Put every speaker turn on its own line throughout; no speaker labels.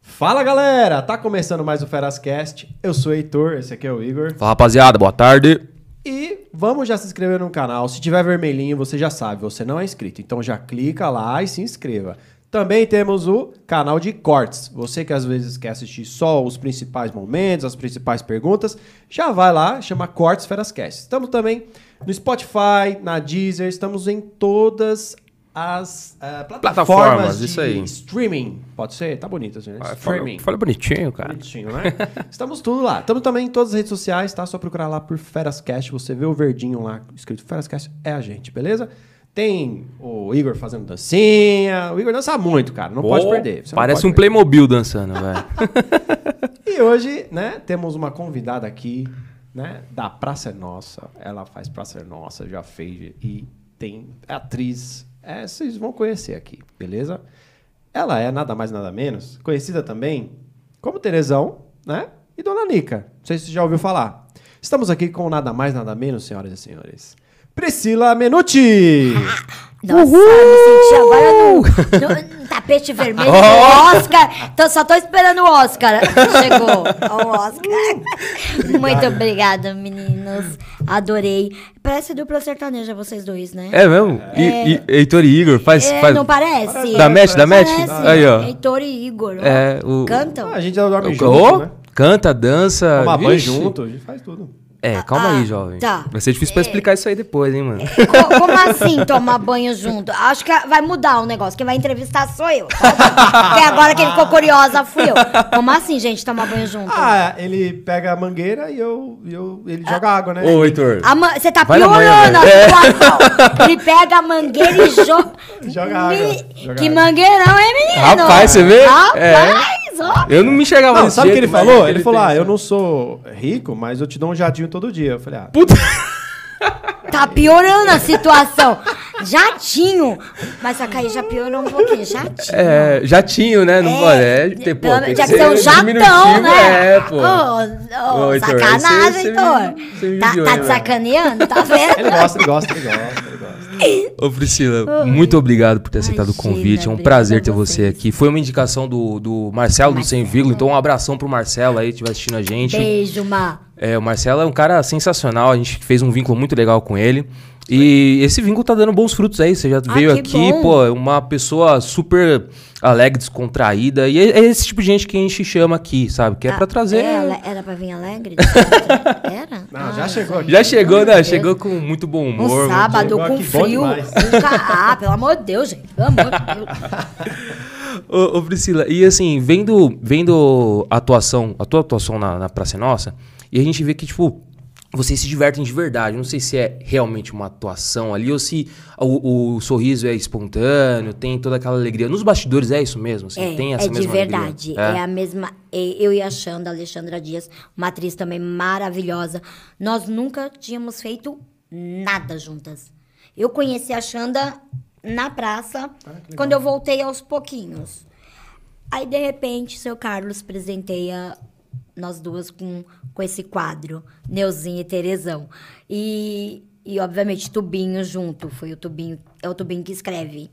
Fala galera, tá começando mais o Ferascast. Eu sou o Heitor, esse aqui é o Igor.
Fala rapaziada, boa tarde.
E vamos já se inscrever no canal. Se tiver vermelhinho, você já sabe, você não é inscrito. Então já clica lá e se inscreva. Também temos o canal de cortes. Você que às vezes quer assistir só os principais momentos, as principais perguntas, já vai lá, chama Cortes Ferascast. Estamos também no Spotify, na Deezer, estamos em todas as ah, plataformas,
Plataformas,
de
isso aí.
streaming. Pode ser? Tá bonito, assim, né?
Fala, fala É, bonitinho, cara.
Bonitinho, né? Estamos tudo lá. Estamos também em todas as redes sociais, tá? Só procurar lá por Ferascast. Você vê o verdinho lá, escrito Ferascast, é a gente, beleza? Tem o Igor fazendo dancinha. O Igor dança muito, cara. Não pode
Pô,
perder. Você não
Parece
pode
um
perder.
Playmobil dançando, velho.
E hoje, né, temos uma convidada aqui, né, da Praça é Nossa. Ela faz Praça é Nossa, já fez e tem é atriz. É, vocês vão conhecer aqui, beleza? Ela é nada mais nada menos conhecida também como Terezão, né? E Dona Nica. Não sei se você já ouviu falar. Estamos aqui com nada mais nada menos, senhoras e senhores. Priscila Menuti!
Nossa, me senti agora no, no tapete vermelho do Oscar. Tô, só tô esperando o Oscar. Chegou ó, o Oscar. Muito obrigada, meninos. Adorei. Parece dupla sertaneja vocês dois, né?
É mesmo? E, e- Heitor e Igor, faz.
É,
faz...
não parece?
Dá match, dá match?
Parece.
Aí, ó.
Heitor e Igor. ó.
É, o-
Cantam?
Ah, a gente já dorme junto,
Ô,
né?
Canta, dança.
Toma banho
vixe.
junto, a gente faz tudo.
É, calma
Ah,
aí, jovem.
tá.
Vai ser difícil pra explicar isso aí depois, hein, mano.
Co- como assim tomar banho junto? Acho que vai mudar o negócio. Quem vai entrevistar sou eu. tá? Porque agora que ele ficou curiosa fui eu. Como assim, gente, tomar banho junto?
Ah, ele pega a mangueira e eu, e eu ele
Ah.
joga água, né?
Ô, Heitor.
A man- Você tá
Vai na
piorando
manhã, né? É.
a
velho.
situação. Ele pega a mangueira e joga.
Joga água, joga
que
água.
mangueirão, hein, menino?
Rapaz, você vê? É.
Rapaz, ó.
Eu não me
então
enxergava
Não,
desse
sabe o que
jeito,
ele
mas
falou? Ele
tem
falou: Ah,
isso.
eu não sou rico, mas eu te dou um jadinho todo dia. Eu falei: Ah,
Puta.
Tá piorando a situação. Jatinho. Mas só que aí já piorou um pouquinho.
ah,
Jatinho.
É, jatinho, né? Não pode. É, tem, pô,
pelo-
tem
já que você é um jatão,
diminutivo,
né?
É, pô.
Ô, ô,
Ô, Heitor,
sacanagem,
você- você me- você
Heitor.
me viu, né? é
Tá, tá
hein,
te
velho?
sacaneando? Tá vendo?
ele gosta, ele gosta, ele gosta, ele gosta.
Ô Priscila, muito obrigado por ter aceitado o
Oh. Imagina,
convite. É um
obrigada
prazer
a
ter você
vocês.
aqui. Foi uma indicação do, do Marcelo do Sem Vírgula, então um abração pro Marcelo aí, que estiver assistindo a gente.
Beijo, Má.
É, o Marcelo é um cara sensacional, a gente fez um vínculo muito legal com ele. E esse vínculo tá dando bons frutos aí. Você já veio
Ah, que
aqui,
bom.
pô, é uma pessoa super alegre, descontraída. E é é esse tipo de gente que a gente chama aqui, sabe? Que é pra trazer.
Ah, Ela, era pra vir alegre? era?
Não,
Ah,
já chegou aqui.
Já chegou, né? Chegou com muito bom
Um
humor. muito-
é. sábado
Chegou
com
aqui bom
frio.
demais.
Um ca- Ah, pelo amor de Deus, gente. Pelo amor de Deus.
Ô, ô, Priscila, e assim, vendo, vendo a atuação, a tua atuação na, na Praça é Nossa, e a gente vê que, tipo, vocês se divertem de verdade. Não sei se é realmente uma atuação ali ou se o, o sorriso é espontâneo, tem toda aquela alegria. Nos bastidores é isso mesmo, assim,
É,
tem essa
é
mesma
de verdade.
alegria.
É. a mesma. e- Eu e a Xanda, Alexandra Dias, uma atriz também maravilhosa. Nós nunca tínhamos feito nada juntas. Eu conheci a Xanda na
Ah,
praça, quando eu voltei aos pouquinhos. Aí, de repente, seu Carlos presenteia nós duas com, com esse quadro, Neuzinha e Terezão. E, e, obviamente, Tubinho junto. Foi o Tubinho, é o Tubinho que escreve.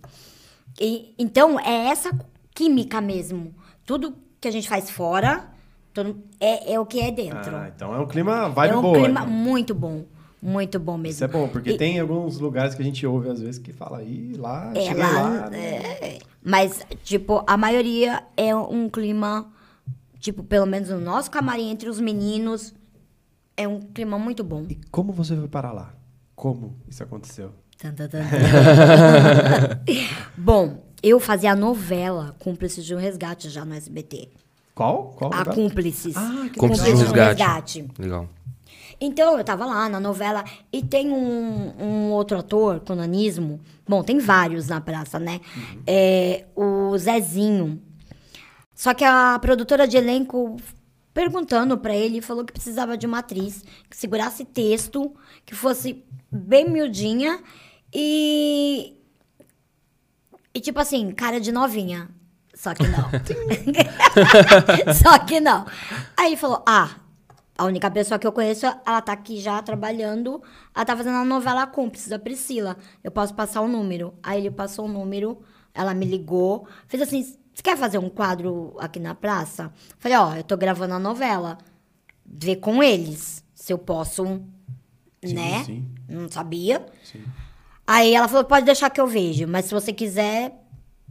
E, então, é essa química mesmo. Tudo que a gente faz fora tudo- é, é o que é dentro.
Ah, então é um clima vibe
é um
boa.
clima
né?
muito bom. Muito bom mesmo.
Isso é bom, porque
E-
tem alguns lugares que a gente ouve às vezes que fala, ih, lá,
É,
cheguei
lá,
lá. né?"
é, Mas, tipo, a maioria é um clima, tipo, pelo menos no nosso camarim, entre os meninos, é um clima muito bom.
E como você foi parar lá? Como isso aconteceu?
Tan, tan, tan, tan. bom, eu fazia a novela Cúmplices de um Resgate já no SBT.
Qual? Qual?
A
lugar?
Ah, Cúmplices.
Ah, que
Cúmplices de um
legal.
Resgate. Legal.
Então, eu tava lá na novela e tem um, um outro ator com nanismo. Bom, tem vários na praça, né? É, o Zezinho. Só que a produtora de elenco perguntando pra ele, falou que precisava de uma atriz que segurasse texto, que fosse bem miudinha e e tipo assim, cara de novinha. Só que não. Só que não. Aí ele falou: Ah, a única pessoa que eu conheço, ela tá aqui já trabalhando, ela tá fazendo a novela Cúmplice da Priscila. Eu posso passar o número. Aí ele passou o número, ela me ligou, fez assim: você quer fazer um quadro aqui na praça? Eu falei, ó, eu tô gravando a novela. Vê com eles se eu posso,
Sim,
né?
sim.
Não sabia.
Sim.
Aí ela falou, pode deixar que eu vejo, mas se você quiser,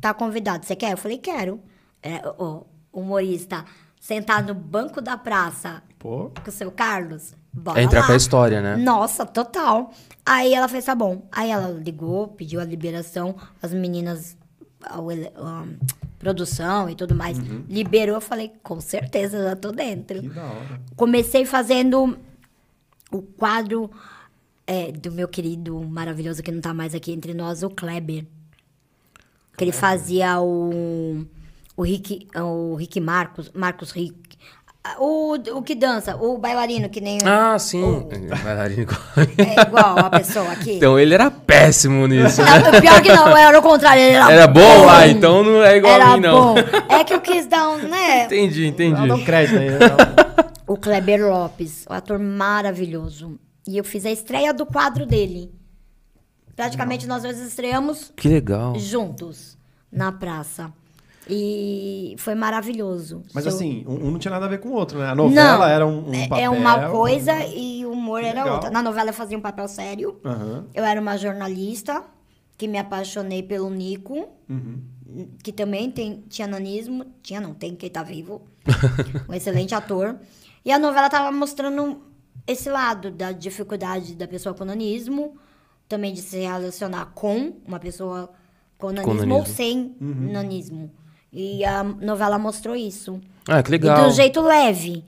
tá convidado. Você quer? Eu falei, quero. É, o o humorista sentar no banco da praça
Pô,
com o seu Carlos, bora
É entrar
lá.
pra história, né?
Nossa, total. Aí ela fez, tá bom. Aí ela ligou, pediu a liberação, as meninas, a, ele- a produção e tudo mais,
Uhum.
liberou. Eu falei, com certeza, já tô dentro.
que da hora.
Comecei fazendo o quadro é, do meu querido maravilhoso que não tá mais aqui entre nós, o Kleber. Que ele fazia o. O Rick, o Rick Marcos, Marcos Rick. Ah, O, o que dança, o bailarino, que nem.
Ah, sim.
Oh.
Bailarino igual.
É igual a pessoa aqui.
Então ele era péssimo nisso, né?
Não, pior que não, era o contrário. Ele era,
Era bom lá, então não é igual
era
a mim, não.
bom. É que eu quis dar um, né?
Entendi,
Ela dá
entendi.
um crédito aí. né?
O Kleber Lopes, um ator maravilhoso. E eu fiz a estreia do quadro dele. Praticamente nós dois estreamos
Que legal.
juntos na praça. E foi maravilhoso.
Mas
Eu-
assim, um um não tinha nada a ver com o outro, né? A novela
Não,
era um, um
é-
papel. um
é uma coisa e o humor
Que
era
legal.
outra. Na novela eu fazia um papel sério.
Aham.
Eu era uma jornalista que me apaixonei pelo Nico,
Uhum.
que também tem, tinha nanismo. Tinha, não, tem quem tá vivo. um excelente ator. E a novela tava mostrando esse lado da dificuldade da pessoa com nanismo, também de se relacionar com uma pessoa com nanismo, ou
nanismo. Uhum.
sem nanismo. E a novela mostrou isso.
Ah, que
E
legal.
do jeito leve.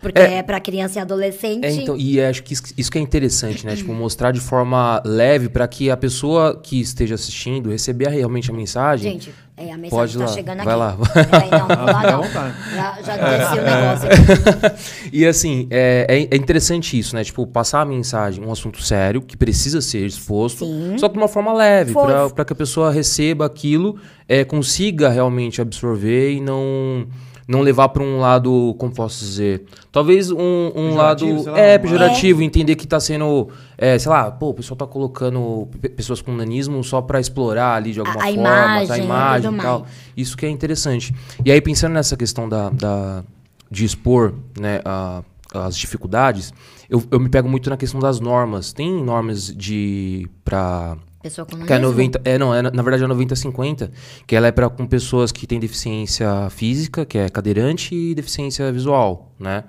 Porque
É.
é, pra criança e adolescente.
É, então, e acho que isso- isso que é interessante, né? Tipo, mostrar de forma leve pra que a pessoa que esteja assistindo receber realmente a mensagem.
Gente, é, a mensagem
Pode
tá
lá,
chegando
vai lá.
aqui. Peraí, não, não, vou lá,
Fica à
não.
vontade.
Já, já desci o negócio aqui.
e assim, é, é- é interessante isso, né? Tipo, passar a mensagem, um assunto sério, que precisa ser exposto,
Sim.
só de uma forma leve,
Foi.
pra pra que a pessoa receba aquilo, é, consiga realmente absorver e não. Não levar pra um lado, como posso dizer? Talvez um, um lado.
Pejorativo, sei lá,
é,
um-
pejorativo, entender que tá sendo. é, sei lá, pô, o pessoal tá colocando pe- pessoas com nanismo só pra explorar ali de alguma
a
forma, tá? a
imagem,
imagem
tudo
e tal.
mais.
Isso que é interessante. E aí, pensando nessa questão da, da- de expor né, a- as dificuldades, eu, eu me pego muito na questão das normas. Tem normas de. pra.
Pessoa com
Que é
nanismo.
90, é, não, é, na na verdade é 90-50, que ela é pra, com pessoas que têm deficiência física, que é cadeirante, e deficiência visual, né?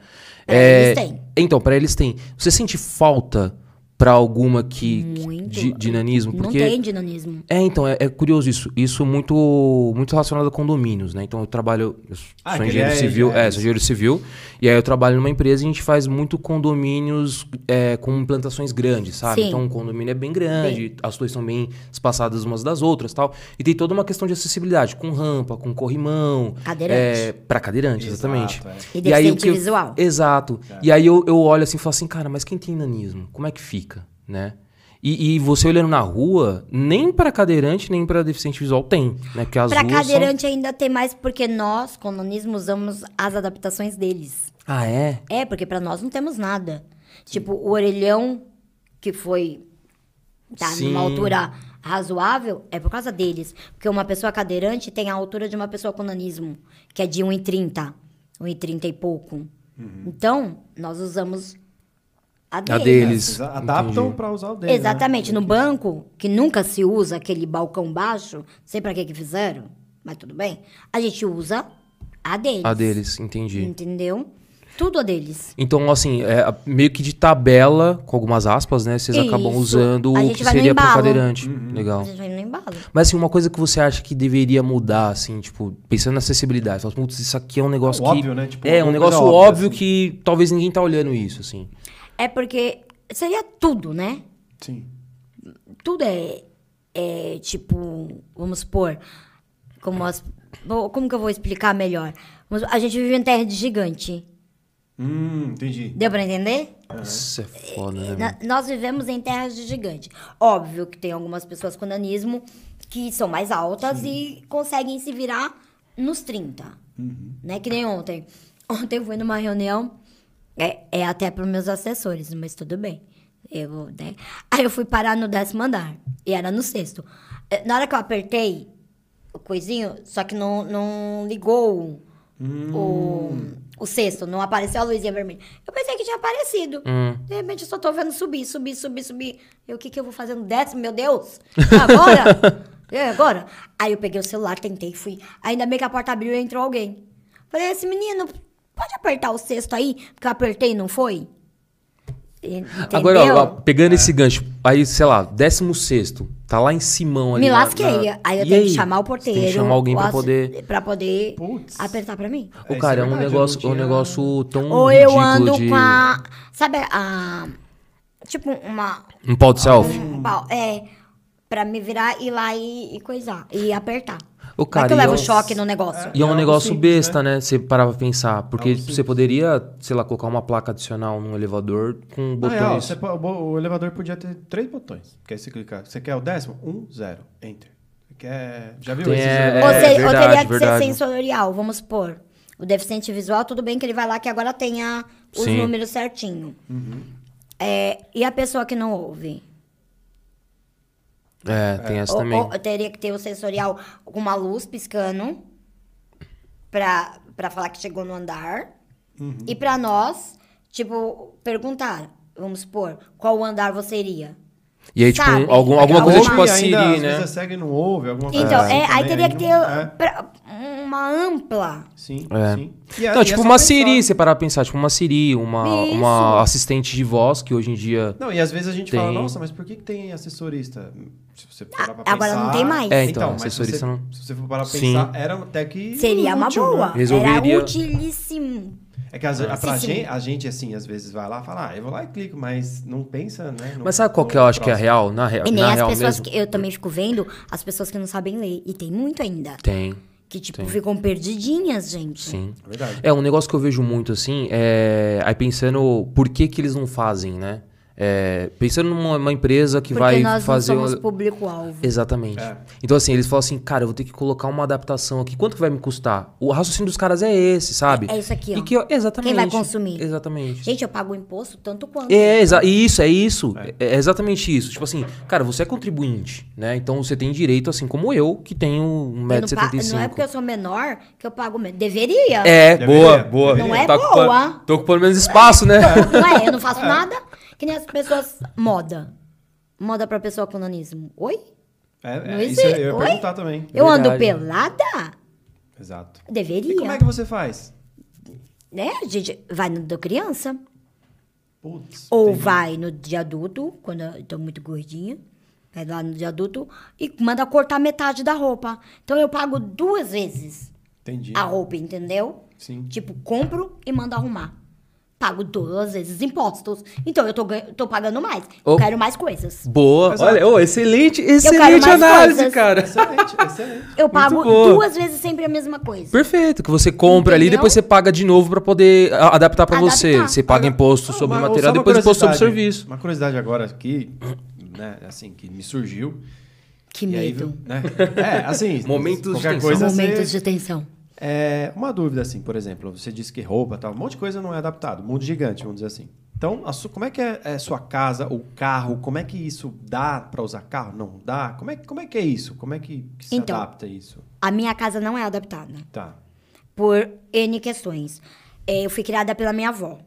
Pra
É,
eles tem.
Então, pra eles tem. Você sente falta pra alguma que. que-
Muito.
De, de nanismo?
Não
um, Porque
tem dinanismo.
é, então, é, é curioso isso. Isso muito, muito relacionado a condomínios, né? Então eu trabalho. Eu sou
Ah, que
engenheiro
ele é-
civil.
é
É, sou engenheiro civil. E aí eu trabalho numa empresa e a gente faz muito condomínios é, com implantações grandes, sabe?
Sim.
Então o condomínio é bem grande, as torres são bem espaçadas umas das outras tal. E tem toda uma questão de acessibilidade, com rampa, com corrimão.
Cadeirante.
É, pra cadeirante,
Exato,
exatamente.
é.
E
aí o
deficiente
que eu-
visual.
Exato. E aí eu, eu olho assim e falo assim, cara, mas quem tem nanismo? Como é que fica, né? E, e você olhando na rua, nem para cadeirante, nem para deficiente visual tem, né? Porque as
Pra
ruas são-
cadeirante ainda tem mais, porque nós, com nanismo, usamos as adaptações deles.
Ah, é?
É, porque pra nós não temos nada. Tipo, o orelhão, que foi. Tá
Sim.
numa altura razoável, é por causa deles. Porque uma pessoa cadeirante tem a altura de uma pessoa com nanismo, que é de 1,30. 1,30 e pouco. Então, nós usamos a
Uhum. A
deles.
deles.
Eles adaptam
Entendi.
pra usar o dele. né?
Exatamente. No banco, que nunca se usa aquele balcão baixo, sei pra que que fizeram, mas tudo bem. A gente usa a deles.
A Ah, deles, entendi.
Entendeu? Tudo a deles.
Então, assim, é, a- meio que de tabela, com algumas aspas, né? Vocês acabam
Isso.
usando
A
o
gente
que
vai no
seria para
embalo.
cadeirante.
Uhum.
Legal.
A gente vai no embalo.
Mas, assim, uma coisa que você acha que deveria mudar, assim, tipo, pensando na acessibilidade. Fala, putz, isso aqui é um negócio que...
Óbvio, né? Tipo,
é, um
uma coisa
negócio
óbvia,
óbvio
assim.
que talvez ninguém tá olhando isso, assim.
É porque seria tudo, né?
Sim.
Tudo é, é tipo, vamos supor, como as- vou- como que eu vou explicar melhor? Vamos- A gente vive em terra de gigante.
Hum, entendi.
Deu pra entender?
Isso é foda, né?
Na- nós vivemos em terras de gigante. Óbvio que tem algumas pessoas com nanismo que são mais altas e conseguem se virar nos 30. Né? Que nem ontem. Ontem eu fui numa reunião, é, é até para meus assessores, mas tudo bem. Eu, vou, né? É, Aí eu fui parar no décimo andar, e era no sexto. Eh, Na hora que eu apertei, o coisinho, só que não, não ligou
Hum.
o, o sexto, não apareceu a luzinha vermelha. Eu pensei que tinha aparecido.
Hum.
De repente eu só tô vendo subir, subir, subir, subir. Eu, o que que eu vou fazer no décimo, meu Deus? Agora? é agora? Aí eu peguei o celular, tentei, fui. Ainda bem que a porta abriu e entrou alguém. Falei, esse menino, pode apertar o sexto aí? Porque eu apertei e não foi? E-
Agora, ó,
entendeu?
ó, pegando esse gancho, aí, sei lá, 16 tá lá em Simão ali.
Me
na-
lasquei.
na-
Aí eu
E
tenho que chamar o
Você
porteiro.
Tem que chamar alguém
o
pra
assi-
poder.
Pra poder
Putz.
apertar pra mim.
O
É, isso
cara, é
é
um
verdade,
negócio,
eu
é
não
um
tinha-
negócio tão.
Ou eu
ridículo
ando
de...
com a. Sabe a. Tipo, uma.
Um pau de selfie.
Um pau. É. Pra me virar, ir lá e, e coisar. E apertar.
Ô,
Vai
cara,
é que eu
e
levo
eu-
choque no negócio.
E é
É
um
algo
negócio
simples,
besta, né? Você parava pra pensar. Porque
Algo
você poderia, sei lá, colocar uma placa adicional num elevador com um
Na real,
botões.
Ah, é, você po- o, o elevador podia ter três botões. Porque aí você clicar. Você quer o décimo? Um, zero. Enter. Você quer. Já viu
Tem,
esses
é,
ou, se-
elevadores?
ou
verdade,
teria que
verdade.
ser sensorial, vamos supor. O deficiente visual, tudo bem que ele vai lá que agora tenha os
Sim. Uhum.
números certinho. É, e a pessoa que não ouve?
É, tem essa
Ou-
também.
ou eu teria que ter o sensorial com uma luz piscando pra, pra falar que chegou no andar.
Uhum.
E pra nós, tipo, perguntar, vamos supor, qual o andar você iria?
E aí, tipo,
sabe?
um- algum- alguma coisa
Ouve
tipo a
e ainda,
Siri,
às
né?
vezes, a segue não ouve, alguma coisa
Então,
assim
é, aí
também,
teria que ter
não- é.
pra- uma ampla.
Sim,
É.
sim. E é- e
Então,
é
tipo
só
uma
pensar.
Siri, você parar pra pensar, tipo uma Siri, uma,
Isso.
uma assistente de voz, que hoje em dia.
Não, e às vezes a gente fala,
Tem.
nossa, mas por que, que tem assessorista? Se você for parar pra
Ah, agora
pensar-
não tem mais.
É, então,
mas se
assessorista
você,
não-
Se você for parar pra
Sim.
pensar, era até que.
Seria uma
útil, né?
boa.
Resolveria-
Era utilíssimo.
É que às vezes- pra
Sim, sim.
gente, a gente, assim, às vezes vai lá e fala, ah, eu vou lá e clico, mas não pensa, né? Não-
Mas sabe qual que eu
não
acho que é a
próximo.
real? Na, rea-
E nem
na
as
real
pessoas
mesmo?
que eu também fico vendo, as pessoas que não sabem ler. E tem muito ainda.
Tem,
Que, tipo, ficam perdidinhas, gente.
sim.
É verdade.
É, um negócio que eu vejo muito assim, é. Aí pensando por que que eles não fazem, né? É, pensando numa uma empresa que
Porque
vai
nós
fazer.
não
uma-
somos público-alvo.
Exatamente.
É.
Então, assim, eles falam assim, cara, eu vou ter que colocar uma adaptação aqui. Quanto que vai me custar? O raciocínio dos caras é esse, sabe?
É isso aqui, ó.
E que, exatamente.
Quem vai consumir?
Exatamente.
Gente, eu pago imposto tanto quanto.
É, exa isso, é isso. É. é exatamente isso. Tipo assim, cara, você é contribuinte, né? Então você tem direito, assim como eu, que tenho
Eu não, pa-
1,75m.
não é porque eu sou menor que eu pago menos. Deveria.
É,
Deveria,
boa, boa. Tá
Não é boa.
ocupando- tô ocupando menos espaço, né?
Não é, eu não faço nada. Que nem as pessoas. Moda. Moda pra pessoa com nanismo. Oi?
É, é,
Não
isso
existe.
eu ia
Oi?
perguntar também.
Eu
Verdade.
ando pelada?
Exato.
Deveria.
E como é que você faz?
Né? A gente vai no do criança.
Putz.
Ou
entendi.
vai no de adulto, quando eu tô muito gordinha. Vai lá no de adulto e manda cortar metade da roupa. Então eu pago duas vezes
Entendi.
a roupa, entendeu?
Sim.
Tipo, compro e mando arrumar. Pago duas vezes impostos. Então eu tô, ganha- tô pagando mais. Eu
Ô.
quero mais coisas.
Boa.
Exato.
Olha, ô, excelente,
quero
excelente
mais
análise,
coisas.
cara.
Excelente, excelente.
Eu pago
boa.
duas vezes sempre a mesma coisa.
Perfeito, que você compra ali,
Entendeu?
depois você paga de novo pra poder a- adaptar pra
Adaptar.
você. Você paga
Agora-
imposto
Ah,
sobre o
uma- só
material,
uma
depois imposto sobre o
curiosidade.
serviço.
Uma curiosidade agora aqui, né, assim, que me surgiu.
Que
e aí,
medo.
né? É, assim,
Momentos de
qualquer
tensão.
coisa você-
Momentos de tensão.
É, uma dúvida, assim, por exemplo, você disse que roupa tal, um monte de coisa não é adaptado, mundo gigante, vamos dizer assim. Então, a su- como é que é, é sua casa, o carro, como é que isso dá pra usar carro? Não dá? Como é, que- como é que é isso? Como é que, que se
Então.
adapta isso?
A minha casa não é adaptada.
Tá.
por N questões. É, eu fui criada pela minha avó.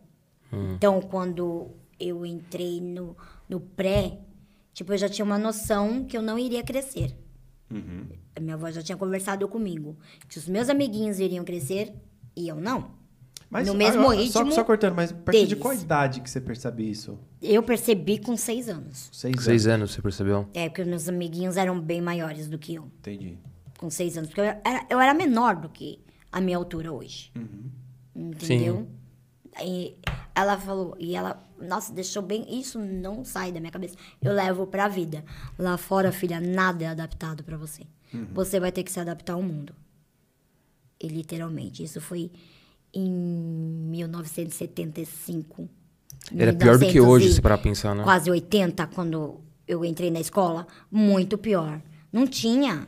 Então, quando eu entrei no, no pré, tipo, eu já tinha uma noção que eu não iria crescer. A minha avó já tinha conversado comigo que os meus amiguinhos iriam crescer e eu não. No mesmo
ah, só-
ritmo
Só, cortando, mas a partir de
deles.
qual idade que você percebe isso?
Eu percebi com seis anos.
Seis, anos.
Seis anos, você percebeu?
É, porque os meus amiguinhos eram bem maiores do que eu.
Entendi.
com seis anos, porque eu era, eu era menor do que a minha altura hoje. Entendeu? Aí ela falou, e ela, nossa, deixou bem. Isso não sai da minha cabeça. Eu levo pra vida. Lá fora, filha, nada é adaptado pra você. Você vai ter que se adaptar ao mundo. E literalmente. Isso foi em 1975.
Era pior do que
1900
hoje,
e
se parar pra pensar, né?
Quase 80, quando eu entrei na escola. Muito pior. Não tinha.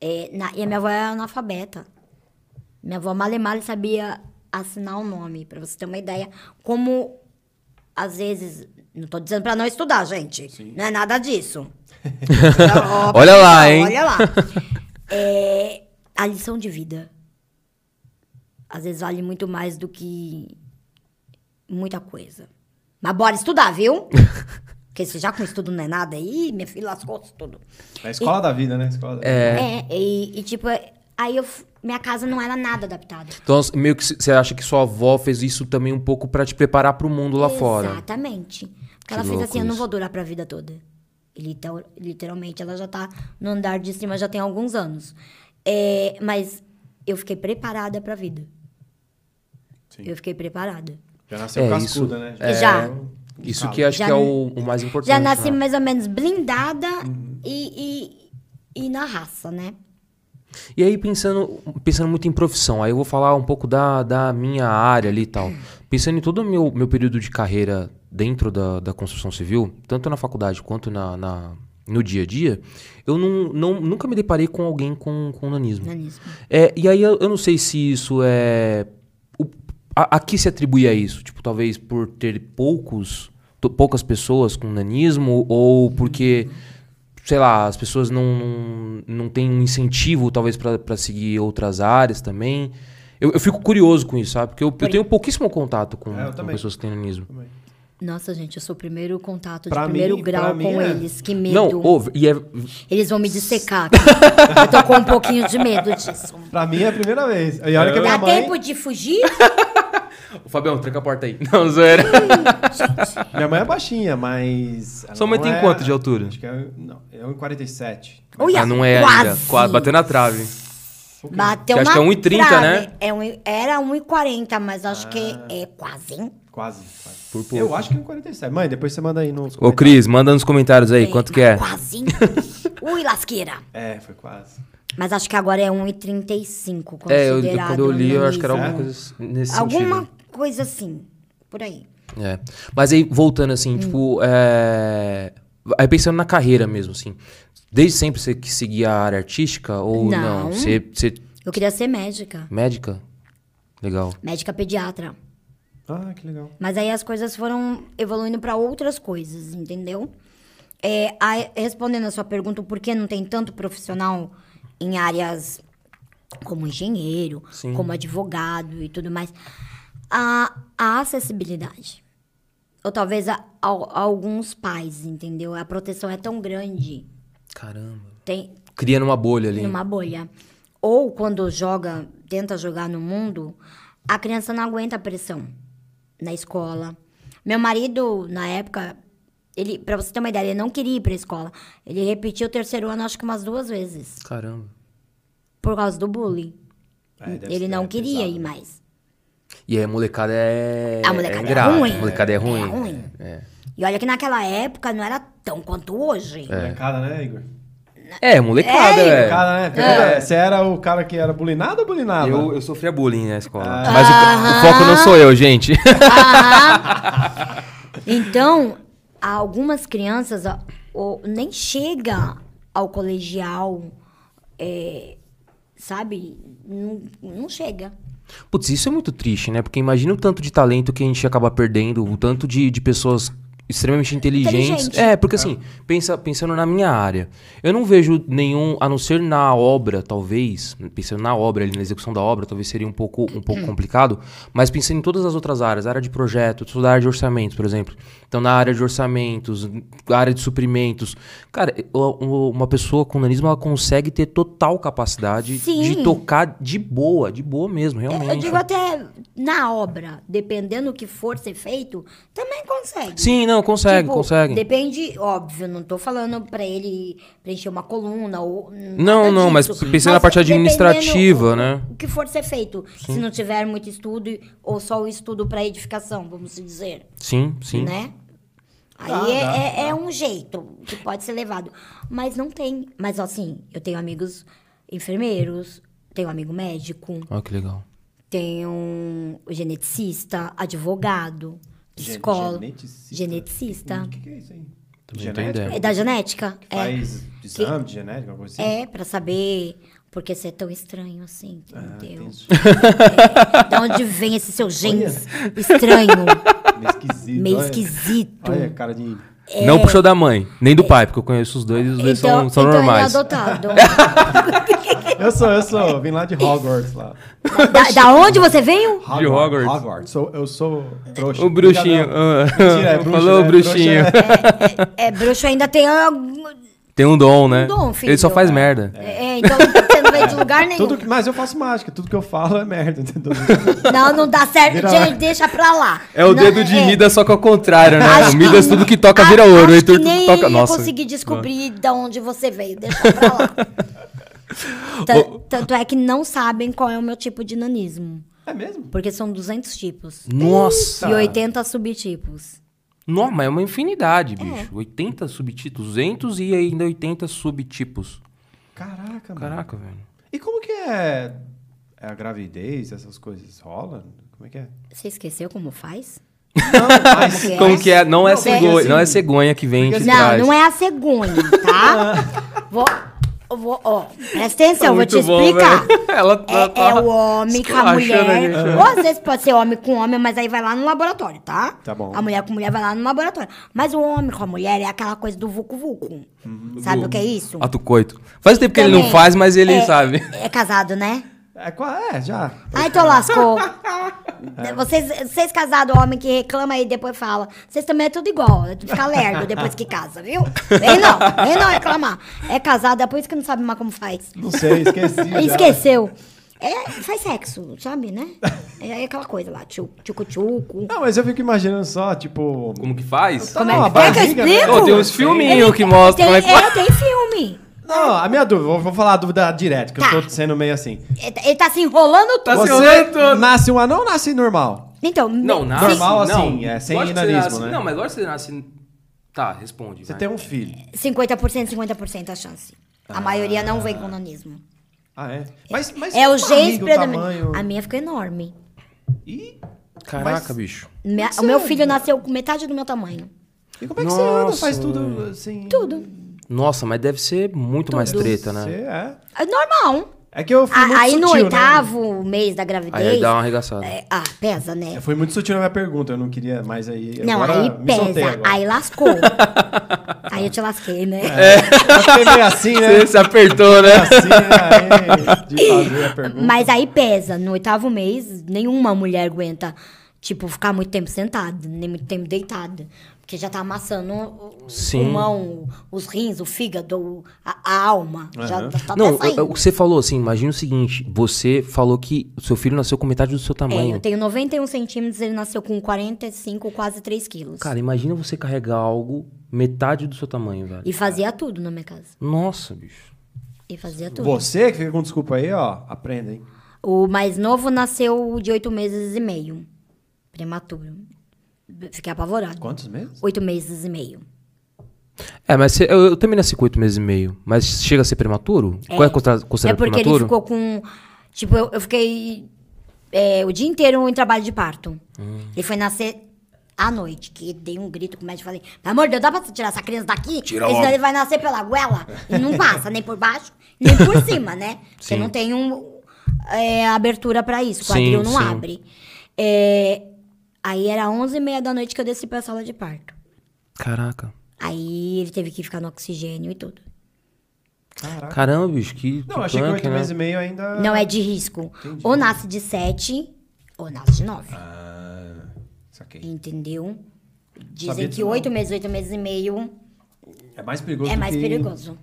É, na- e a minha avó era analfabeta. Minha avó Malemale sabia assinar o nome, pra você ter uma ideia. Como, às vezes. Não tô dizendo pra não estudar, gente. Não é nada disso. Ó,
Olha lá,
pessoal,
hein?
Olha lá. É, a lição de vida. Às vezes vale muito mais do que muita coisa. Mas bora estudar, viu? Porque se já com estudo não é nada aí, minha filha lascou tudo.
É a escola da vida, né? Escola da vida.
É, e, e, tipo, aí eu f- minha casa não era nada adaptada.
Então, meio que você acha que sua avó fez isso também um pouco pra te preparar pro mundo lá fora.
Exatamente. Porque
Que
ela fez
louco
assim, eu não
isso.
vou durar pra vida toda. E literal- literalmente, ela já tá no andar de cima já tem alguns anos. É, mas eu fiquei preparada pra vida.
Sim.
Eu fiquei preparada.
Já nasceu
É,
cascuda,
isso-
né? Tá.
é, Já.
Isso
Calma.
que acho
Já
que é
n-
o, o mais importante.
Já nasci
né?
mais ou menos blindada e, e, e na raça, né?
E aí, pensando, pensando muito em profissão, aí eu vou falar um pouco da, da minha área ali e tal. Pensando em todo o meu, meu período de carreira dentro da, da construção civil, tanto na faculdade quanto na, na- no dia a dia, eu não, não- nunca me deparei com alguém com, com nanismo.
Nanismo.
É, e aí eu, eu não sei se isso é. O, a, a que se atribui a isso? Tipo, talvez por ter poucos, to- poucas pessoas com nanismo, ou porque, sei lá, as pessoas não, não têm um incentivo, talvez, pra pra seguir outras áreas também. Eu, eu fico curioso com isso, sabe? Porque eu, eu tenho pouquíssimo contato com,
É, eu
com
também.
pessoas que têm nanismo.
Nossa, gente, eu sou o primeiro contato de
Pra
primeiro
mim- pra
grau
mim
com
é.
eles. Que medo.
Não, ô, e é.
Eles vão me dissecar. aqui. eu tô com um pouquinho de medo disso.
Pra mim é a primeira vez. E
É.
olha que a minha
Dá
mãe.
tempo de fugir?
Ô, Fabião, tranca a porta aí. Não, zoeira.
Minha mãe é baixinha, mas. ela
Sua mãe
não
tem
é-
quanto de altura?
Acho que é. Não, é 1,47.
Olha,
Ah, não é ainda.
quase.
Quase, bateu na trave.
Um
Bateu
Que acho
na
que é 1,30,
trave.
né? Ah.
É um, era 1,40, mas acho que é quase. hein?
Quase. quase.
Por pouco.
Eu acho que é 1,47. Mãe, depois você manda aí nos.
Ô,
comentários.
Cris, manda nos comentários aí quanto que é.
Quase. hein? Ui, lasqueira.
É, foi quase.
Mas acho que agora é 1,35 considerado.
É, eu, eu- quando eu li, eu acho que era
nanismo.
alguma coisa nesse
né? Alguma
sentido.
coisa assim, por aí.
É. Mas aí, voltando assim,
Hum.
tipo, é... aí pensando na carreira mesmo, assim. Desde sempre você que seguia a área artística ou não?
Não.
Você, você-
Eu queria ser médica.
médica? Legal.
Médica pediatra.
Ah, que legal.
Mas aí as coisas foram evoluindo pra outras coisas, entendeu? É, aí, respondendo a sua pergunta, por que não tem tanto profissional em áreas como engenheiro,
Sim.
como advogado e tudo mais? A, a acessibilidade. Ou talvez a- a- alguns pais, entendeu? A proteção é tão grande.
Caramba.
Tem,
Criando uma bolha ali.
numa bolha. Ou quando joga, tenta jogar no mundo, a criança não aguenta a pressão na escola. Meu marido, na época, ele, pra você ter uma ideia, ele não queria ir pra escola. Ele repetiu o terceiro ano, acho que umas duas vezes,
Caramba.
por causa do bullying.
É, deve
ele
ser-
não
é
queria
pesado.
ir mais.
E aí, a molecada é.
A molecada é
ingrata.
ruim.
A molecada é
É
ruim.
ruim.
É.
E olha que naquela época não era tão quanto hoje.
Molecada, né, Igor?
É, molecada, é.
Cara, né? Pergunta é, Você era o cara que era bulinado ou bulinava?
Eu, eu sofria bullying na escola.
Ah.
Mas o, o foco não sou eu, gente.
Então, algumas crianças ó, ou nem chega ao colegial, é, sabe? Não, não chega.
Putz, isso é muito triste, né? Porque imagina o tanto de talento que a gente acaba perdendo, o tanto de, de pessoas extremamente inteligentes.
Inteligente.
É, porque assim, pensa, pensando na minha área, eu não vejo nenhum, a não ser na obra, talvez, pensando na obra, ali na execução da obra, talvez seria um pouco, um pouco complicado, mas pensando em todas as outras áreas, área de projeto, toda a área de orçamentos, por exemplo. Então, na área de orçamentos, na área de suprimentos, cara, o- o- uma pessoa com nanismo, ela consegue ter total capacidade de
Sim.
tocar de boa, de boa mesmo,
É, Eu-
realmente.
Eu digo até na obra, dependendo do que for ser feito, também consegue.
Sim, não, consegue,
Tipo,
consegue.
Depende, óbvio, não tô falando pra ele preencher uma coluna ou. nada
Não, não, mas
disso.
pensando na parte administrativa,
dependendo
né?
O que for ser feito, se não tiver muito estudo ou só o estudo pra edificação, vamos dizer.
Sim, sim.
né? Aí
Dá,
é,
dá,
é- é um jeito que pode ser levado. Mas não tem. Mas assim, eu tenho amigos enfermeiros, tenho amigo médico,
Olha que legal.
tenho um geneticista, advogado,
Gen-
psicólogo.
geneticista?
Geneticista.
O que, que é isso aí?
Também não tenho
É
ideia.
da genética?
Que
É.
Faz exame de genética, alguma coisa assim?
É, pra saber por que você é tão estranho assim, entendeu?
Ah, entendi.
Da onde vem esse seu genes estranho,
Meio esquisito.
meio
olha.
esquisito.
Olha, cara de
Não puxou da mãe, nem do pai, porque eu conheço os dois e os dois são, são
É. então
normais.
ele é adotado.
Eu sou, eu sou. Vim lá de Hogwarts lá.
da, da onde você veio?
Hogwarts.
Hogwarts.
Sou- eu sou trouxa.
O bruxinho. Ah,
Obrigadão. Mentira, é bruxa,
Falou,
né?
bruxinho.
Trouxa
É, bruxo ainda tem algum...
Tem um dom, né?
dom, filho.
Ele só faz merda.
É, então você não veio de lugar
é-
nenhum.
Tudo que, mas eu faço mágica. Tudo que eu falo é merda. entendeu?
Não, não dá certo.
Vira-
Gente, deixa pra lá.
É o
Não,
dedo de
é.
Midas, só que ao contrário, né?
Acho
o
que-
Midas, tudo que toca
a-
vira ouro. O
acho
Heitor,
que
tudo
nem
que toca.
ia
Nossa.
conseguir descobrir de onde você veio. Deixa pra lá. Ta-
Ô.
Tanto é que não sabem qual é o meu tipo de nanismo.
É mesmo?
Porque são 200 tipos.
Nossa!
E 80 subtipos.
Não, mas é uma infinidade, bicho. 80 subtipos, 200 e ainda 80 subtipos.
Caraca, mano.
Caraca, velho.
E como que é, é a gravidez, essas coisas rolam? Como é que é?
Você esqueceu como faz?
Não, mas...
É.
Como que é? Não é,
Não, porque
cegonha,
assim-
não é cegonha que vem de
porque
Não,
trás.
não é a cegonha, tá? vou, eu vou, ó, presta atenção, eu vou te explicar.
Ela tá,
É,
tá
é o homem com
esculachando
a mulher.
a gente. né?
Ou às vezes pode ser homem com homem, mas aí vai lá no laboratório, tá?
Tá bom.
A mulher com mulher vai lá no laboratório. Mas o homem com a mulher é aquela coisa do vucu-vucu.
Uhum.
Sabe o que é isso?
Ah, tu coito. Faz tempo que ele não
Também.
faz, mas ele
É-
sabe.
É casado, né?
É, qual é? Já.
Ai, então lascou. Vocês, vocês casados, homem que reclama e depois fala. Vocês também é tudo igual. é tudo Fica lerdo depois que casa, viu? Vem não, vem não reclamar. É casado, é por isso que não sabe mais como faz.
Não sei, esqueci. já.
Esqueceu. É, faz sexo, sabe, né? É aquela coisa lá, tchu- tchucu-tchucu.
Não, mas eu fico imaginando só, tipo...
Como que faz?
Tá
é-
numa
quer que eu
barriga, né?
explique?
Ô, tem uns
Sei.
filminhos que mostram como é
Tem,
que faz.
é, tem filme.
Não, a minha dúvida, vou, vou falar a dúvida direta, que
Tá.
eu tô sendo meio assim.
Ele tá- Ele tá se enrolando
Tá se
todo.
enrolando
Você
todo.
nasce um anão ou nasce normal?
Então,
Não,
me-
nasce.
Normal
não.
assim, é, sem
Lógico que você
nanismo,
nasce-
né?
Não, mas lógico que você nasce. Tá, responde.
Você
vai.
tem um filho.
50%, 50% a chance. A
Ah.
maioria não vem com nanismo.
Ah, é? Mas, mas
um
É o
barriga,
genes predominante.
tamanho.
A minha ficou enorme.
E,
Caraca,
um- Mas-
bicho.
Minha- o meu filho nasceu com metade do meu tamanho.
e como é que você anda? Faz
Nossa,
tudo assim...
Tudo.
Nossa, mas deve ser muito mais treta, né?
Você é.
É normal.
É que eu fui
A-
muito
Ah, aí
sutil,
no
né?
oitavo mês da
Aí,
gravidez.
aí dá uma arregaçada.
é, ah, pesa, né?
Eu fui muito sutil na minha pergunta, eu não queria mais aí.
Não,
agora
aí
me soltei
pesa.
agora.
Aí lascou. aí eu te lasquei, né?
Eu fiquei meio assim, né?
Você se apertou, né?
Assim, né? Aí, de fazer a pergunta.
Mas é aí pesa. No oitavo mês, nenhuma mulher aguenta, tipo, ficar muito tempo sentada, nem muito tempo deitada. Porque já tá amassando o, o
Sim.
pulmão, os rins, o fígado, o- a, a alma. Já
Aham.
tá, tá
Não,
saindo.
o que você falou assim, imagina o seguinte, você falou que o seu filho nasceu com metade do seu
É,
tamanho.
eu tenho 91 centímetros, ele nasceu com 45, quase 3 quilos.
Cara, imagina você carregar algo metade do seu tamanho, velho.
E fazia tudo na minha casa.
Nossa, bicho.
E fazia tudo.
Você que fica com desculpa aí, ó, aprenda, hein?
O mais novo nasceu de 8 meses e meio. Prematuro. Fiquei apavorado.
Quantos meses?
8 meses e meio.
É, mas você- eu, eu também nasci com oito meses e meio. Mas chega a ser prematuro? Qual é contra-
É
considerado
porque ele
prematuro?
ficou com. Tipo, eu, eu fiquei é, o dia inteiro em trabalho de parto.
Hum.
Ele foi nascer à noite, que dei um grito com o médico e falei: pelo amor de Deus, dá pra tirar essa criança daqui? Tira senão ele vai nascer pela goela e não passa, nem por baixo, nem por cima, né? Você
Sim.
não tem um, é, abertura pra isso, o
Sim,
quadril não
sim.
abre. É, aí era 11h30 da noite que eu desci pra sala de parto.
Caraca.
Aí ele teve que ficar no oxigênio e tudo.
Caraca.
Caramba, bicho, que.
Não, achei que
punk,
oito
né?
meses e meio ainda.
Não é de risco. Ou nasce de 7, ou nasce de 9.
Ah, saquei.
Entendeu? Dizem
Sabia disso
que
não.
8 meses, 8 meses e meio
É mais perigoso
é
do
mais
que-
perigoso.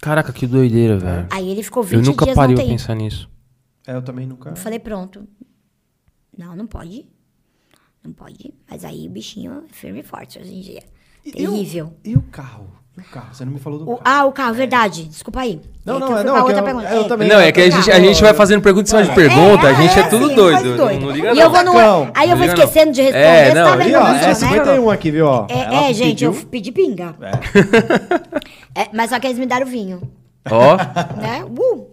Caraca, que doideira, velho.
Aí ele ficou 20
Eu nunca
Ah, dias
parei
na
pra
UTI.
pensar nisso.
É, eu também nunca.
Eu falei, pronto. Não, não pode. Não pode. Mas aí o bichinho é firme e forte hoje em dia.
E- e o-
Terrível.
E o carro? E o carro? Você não me falou do
O-
carro.
ah, o carro, verdade. Desculpa aí.
Não,
É
não,
que eu
é-
fui
não, é
pra
que
outra
eu-
pergunta.
eu também-
Não, é que a
tô
gente, a
ligado.
gente vai fazendo pergunta em cima de pergunta, a gente é, tudo
assim,
doido.
quase
Não, não liga
e eu
não.
vou no-
Não,
aí eu vou
liga não.
esquecendo de responder.
É, um.
você tá
não,
vendo
Aqui,
liga
ó,
não,
isso,
é
né?
51 aqui, viu? Ó. Ela
É, é, gente,
pediu-
eu pedi pinga. É, mas só que eles me deram vinho,
Ó,
né? Uh!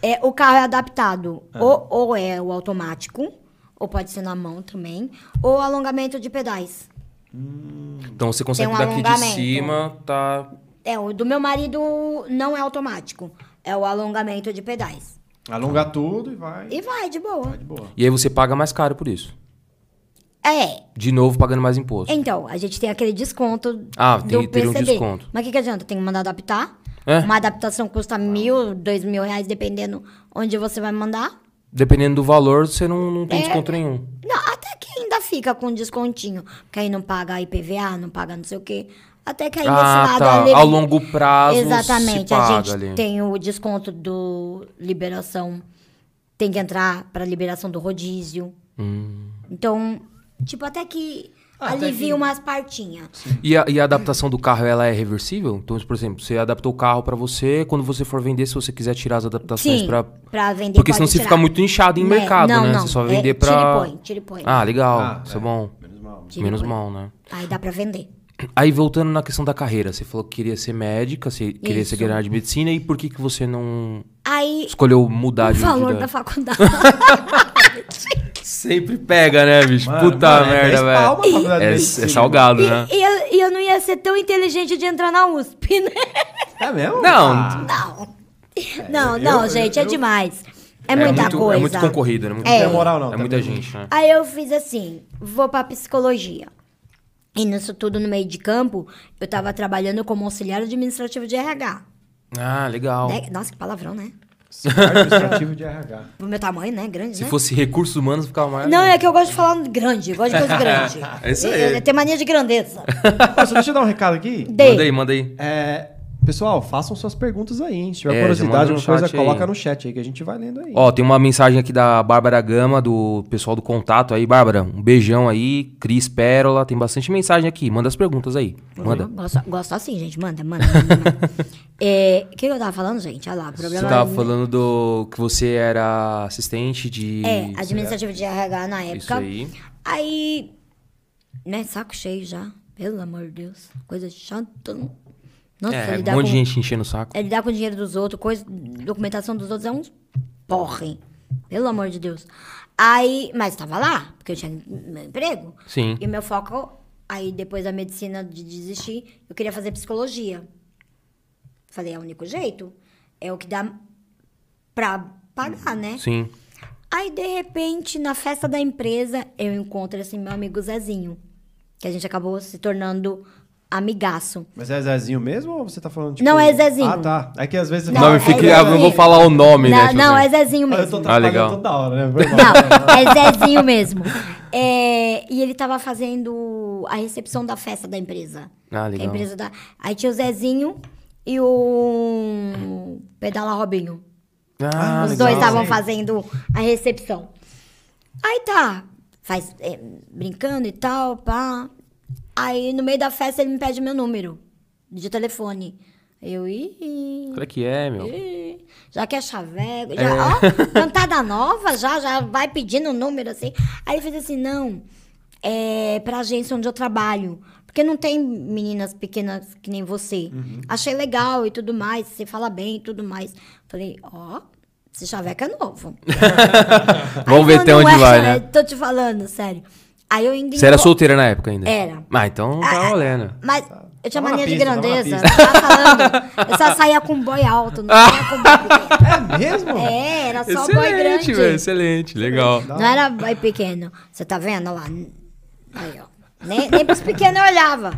É, o carro é adaptado. Ou, ou é o automático, ou pode ser na mão também, ou alongamento de pedais.
então você consegue
Tem um
daqui de
alongamento.
cima, tá.
É, o do meu marido não é automático, é o alongamento de pedais.
Alonga tudo e vai.
E vai, de boa.
Vai de boa.
E aí você paga mais caro por isso.
É,
De novo pagando mais imposto.
então, a gente tem aquele desconto
Ah,
do
tem- teria um
PCD.
desconto.
Mas o que, que adianta? Tem que mandar adaptar.
É.
Uma adaptação custa mil, dois mil reais, dependendo onde você vai mandar.
Dependendo do valor, você não, não
É.
tem desconto nenhum.
Não, até que ainda fica com descontinho. Porque aí não paga IPVA, não paga não sei o quê. Até que aí
Ah,
nesse lado
tá.
ali-
Ao longo prazo,
Exatamente.
se paga
a gente
ali.
tem o desconto do liberação. Tem que entrar pra liberação do rodízio.
Hum.
Então, tipo, até que
Ah, até
alivia
que-
umas partinhas.
E a, e a adaptação do carro, ela é reversível? Então, por exemplo, você adaptou o carro pra você, quando você for vender, se você quiser tirar as adaptações
Sim,
pra...
pra vender
Porque
pode
senão você
tirar.
fica muito inchado em
É,
mercado,
não,
né?
não,
Você só
é,
vender pra...
tira e põe, tira e põe.
Ah, legal.
Ah,
isso é
é.
bom.
Menos mal.
Tira e
Menos
põe.
mal, né?
Aí dá pra vender.
Aí, voltando na questão da carreira, você falou que queria ser médica, você queria ser
Isso.
guerreira de medicina, e por que, que você não
Aí,
escolheu mudar
o
de
valor
vida?
da faculdade.
Sempre pega, né, bicho?
Mano,
Puta
mano, é
merda,
dez pau uma
velho.
faculdade de
É, é
medicina.
salgado, né?
e, e eu, e eu não ia ser tão inteligente de entrar na USP, né?
É mesmo?
Não.
Não. Não,
eu-
não,
eu-
gente, é
eu-
demais. É, muita coisa.
É muito concorrido, né? Muito-
É. Não
tem moral, não,
É muita
também não.
gente, né?
Aí eu fiz assim, vou pra psicologia. E nisso tudo no meio de campo, eu tava trabalhando como auxiliar administrativo de RH.
Ah, legal.
né? Nossa, que palavrão, né?
Ah, Administrativo de RH.
Pro meu tamanho, né? Grande,
Se
né?
fosse recursos humanos, ficava mais.
Não, é que eu gosto de falar grande, eu gosto de coisa grande.
É isso aí.
Eu, eu tenho mania de grandeza.
Nossa, deixa eu dar um recado aqui.
Dei.
Manda aí, manda aí.
É, pessoal, façam suas perguntas aí. hein? Se tiver
É, já
curiosidade,
manda no
alguma coisa,
chat aí.
coloca no chat aí que a gente vai lendo aí.
Ó, tem uma mensagem aqui da Bárbara Gama, do pessoal do contato aí. Bárbara, um beijão aí. Cris Pérola, tem bastante mensagem aqui. Manda as perguntas aí.
Uhum.
Manda.
Gosto, gosto assim, gente. Manda, manda. manda, manda. É, O que eu tava falando, gente? Olha lá, o
Você
problema
tava
é-
falando do que você era assistente de.
É, administrativo de RH na época.
né? Isso aí.
Aí, né, saco cheio já. Pelo amor de Deus. Coisa chata. Nossa,
É, um
lidar,
monte de
com,
gente enchendo o saco.
é lidar com o dinheiro dos outros, coisa, documentação dos outros é um porra, hein? Pelo amor de Deus. Aí, mas tava lá, porque eu tinha meu emprego.
Sim.
E o meu foco, aí depois da medicina de desistir, eu queria fazer psicologia. Falei, é o único jeito. É o que dá pra pagar, né?
Sim.
Aí, de repente, na festa da empresa, eu encontro esse meu amigo Zezinho. Que a gente acabou se tornando amigaço.
Mas é Zezinho mesmo ou você tá falando tipo...
Não, é Zezinho.
Ah, tá. É que às vezes...
Não,
Não, eu
é
fiquei-
Zezinho.
ah, não vou falar o nome, né?
não,
tipo
não,
assim.
é Zezinho
Ah, eu
mesmo.
tô trabalhando
legal.
toda hora, né? Foi mal.
Não, é Zezinho mesmo. É, e ele tava fazendo a recepção da festa da empresa.
Ah,
Que
legal.
A empresa da... Aí tinha o Zezinho e o um, Pedala Robinho.
Ah,
Os
legal.
dois estavam
Sim.
fazendo a recepção. Aí tá, faz, é, brincando e tal, pá. Aí no meio da festa ele me pede meu número de telefone. Eu, ih, ih,
Será que é, meu?
ih, já que é chaveco, já, ó, cantada nova, já, já vai pedindo o número assim. Aí ele fez assim, não, é pra agência onde eu trabalho. Porque não tem meninas pequenas que nem você.
Uhum.
Achei legal e tudo mais, você fala bem e tudo mais. Falei, ó, esse chaveco é novo.
Vamos ver
Não,
até
não
onde
é,
vai, né?
Tô te falando, sério. Aí eu ainda
Você era
enco-
solteira na época ainda?
Era.
Ah, então tá valendo.
Mas eu tinha
Tava na
mania de
pista, tava na
grandeza.
pista.
Tava falando. Eu só saía com boi alto, não saía com boi pequeno.
É mesmo?
É, era só boi grande.
velho, é excelente, legal.
Não era boi pequeno. Você tá vendo Olha lá? Aí, ó. Nem, nem pros pequenos eu olhava.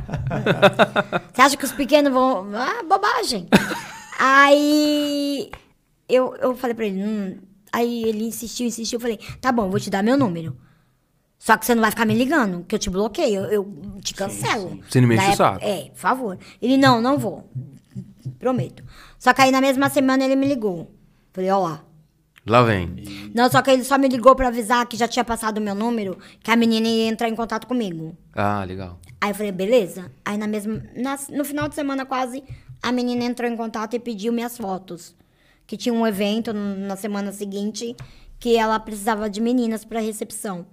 Você acha que os pequenos vão. Ah, bobagem. Aí eu, eu falei pra ele. "Hum." Aí ele insistiu, insistiu. Eu falei: tá bom, eu vou te dar meu número. Só que você não vai ficar me ligando, que eu te bloqueio, eu, eu te cancelo.
Você não me enche
Na
o
época-
saco.
É, por favor. Ele, não, não vou. Prometo. Só que aí na mesma semana ele me ligou. Falei, ó lá.
Lá vem.
Não, só que ele só me ligou pra avisar que já tinha passado o meu número, que a menina ia entrar em contato comigo.
Ah, legal.
Aí eu falei, beleza? Aí na mesma. na- no final de semana quase, a menina entrou em contato e pediu minhas fotos. Que tinha um evento n- na semana seguinte que ela precisava de meninas pra recepção.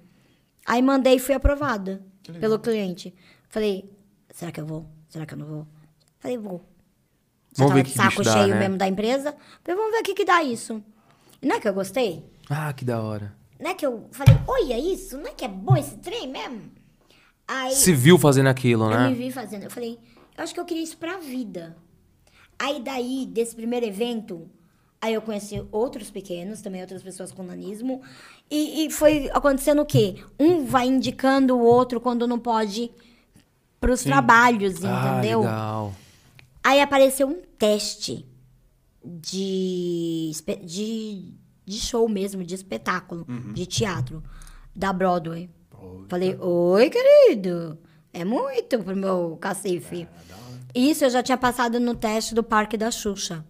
Aí mandei e fui aprovada pelo cliente. Falei, será que eu vou? Será que eu não vou? Falei, vou. Você
Vamos
tava
ver
de
que bicho
saco
dá,
cheio
né?
mesmo da empresa. Falei, vamos ver o que, que dá isso. E não é que eu gostei?
Ah, que da hora.
Não é que eu falei, olha isso, não é que é bom esse trem mesmo? Aí
Se viu fazendo aquilo,
eu me
né?
vi fazendo, eu falei, eu acho que eu queria isso pra vida. Aí daí, desse primeiro evento, Aí eu conheci outros pequenos, também outras pessoas com nanismo. E, e foi acontecendo o quê? Um vai indicando o outro quando não pode para os trabalhos, entendeu?
Ah, legal.
Aí apareceu um teste de, espe- de, de show mesmo, de espetáculo, de teatro, da Broadway. Falei, oi, querido. É muito pro meu cacife. Isso eu já tinha passado no teste do Parque da Xuxa.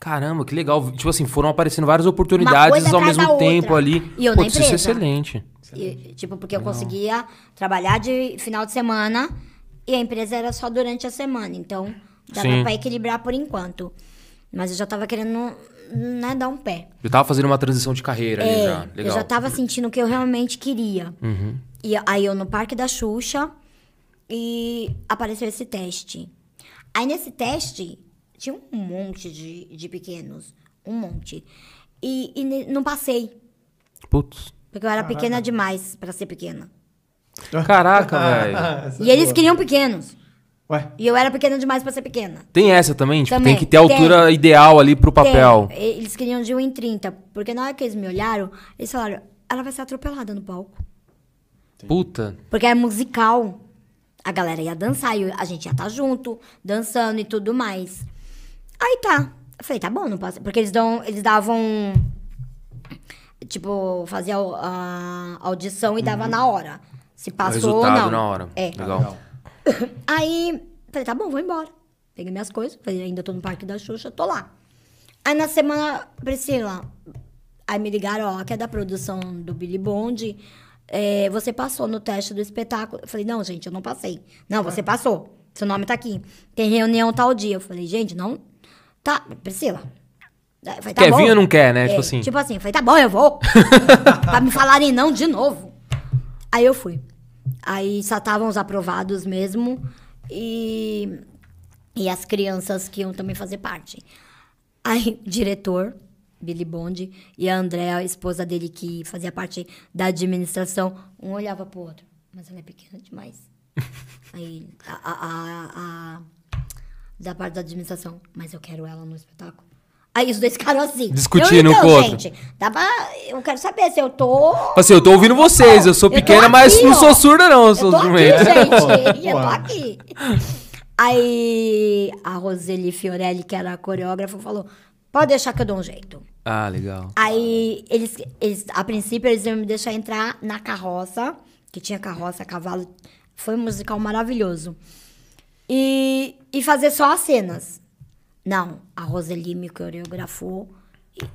Caramba, que legal. Tipo assim, foram aparecendo várias
Uma
oportunidades
coisa
ao
atrás
mesmo
da
tempo
outra.
ali.
E eu
Pô,
na
isso é
empresa.
excelente.
E, tipo, porque eu conseguia trabalhar de final de semana e a empresa era só durante a semana. Então, dava
Sim.
pra equilibrar por enquanto. Mas eu já tava querendo, né, dar um pé.
Eu tava fazendo uma transição de carreira ali já.
É,
Legal. Uhum.
Eu já tava sentindo o que eu realmente queria. E aí eu no Parque da Xuxa e apareceu esse teste. Aí nesse teste tinha um monte de, de pequenos. Um monte. E, e ne- não passei.
Putz.
Porque eu era pequena demais pra ser pequena.
Caraca, velho.
Ah, Essa
É.
é
e eles
boa.
queriam pequenos.
Ué,
E eu era pequena demais pra ser pequena.
Tem essa também? Tipo,
Também,
tem que ter a altura ideal ali pro papel.
Tem, e- eles queriam de 1,30. Porque na hora que eles me olharam, eles falaram: ela vai ser atropelada no palco.
Puta.
Porque é musical. A galera ia dançar, e a gente ia estar junto, dançando e tudo mais. Aí tá. Eu falei, tá bom, não posso. Porque eles, dão, eles davam. Tipo, fazia au- a audição e dava na hora. Se passou ou
Uhum. resultado
não.
na hora.
É.
Legal.
legal.
Aí, falei, tá bom, vou embora. Peguei minhas coisas, falei, ainda tô no Parque da Xuxa, tô lá. Aí na semana, Priscila, aí me ligaram, ó, que é da produção do Billy Bond, é, você passou no teste do espetáculo. Eu falei, não, gente, eu não passei. Não,
Ah.
você passou, seu nome tá aqui. Tem reunião tal dia. Eu falei, gente, não... Tá, Priscila... é, Aí eu falei,
Quer vir ou não quer, né? Tipo assim.
Tipo assim, eu falei, tá bom, eu vou. pra me falarem não de novo. Aí eu fui. Aí só estavam os aprovados mesmo e, e as crianças que iam também fazer parte. Aí o diretor, Billy Bond, e a Andréa, a esposa dele que fazia parte da administração, um olhava pro outro. Mas ela é pequena demais. Aí a, a- a- a- da parte da administração, mas eu quero ela no espetáculo. Aí os dois ficaram assim.
Discutindo um
eu, então,
com o outro.
gente, dá pra, eu quero saber se eu tô
Fala Assim, eu tô ouvindo vocês, eu sou
Eu tô
pequena, mas
aqui,
não
ó.
sou surda, não. Eu
eu
sou
tô aqui,
jumento.
gente. eu tô
Porra.
aqui. Aí a Roseli Fiorelli, que era a coreógrafa, falou: pode deixar que eu dou um jeito.
Ah, legal.
Aí eles, eles, a princípio, eles iam me deixar entrar na carroça, que tinha carroça, cavalo. Foi um musical maravilhoso. E, e fazer só as cenas. Não, a Roseli me coreografou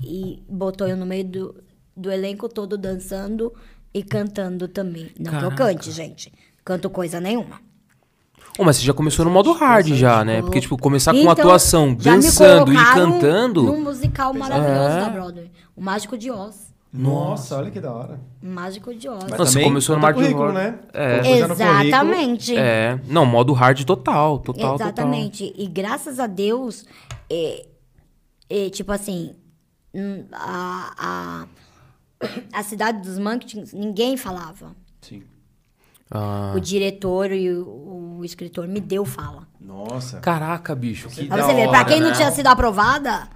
e, e botou eu no meio do, do elenco todo dançando e cantando também. Não que eu
Caraca.
cante, gente. Canto coisa nenhuma.
Ô, mas você já começou no modo hard já, né? Porque, tipo, começar com
Então,
atuação,
já me
dançando e
colocaram Num
cantando.
musical maravilhoso
É.
da Broadway. O Mágico de Oz.
Nossa, olha que da hora.
O Mágico de Oz.
Mas você começou no
conta
Mar de
currículo,
Rosa.
né?
É.
Colocou já no currículo.
Exatamente.
É. tá- Não, modo hard total, total, total.
Exatamente. E graças a Deus, é, é, tipo assim, hum, a, a, a cidade dos Monkeys, ninguém falava.
Sim.
Ah,
O diretor e o, o escritor me deu fala.
Nossa.
caraca, bicho. Que
Pra
da
você ver,
hora,
pra quem não
né?
tinha sido aprovada,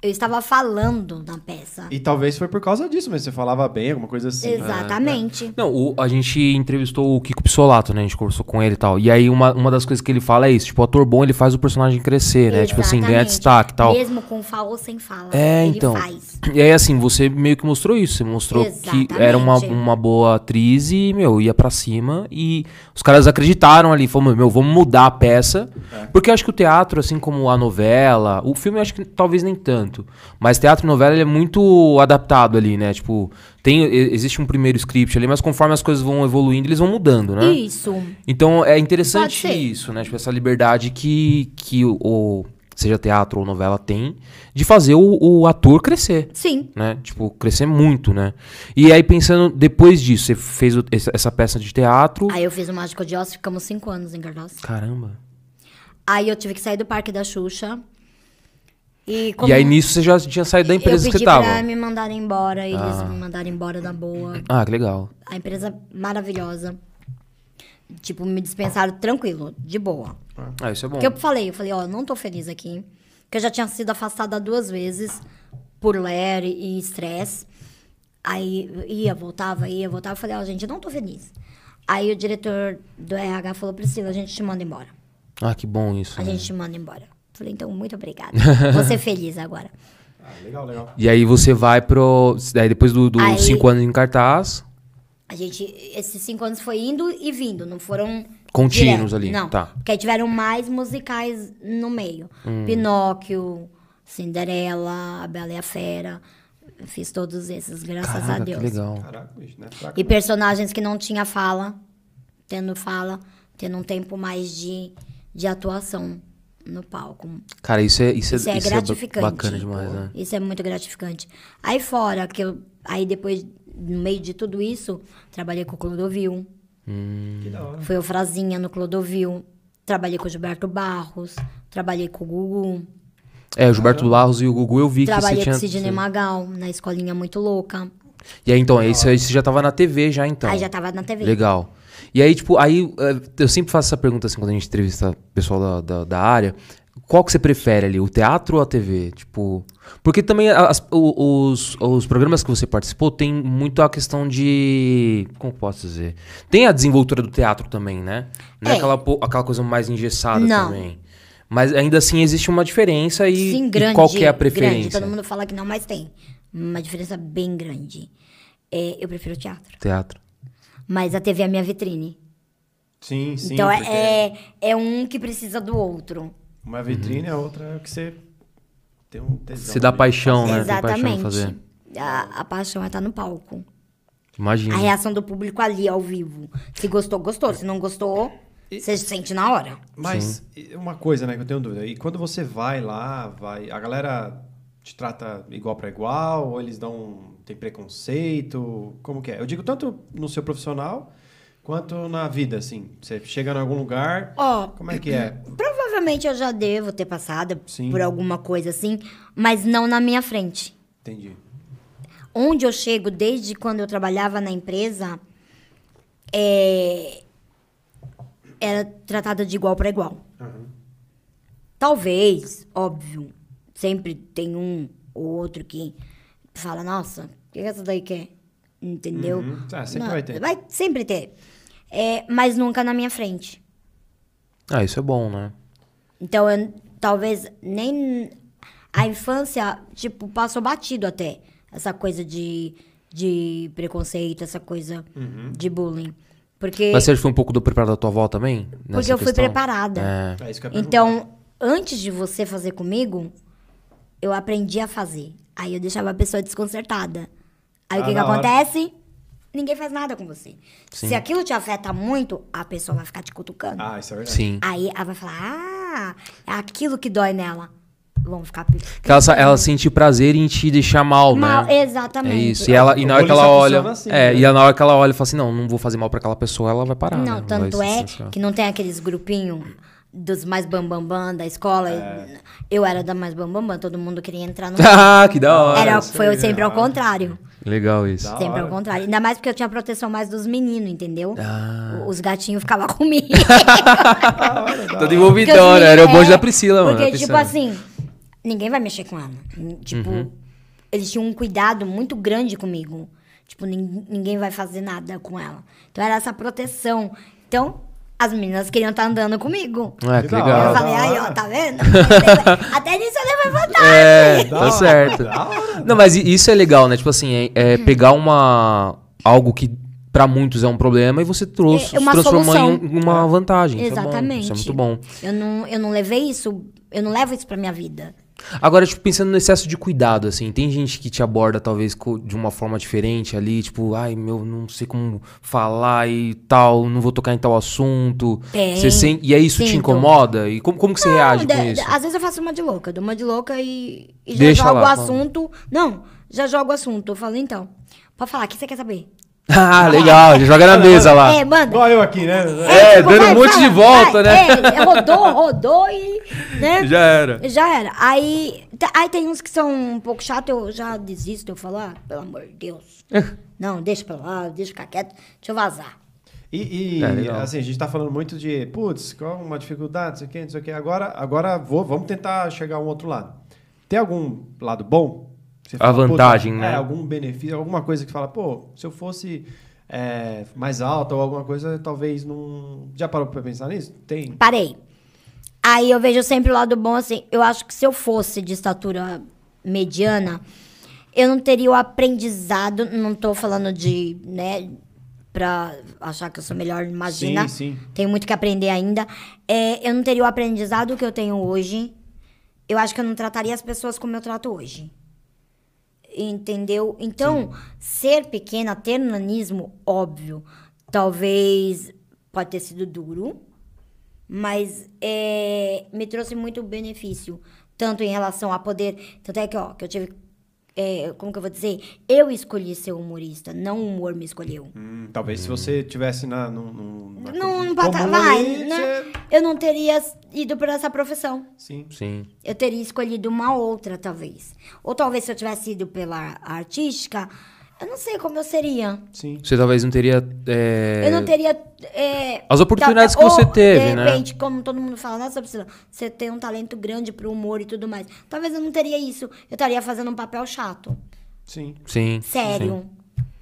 eu estava falando na peça.
E talvez foi por causa disso, mas você falava bem, alguma coisa assim. né?
Exatamente.
Não, o- a gente entrevistou o Kiko Pissolato, né? A gente conversou com ele e tal. E aí, uma, uma das coisas que ele fala é isso: tipo, o ator bom ele faz o personagem crescer, né? Tipo assim, ganhar
Exatamente.
destaque e tal.
Mesmo com fala ou sem fala.
É,
ele
então.
faz.
E aí, assim, você meio que mostrou isso. Você mostrou que
Exatamente.
era uma, uma boa atriz e, meu, ia pra cima. E os caras acreditaram ali. Falaram, meu, vamos mudar a peça. Porque eu acho que o teatro, assim como a novela, o filme eu acho que talvez nem tanto. Mas teatro e novela ele é muito adaptado ali, né? Tipo, tem, e- existe um primeiro script ali, mas conforme as coisas vão evoluindo, eles vão mudando, né?
Isso.
Então é
Pode
interessante
ser.
isso, né? Tipo, essa liberdade que, que o, o- seja teatro ou novela tem de fazer o, o ator crescer.
Sim.
Né? Tipo, crescer muito, né? E aí, pensando, depois disso, você fez o- essa essa peça de teatro.
Aí eu fiz o Mágico de Oz, ficamos cinco anos em Cardoso.
Caramba.
Aí eu tive que sair do Parque da Xuxa. E, é?
E aí, nisso, você já tinha saído da empresa Ah.
eu
que você
pedi
tava.
pra me mandarem embora, eles me mandaram embora na boa.
Ah, que legal.
A empresa maravilhosa. Tipo, me dispensaram tranquilo, de boa.
Ah, isso é bom.
Porque eu falei, eu falei, ó, não tô feliz aqui. Que eu já tinha sido afastada duas vezes por ler e estresse. Aí ia, voltava, ia, voltava. Eu Falei, ó, gente, eu não tô feliz. Aí o diretor do RH falou, Priscila, a gente te manda embora.
Ah, que bom isso.
A
né?
gente te manda embora. Eu Falei, então, muito obrigada. Vou ser feliz agora.
Ah, legal, legal.
E aí você vai pro. Daí depois dos do
Aí-
cinco anos em cartaz.
A gente, esses cinco anos foi indo e vindo, não foram...
Contínuos
direto,
ali,
Não,
tá. Hum.
porque aí tiveram mais musicais no meio. Pinóquio, Cinderela, A Bela e a Fera. Fiz todos esses, graças
Caraca,
a Deus.
que legal.
Caraca, bicho, né? Fraco.
E personagens que não tinha fala, tendo fala, tendo um tempo mais de, de atuação no palco.
Cara, isso é, isso é,
Isso é
isso é ba-
gratificante.
bacana demais, né?
Isso é muito gratificante. Aí fora, que eu. Aí depois, no meio de tudo isso, trabalhei com o Clodovil.
Que da hora.
Fui o Frazinha no Clodovil. Trabalhei com o Gilberto Barros. Trabalhei com o Gugu.
É, o Gilberto Barros e o Gugu eu vi que você
trabalhei
tinha.
com o Sidney Magal na escolinha muito louca.
E aí então, aí você aí você já tava na TV já então.
Aí Ah, já tava na TV.
Legal. E aí, tipo, aí eh, eu sempre faço essa pergunta assim quando a gente entrevista o pessoal da, da, da área. Qual que você prefere ali, o teatro ou a TV? Tipo. Porque também as- o- os, os programas que você participou tem muito a questão de. Como eu posso dizer? Tem a desenvoltura do teatro também, né? Não é,
É.
aquela, po- aquela coisa mais engessada
Não.
também. Mas ainda assim existe uma diferença e,
Sim,
e
grande.
qual que é a
Grande.
preferência?
Todo mundo fala que não, mas tem. Uma diferença bem grande. É, eu prefiro o teatro.
Teatro.
Mas a TV é a minha vitrine.
Sim, sim.
então
porque
é, é, é um que precisa do outro.
Uma vitrine é outra é o que você tem um tesão.
Você dá
de
paixão, né? Tem paixão pra
Exatamente.
fazer.
A, a paixão é estar no palco.
Imagina.
A reação do público ali, ao vivo. Se gostou, gostou. Se não gostou, você sente na hora.
Mas e- uma coisa, né, que eu tenho dúvida. E quando você vai lá, vai, a galera te trata igual para igual ou eles dão um, tem preconceito? Como que é? Eu digo tanto no seu profissional quanto na vida, assim. Você chega em algum lugar,
Ó,
como é que é?
provavelmente eu já devo ter passado
Sim.
por alguma coisa assim, mas não na minha frente.
Entendi.
onde eu chego desde quando eu trabalhava na empresa é, era tratada de igual para igual. Talvez, óbvio, sempre tem um ou outro que fala, nossa, o que que essa daí quer? Entendeu?
Uhum. Ah, sempre vai ter.
Vai sempre ter. É, mas nunca na minha frente.
Ah, isso é bom, né?
Então, eu, talvez nem a infância, tipo, passou batido até. Essa coisa de, de preconceito, essa coisa
Uhum.
de bullying. Porque,
Mas você acha que foi um pouco do preparo da tua avó também?
porque eu fui preparada.
É.
É isso que eu ia
Então, antes de você fazer comigo, eu aprendi a fazer. Aí eu deixava a pessoa desconcertada. Aí
Ah,
o que, que
na hora.
acontece? Ninguém faz nada com você.
Sim.
Se aquilo te afeta muito, a pessoa vai ficar te cutucando.
Ah, isso é verdade.
Sim.
Aí ela vai falar, ah, é aquilo que dói nela. Vamos ficar pe-
Que ela, sa- ela sente prazer em te deixar mal,
mal.
né?
Exatamente.
É isso. E, ela, e na hora que ela
Funciona
olha.
assim,
é,
né?
e na hora que ela olha e fala assim: não, não vou fazer mal pra aquela pessoa, ela vai parar. né?
Não,
Vai
tanto
se-
é
se- se-
que não tem aqueles grupinhos dos mais bambambam bam, bam da escola. Eu era da mais bambambam, bam, bam, todo mundo queria entrar no.
Ah, é. que da hora.
Era,
isso
foi
aí,
sempre ao
da hora.
contrário.
Legal isso.
Da
Sempre
hora.
ao contrário. Ainda mais porque eu tinha proteção mais dos meninos, entendeu?
Ah.
Os gatinhos ficavam comigo.
Todo
Porque
envolvidão,
os
né? Era o
meninos-
bonde
é,
da Priscila, mano.
Porque,
da
tipo
Priscila. Uhum.
assim, ninguém vai mexer com ela. Nin- Tipo, eles tinham um cuidado muito grande comigo. Tipo, nin- ninguém vai fazer nada com ela. Então era essa proteção. Então, as meninas queriam estar andando comigo.
Ah, que
Da
Aí eu
hora.
legal.
falei,
da
aí, ó,
hora.
tá vendo? Até nisso eu levo vantagem.
É, tá
hora,
certo.
da hora.
Não, mas i- isso é legal, né? Tipo assim, é, é
Uhum.
pegar uma. algo que pra muitos é um problema e você trouxe,
É, uma
transformou em
solução.
um- uma vantagem. Isso é bom,
Exatamente.
isso é muito bom.
Eu não, eu não levei isso, eu não levo isso pra minha vida.
Agora, tipo, pensando no excesso de cuidado, assim, tem gente que te aborda talvez co- de uma forma diferente ali, tipo, ai, meu, não sei como falar e tal, não vou tocar em tal assunto.
Tem.
Você sen- E aí isso te
Sinto.
incomoda? E como, como que você reage
Não,
com
de-
isso?
de- Às vezes eu faço uma de louca, eu dou uma de louca e, e já
Deixa
jogo
lá,
o
fala.
assunto. Não, já jogo o assunto. Eu falo, então, pode falar, o que você quer saber?
ah, legal, já joga na mesa lá.
É, manda.
Igual eu aqui, né?
É,
tipo,
dando
vai,
um monte
fala,
de volta,
vai,
né?
é, rodou, rodou e. Né?
Já era.
Já era. Aí, tá- aí tem uns que são um pouco chato, eu já desisto, eu falo, ah, pelo amor de Deus. Não, deixa pra lá, deixa ficar quieto, deixa eu vazar.
E, e,
É, legal.
assim, a gente tá falando muito de, putz, qual uma dificuldade, não sei o que, não sei o que. Agora, agora vou, vamos tentar chegar a um outro lado. Tem algum lado bom? que Você
A
"Pô,
vantagem,
é,
né?
algum benefício, alguma coisa que fala, pô, se eu fosse é, mais alta ou alguma coisa, talvez não. Já parou pra pensar nisso? Tem.
Parei. Aí eu vejo sempre o lado bom, assim, eu acho que se eu fosse de estatura mediana, eu não teria o aprendizado, não tô falando de, né, pra achar que eu sou melhor, imagina.
Sim, sim.
Tenho muito que aprender ainda. É, eu não teria o aprendizado que eu tenho hoje. Eu acho que eu não trataria as pessoas como eu trato hoje. Entendeu? Então, ser pequena, ter nanismo, óbvio, talvez pode ter sido duro, mas é, me trouxe muito benefício, tanto em relação a poder. Tanto é que, ó, que eu tive. é, como que eu vou dizer? Eu escolhi ser humorista, não o humor me escolheu.
Hum, talvez se você tivesse na. Num, num, na
Não,
comum
não pata-
ali,
vai,
você-
né? Eu não teria ido por essa profissão.
Sim.
Sim.
Eu teria escolhido uma outra, talvez. Ou talvez se eu tivesse ido pela artística, eu não sei como eu seria.
Sim.
Você talvez não teria. é,
Eu não teria. é,
As oportunidades
tal-
que você
ou,
teve,
de
né?
repente, como todo mundo fala, nossa, Priscila, você tem um talento grande pro humor e tudo mais. Talvez eu não teria isso. Eu estaria fazendo um papel chato.
Sim.
Sim.
Sério.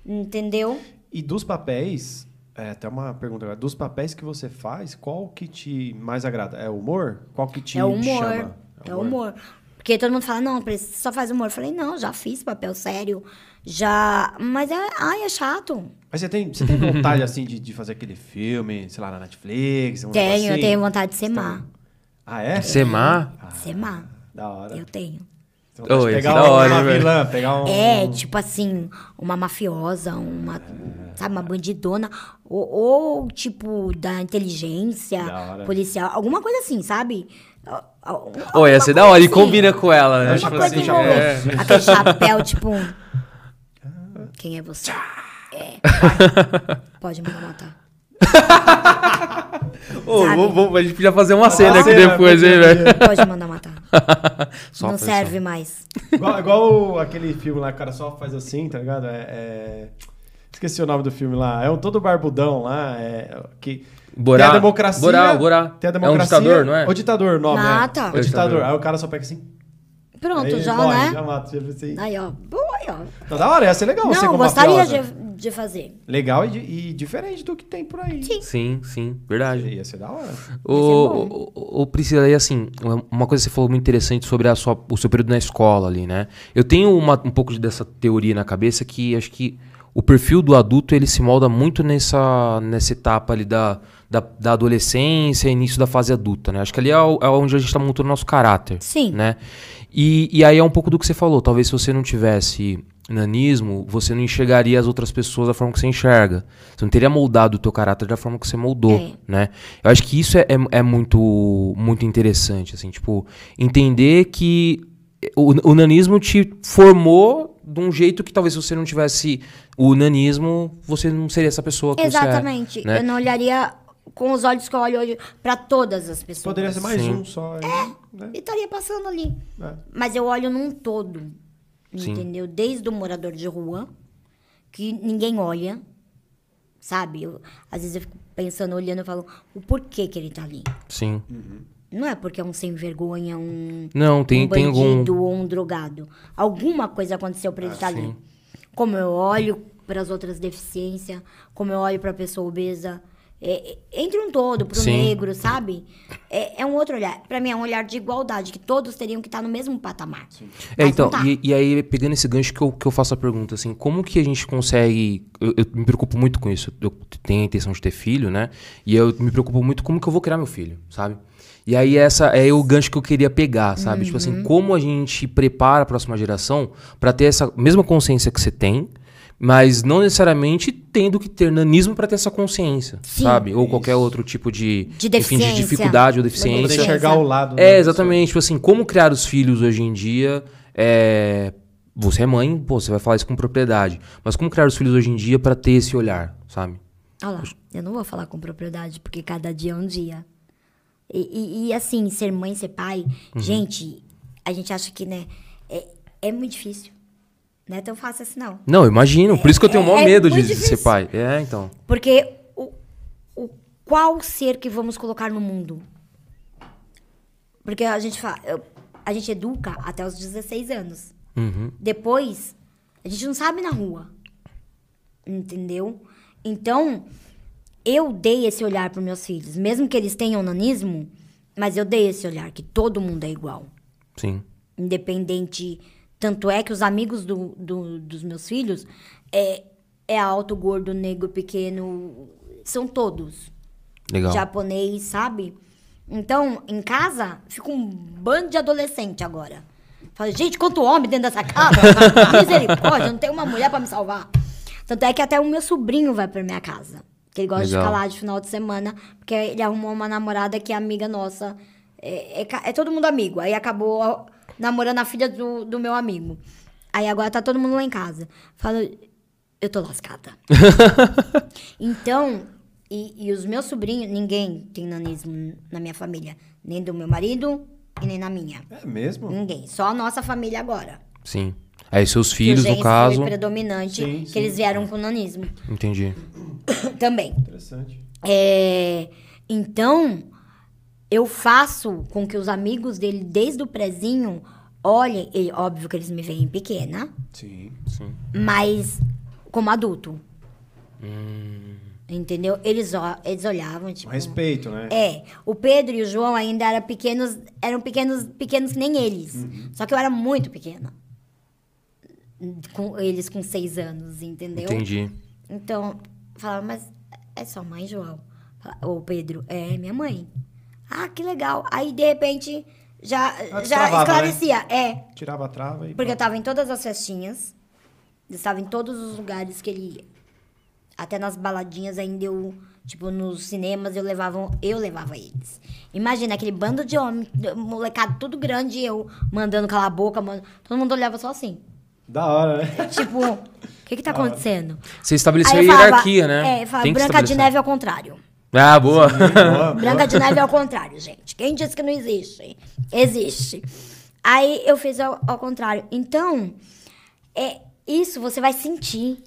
Entendeu?
E dos papéis, é, até uma pergunta agora. Dos papéis que você faz, qual que te mais agrada? É o humor? Qual que te
é humor.
chama?
É humor. Porque todo mundo fala, não, Pri, você só faz humor. Eu falei, não, já fiz papel sério. Já. Mas é. Ai, é chato.
Mas você tem, você tem vontade, assim, de, de fazer aquele filme, sei lá, na Netflix? um
tenho,
negócio
eu
assim?
tenho vontade de ser má.
Ah, é?
Sim. Ser má?
Ser má.
Da
Ah.
hora.
Eu tenho.
Você tem vontade de
Oi,
pegar
da
uma,
hora,
uma
velho.
vilã, pegar um...
É, tipo assim, uma mafiosa, uma, sabe, uma bandidona, ou, ou, tipo da inteligência
Da hora.
policial, alguma coisa assim, sabe? Al- al-
Ou ia
alguma
ser da hora. E
coisa assim.
combina com ela, né?
Alguma
Tipo
Uma coisa
assim,
chapéu.
envolvente.
é.
Aquele chapéu, tipo. um, Quem é você? É, vai. Pode me matar.
Ô,
Sabe?
vou- vou- a gente podia fazer uma cena aqui
cena,
depois, hein,
podia,
velho?
Pode mandar matar.
Só
Não
pra-
serve mais.
Igual, igual aquele filme lá, que o cara só faz assim, tá ligado? É, é- Esqueci o nome do filme lá. É um todo barbudão lá, é... Que...
Borá.
Tem a democracia.
Borá, Borá.
Tem a democracia.
É um ditador, não é?
O ditador, o nome.
Ah,
é.
tá.
O ditador.
Ditador.
Aí o cara só pega assim.
Pronto,
aí
já,
morre, Já
né?
mata. Tipo assim.
Aí, ó. Boa, aí, ó.
Tá da hora, ia ser legal você
Não,
como
gostaria
mafiosa.
de, de fazer.
Legal e, di- e diferente do que tem por aí.
Sim.
Sim, sim. Verdade.
Ia ser da hora.
Ô, ô, ô, ô, Priscila, e assim, uma- uma coisa que você falou muito interessante sobre a sua, o seu período na escola ali, né? Eu tenho uma- um pouco dessa teoria na cabeça que acho que o perfil do adulto ele se molda muito nessa, nessa etapa ali da, da, da adolescência, início da fase adulta, né? Acho que ali é, o- é onde a gente está montando o nosso caráter.
Sim.
Né? E, e aí é um pouco do que você falou. Talvez se você não tivesse nanismo, você não enxergaria as outras pessoas da forma que você enxerga. Você não teria moldado o teu caráter da forma que você moldou
É.
né? Eu acho que isso é, é, é muito, muito interessante, assim, tipo, entender que o, o nanismo te formou de um jeito que talvez se você não tivesse o nanismo, você não seria essa pessoa que
Exatamente.
você é. Né?
Eu não olharia com os olhos que eu olho hoje pra todas as pessoas.
Poderia ser mais
Sim.
um só. É. Né?
E estaria passando ali.
É.
Mas eu olho num todo.
Sim.
Entendeu? Desde o morador de rua, que ninguém olha, sabe? Eu- às vezes eu fico pensando, olhando e falo, o porquê que ele tá ali?
Sim.
Não é porque é um sem vergonha, um,
Não, tem,
um
tem algum. Ah,
bandido ou um drogado. Alguma coisa aconteceu pra ele estar ali. Como eu olho para as outras deficiências, como eu olho para a pessoa obesa. É, é, entre um todo, pro
Sim.
negro, sabe? É, é um outro olhar. Pra mim, é um olhar de igualdade, que todos teriam que estar no mesmo patamar.
É,
Mas
então,
não tá.
e, e aí, pegando esse gancho que eu, que eu faço a pergunta, assim, como que a gente consegue. Eu, eu me preocupo muito com isso. Eu tenho a intenção de ter filho, né? E eu me preocupo muito como que eu vou criar meu filho, sabe? E aí, essa é o gancho que eu queria pegar, sabe? Tipo
Uhum.
assim, como a gente prepara a próxima geração pra ter essa mesma consciência que você tem, mas não necessariamente tendo que ter nanismo pra ter essa consciência,
Sim.
sabe? Ou qualquer outro tipo de,
De
enfim, de
deficiência.
dificuldade ou
Poder
deficiência.
enxergar o lado. né,
É,
da
exatamente. Tipo assim, como criar os filhos hoje em dia? É, você é mãe, pô, você vai falar isso com propriedade. Mas como criar os filhos hoje em dia pra ter esse olhar, sabe?
Olha lá, eu não vou falar com propriedade, porque cada dia é um dia. E, e- e, assim, ser mãe, ser pai,
Uhum.
gente, a gente acha que, né, é, é muito difícil. Não é tão fácil assim, não.
Não, eu imagino. Por isso que eu tenho o maior
é
medo de
muito
ser
difícil.
pai. É, então.
Porque o, o qual ser que vamos colocar no mundo? Porque a gente fala, eu- a gente educa até os 16 anos.
Uhum.
Depois, a gente não sabe na rua. Entendeu? Então, eu dei esse olhar para meus filhos. Mesmo que eles tenham nanismo, mas eu dei esse olhar, que todo mundo é igual.
Sim.
Independente. Tanto é que os amigos do, do- dos meus filhos é, é alto, gordo, negro, pequeno. São todos
Legal.
japonês, sabe? Então, em casa, fica um bando de adolescente agora. Fala, gente, quanto homem dentro dessa casa? Misericórdia, não tem uma mulher pra me salvar. Tanto é que até o meu sobrinho vai pra minha casa. Que ele gosta de
Legal.
ficar lá de final de semana, porque ele arrumou uma namorada que é amiga nossa. É, é ca- é todo mundo amigo. Aí acabou namorando a filha do, do meu amigo. Aí agora tá todo mundo lá em casa. Fala, eu tô lascada. Então, e, e os meus sobrinhos, ninguém tem nanismo na minha família. Nem do meu marido e nem na minha.
É mesmo?
Ninguém. Só a nossa família agora.
Sim. Aí seus
Que o
filhos, no
genes
caso.
Foi predominante,
Sim,
que
sim.
eles vieram com nanismo
Entendi.
também.
Interessante.
É, então, eu faço com que os amigos dele, desde o prezinho, olhem. E, óbvio que eles me veem pequena,
Sim.
mas como adulto. Entendeu? Eles, ó, eles olhavam, tipo...
Respeito, né?
É, o Pedro e o João ainda eram pequenos, eram pequenos, pequenos que nem eles. Só que eu era muito pequena. Com, eles com seis anos, entendeu?
Entendi.
Então, falava, mas é sua mãe, João? Fala- Ou Pedro, é minha mãe. Ah, que legal. Aí, de repente, já,
Ah,
já
destravava,
esclarecia. É,
Tirava a trava e.
porque eu tava em todas as festinhas. Eu estava em todos os lugares que ele ia. Até nas baladinhas ainda eu, tipo, nos cinemas eu levava, eu levava eles. Imagina aquele bando de homem, de- molecada tudo grande, e eu mandando calar a boca, mano. Todo mundo olhava só assim.
Da hora, né?
Tipo, o que que tá acontecendo?
Você estabeleceu a
eu falava-
hierarquia, né?
É, eu falava,
Tem que
Branca de
estabelecer.
Neve ao contrário.
Ah, boa.
Boa, boa.
Branca de Neve é ao contrário, gente. Quem disse que não existe? Existe. Aí eu fiz ao, ao contrário. Então, é isso você vai sentir.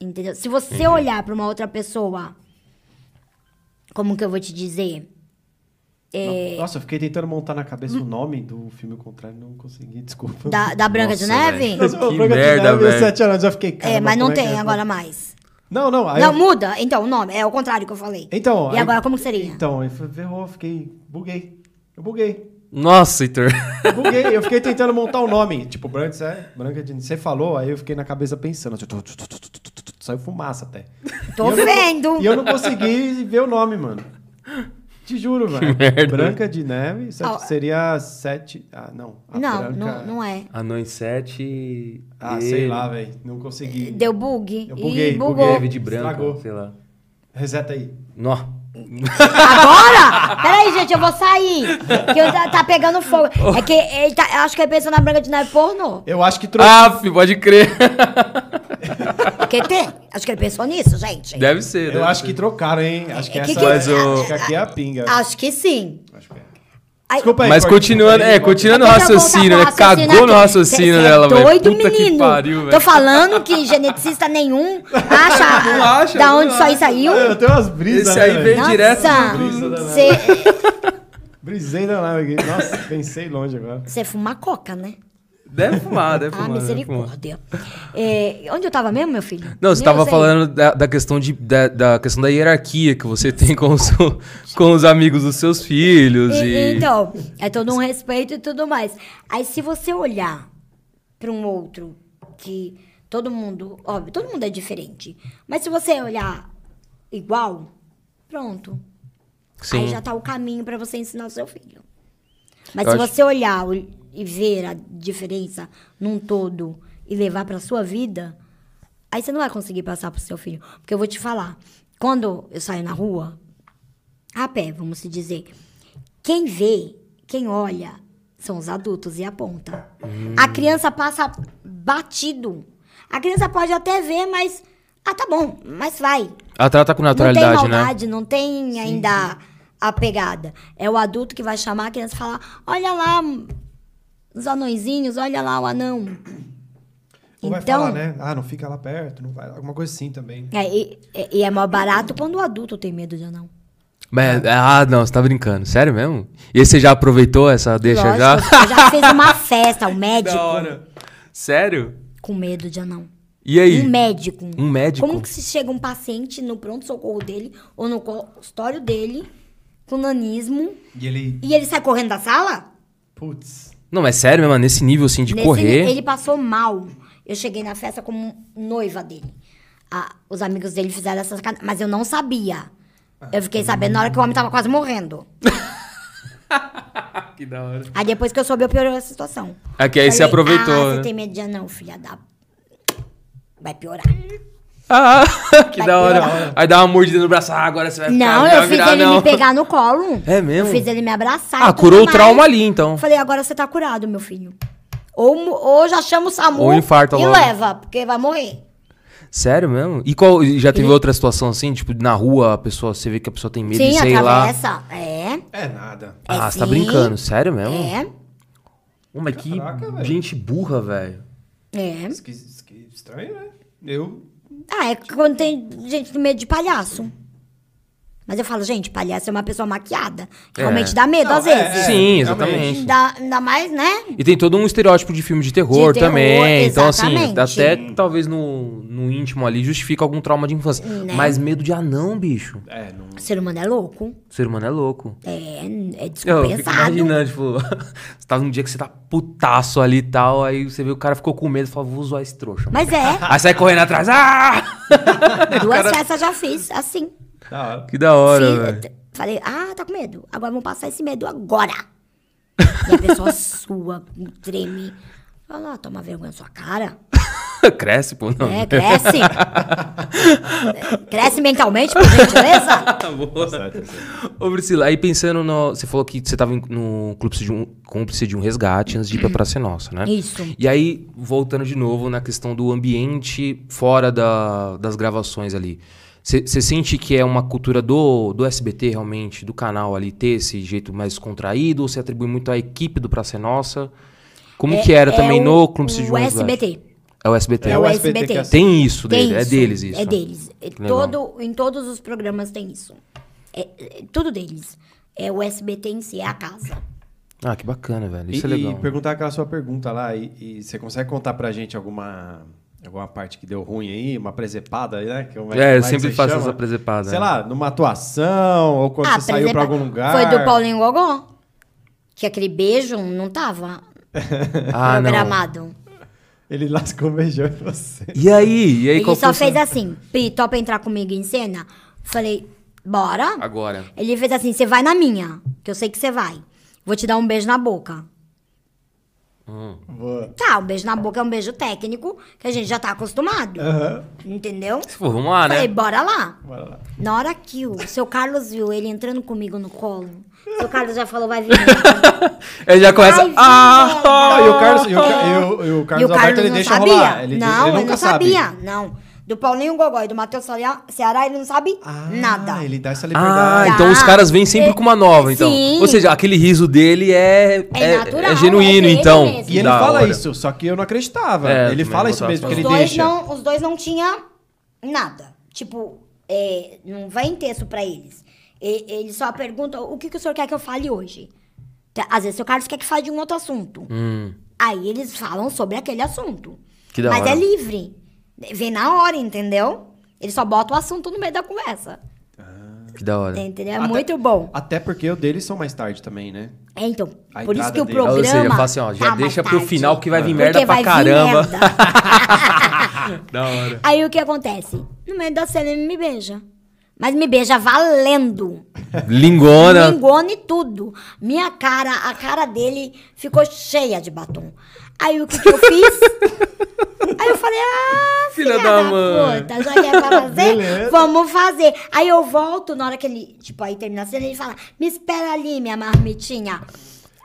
Entendeu? Se você olhar para uma outra pessoa, como que eu vou te dizer? É.
Nossa, eu fiquei tentando montar na cabeça
Hum.
o nome do filme ao contrário, não consegui, desculpa.
Da, da Branca de
Nossa,
Neve?
velho.
Nossa, o
Que
Branca de
merda,
Neve, eu
velho.
sete anos, eu fiquei
É,
caramba,
mas não
como é que
tem
é?
agora mais.
Não, não. Aí
Não,
eu-
muda. Então, o nome. É o contrário que eu falei.
Então.
E
aí-
agora, como que seria?
Então, aí foi- ferrou, eu fiquei. Buguei. Eu buguei.
Nossa, Heitor.
Eu buguei. Eu fiquei tentando montar o nome. Tipo, Branca, é, Branca de Você falou, aí eu fiquei na cabeça pensando. assim, tu, tu, tu, tu, tu, tu, tu, Saiu fumaça até.
Tô
E eu não-
vendo.
E eu não consegui ver o nome, mano. Te juro, velho.
merda.
Branca de Neve sete-
Ah,
seria sete. Ah, não. A
Não,
branca...
não, não é.
Anões 7.
Ah, sei lá, velho. Não consegui.
Deu bug.
Eu buguei, buguei.
e bugou.
Teve de branco,
Estragou.
sei lá.
Reseta aí.
Nó.
Agora? Peraí, gente, eu vou sair. Que eu tá, tá pegando fogo. É que ele tá, eu acho que ele pensou na Branca de Neve pornô.
Eu acho que trouxe.
Ah, fi, pode crer.
Que tem? Acho que ele pensou nisso, gente.
Deve ser. né?
eu acho que trocaram, hein? Acho que,
É que Ah,
essa
que-
Mas o-
acho que aqui é a pinga.
Acho que sim.
Acho que é.
Aí-
Desculpa aí.
Mas
Corte,
continuando,
desculpa aí.
é, continuando o
Deixa eu voltar
raciocínio,
pro
né? Cagou no
aqui.
raciocínio
Cê- cê é
dela, velho.
doido,
Puta
menino.
que pariu,
Tô
velho.
falando que geneticista nenhum acha,
Não acha,
da
não
onde isso aí
acha.
saiu.
Ah, Eu tenho umas brisas.
Esse
né,
aí
velho?
veio- direto
do- do-
Nossa,
Brisei danado aqui. Nossa, pensei longe agora.
você fuma coca, né?
Deve fumar, deve
Ah,
fumar. deve fumar.
misericórdia. É, onde eu tava mesmo, meu é filho?
Não, você
Nem
tava
sei.
falando da, da questão de, da, da questão da hierarquia que você tem com os, com os amigos dos seus filhos
E-
e...
Então, é todo um respeito e tudo mais. Aí, se você olhar para um outro que todo mundo, óbvio, todo mundo é diferente, mas se você olhar igual, pronto.
Sim.
Aí já tá o caminho para você ensinar o seu filho. Mas
Eu
se
acho-
você olhar o- e ver a diferença num todo e levar para sua vida, aí você não vai conseguir passar pro seu filho, porque eu vou te falar. Quando eu saio na rua, a pé, vamos se dizer, quem vê, quem olha, são os adultos e aponta. A
Hum.
criança passa batido. A criança pode até ver, mas ah, tá bom, mas vai.
Ela trata com
Não tem
naturalidade, né?
maldade, não tem ainda a pegada. É o adulto que vai chamar a criança e falar: olha lá m- os anõezinhos, olha lá o anão.
Ou vai
Então-
falar, né? Ah, não fica lá perto, não vai. Alguma coisa assim também.
É, e, e- e é mais barato quando o adulto tem medo de anão.
Mas, ah, não, você tá brincando. Sério mesmo? E aí você já aproveitou essa deixa
Lógico,
já?
Eu já fiz uma festa, o médico.
Tipo,
Da hora. Sério?
Com medo de anão.
E aí?
Um médico.
Um médico?
Como que se chega um paciente no pronto-socorro dele ou no consultório dele com nanismo
E ele.
e ele sai correndo da sala?
Putz.
Não, mas sério mesmo, nesse nível assim de
Nesse-
correr.
Ele passou mal. Eu cheguei na festa como noiva dele. Ah, os amigos dele fizeram essa sacanagem. Mas eu não sabia. Eu fiquei sabendo na hora que o homem tava quase morrendo.
Que da hora.
Aí depois que eu soube, eu piorou a situação.
É que aí você aproveitou,
Ah,
né?"
você tem medo de anão, filha da... Vai piorar.
Ah, que
Vai
da hora.
piorar.
Aí dá uma mordida no braço. Ah, agora você vai ficar.
Não,
vai
eu fiz
virar,
ele
não.
me pegar no colo.
É mesmo?
Eu fiz ele me abraçar.
Ah,
e tudo
curou o
mais.
trauma ali, então.
Eu Falei, agora você tá curado, meu filho. Ou, mu- ou já chama o SAMU
Ou infarta
e
logo.
leva, porque vai morrer.
Sério mesmo? E qual, e já teve outra situação assim? Tipo, na rua, a pessoa, você vê que a pessoa tem medo de
Sim,
sei lá.
atravessa. É.
É nada.
Ah,
É
você tá
sim.
brincando, sério mesmo?
É.
Ô, mas que
Caraca, velho.
gente burra, velho.
É.
Esqui- esqui- estranho, né? Eu.
Ah, é quando tem gente com medo de palhaço. Mas eu falo, gente, palhaço é uma pessoa maquiada.
É.
Realmente dá medo,
Não,
às
é,
vezes.
Sim,
realmente.
exatamente.
Dá, ainda mais, né?
E tem todo um estereótipo de filme de terror,
De terror,
também. Então, assim,
exatamente.
até talvez no, no íntimo ali justifica algum trauma de infância.
Né?
Mas medo de anão, bicho.
É, não.
O ser humano é louco.
O ser humano é louco.
É, é
Eu fico
descompensado.
imaginando, tipo, você tá num dia que você tá putaço ali e tal, aí você vê o cara ficou com medo e fala, vou zoar esse trouxa. mano."
Mas é,
Aí sai correndo atrás, ah!
duas festas já fiz, assim.
Da hora.
Que da hora,
Sim,
velho.
t- Falei, ah, tá com medo. Agora vamos passar esse medo agora. e a pessoa sua, treme. Fala, "Ah, toma vergonha na sua cara.
Cresce, pô, não.
É, cresce. É, cresce mentalmente, por gentileza.
Boa.
Tá Certo, certo.
Ô, Priscila, aí pensando no... Você falou que você tava em- no cúmplice de um, cúmplice de um resgate antes de ir pra Praça Nossa, né?
Isso.
E aí, voltando de novo na questão do ambiente fora da- das gravações ali. Você sente que é uma cultura do, do SBT realmente, do canal ali, ter esse jeito mais contraído? Ou você atribui muito à equipe do Praça é Nossa? Como que era
É
também
o-
no Cúmplice de um
O
Resgate?
SBT.
É o SBT.
É o SBT que assiste.
Tem isso
Tem
dele, é deles isso.
É deles. É
Legal.
Todo, em todos os programas tem isso. É, é tudo deles. É o SBT em si, é a casa.
Ah, que bacana, velho.
E,
Isso é
e
legal.
perguntar aquela sua pergunta lá, e, e você consegue contar pra gente alguma, alguma parte que deu ruim aí, uma presepada aí, né? Que- como
É, eu
como que
sempre
você
faço
chama?
essa presepada,
Sei
né?
lá, numa atuação, ou quando
Ah,
você saiu pra
apresenta-
algum lugar.
Foi do Paulinho Gogó. Que aquele beijo não tava
Ah, não.
programado.
Ele lascou beijando você.
E aí? E aí,
Ele
qual foi
só
o
fez
seu-
assim, Pi, topa entrar comigo em cena? Falei, bora.
Agora.
Ele fez assim, você vai na minha, que eu sei que você vai. Vou te dar um beijo na boca.
Hum.
Boa.
Tá, um beijo na boca é um beijo técnico, que a gente já tá acostumado.
Aham.
Entendeu?
Pô, vamos lá,
Falei,
né?
bora lá.
Bora lá.
Na hora que o seu Carlos viu ele entrando comigo no colo, seu Carlos já falou, vai vir.
Tipo
Vai
Ele já começa...
vir,
Ah!
Ah,
velho."
e o Carlos, e o, Ca- e o- e o
E
Carlos
o Carlos
Alberto, ele
não
deixa
sabia.
rolar. Ele,
não,
ele nunca
não
sabe.
sabia. Não. Do Paulinho Gogó e do Matheus Ceará- Ceará, ele não sabe
Ah,
nada.
ele dá essa
Ah,
liberdade.
Tá.
então os caras vêm sempre
É,
com uma nova, então.
sim.
Ou seja, aquele riso dele é, é,
É natural,
é genuíno,
é dele
então.
mesmo.
e ele
Da
fala
hora.
isso, só que eu não acreditava.
É,
ele
também
fala
não
isso mesmo, que
botava
ele
os, dois
deixa.
não, os dois não tinham nada. Tipo, é, não vem texto pra eles. E- eles só perguntam o que, que o senhor quer que eu fale hoje. Tá, Às vezes o Carlos quer que fale de um outro assunto.
Hum,
Aí eles falam sobre aquele assunto.
Que da
Mas
hora.
é livre. Vem na hora, entendeu? Ele só bota o assunto no meio da conversa.
que da hora.
Entendeu? É
Até-
muito bom.
Até porque o deles são mais tarde também, né?
É, então,
A
por isso
entrada
que o
dele. Ou
programa.
Ou seja, fala assim, ó, já
tá
deixa
mais
pro
tarde.
final que vai vir
Porque
merda pra
vai vir
caramba.
merda.
Da hora.
Aí o que acontece? No meio da cena ele me beija. Mas me beija valendo.
Lingona.
Lingona e tudo. Minha cara, a cara dele ficou cheia de batom. Aí o que, que eu fiz? Aí eu falei, ah,
Filha
filha,
da
da,
mãe.
puta, já que é pra fazer?
Beleza.
Vamos fazer. Aí eu volto, na hora que ele, tipo, aí termina a cena, ele fala, me espera ali, minha marmitinha.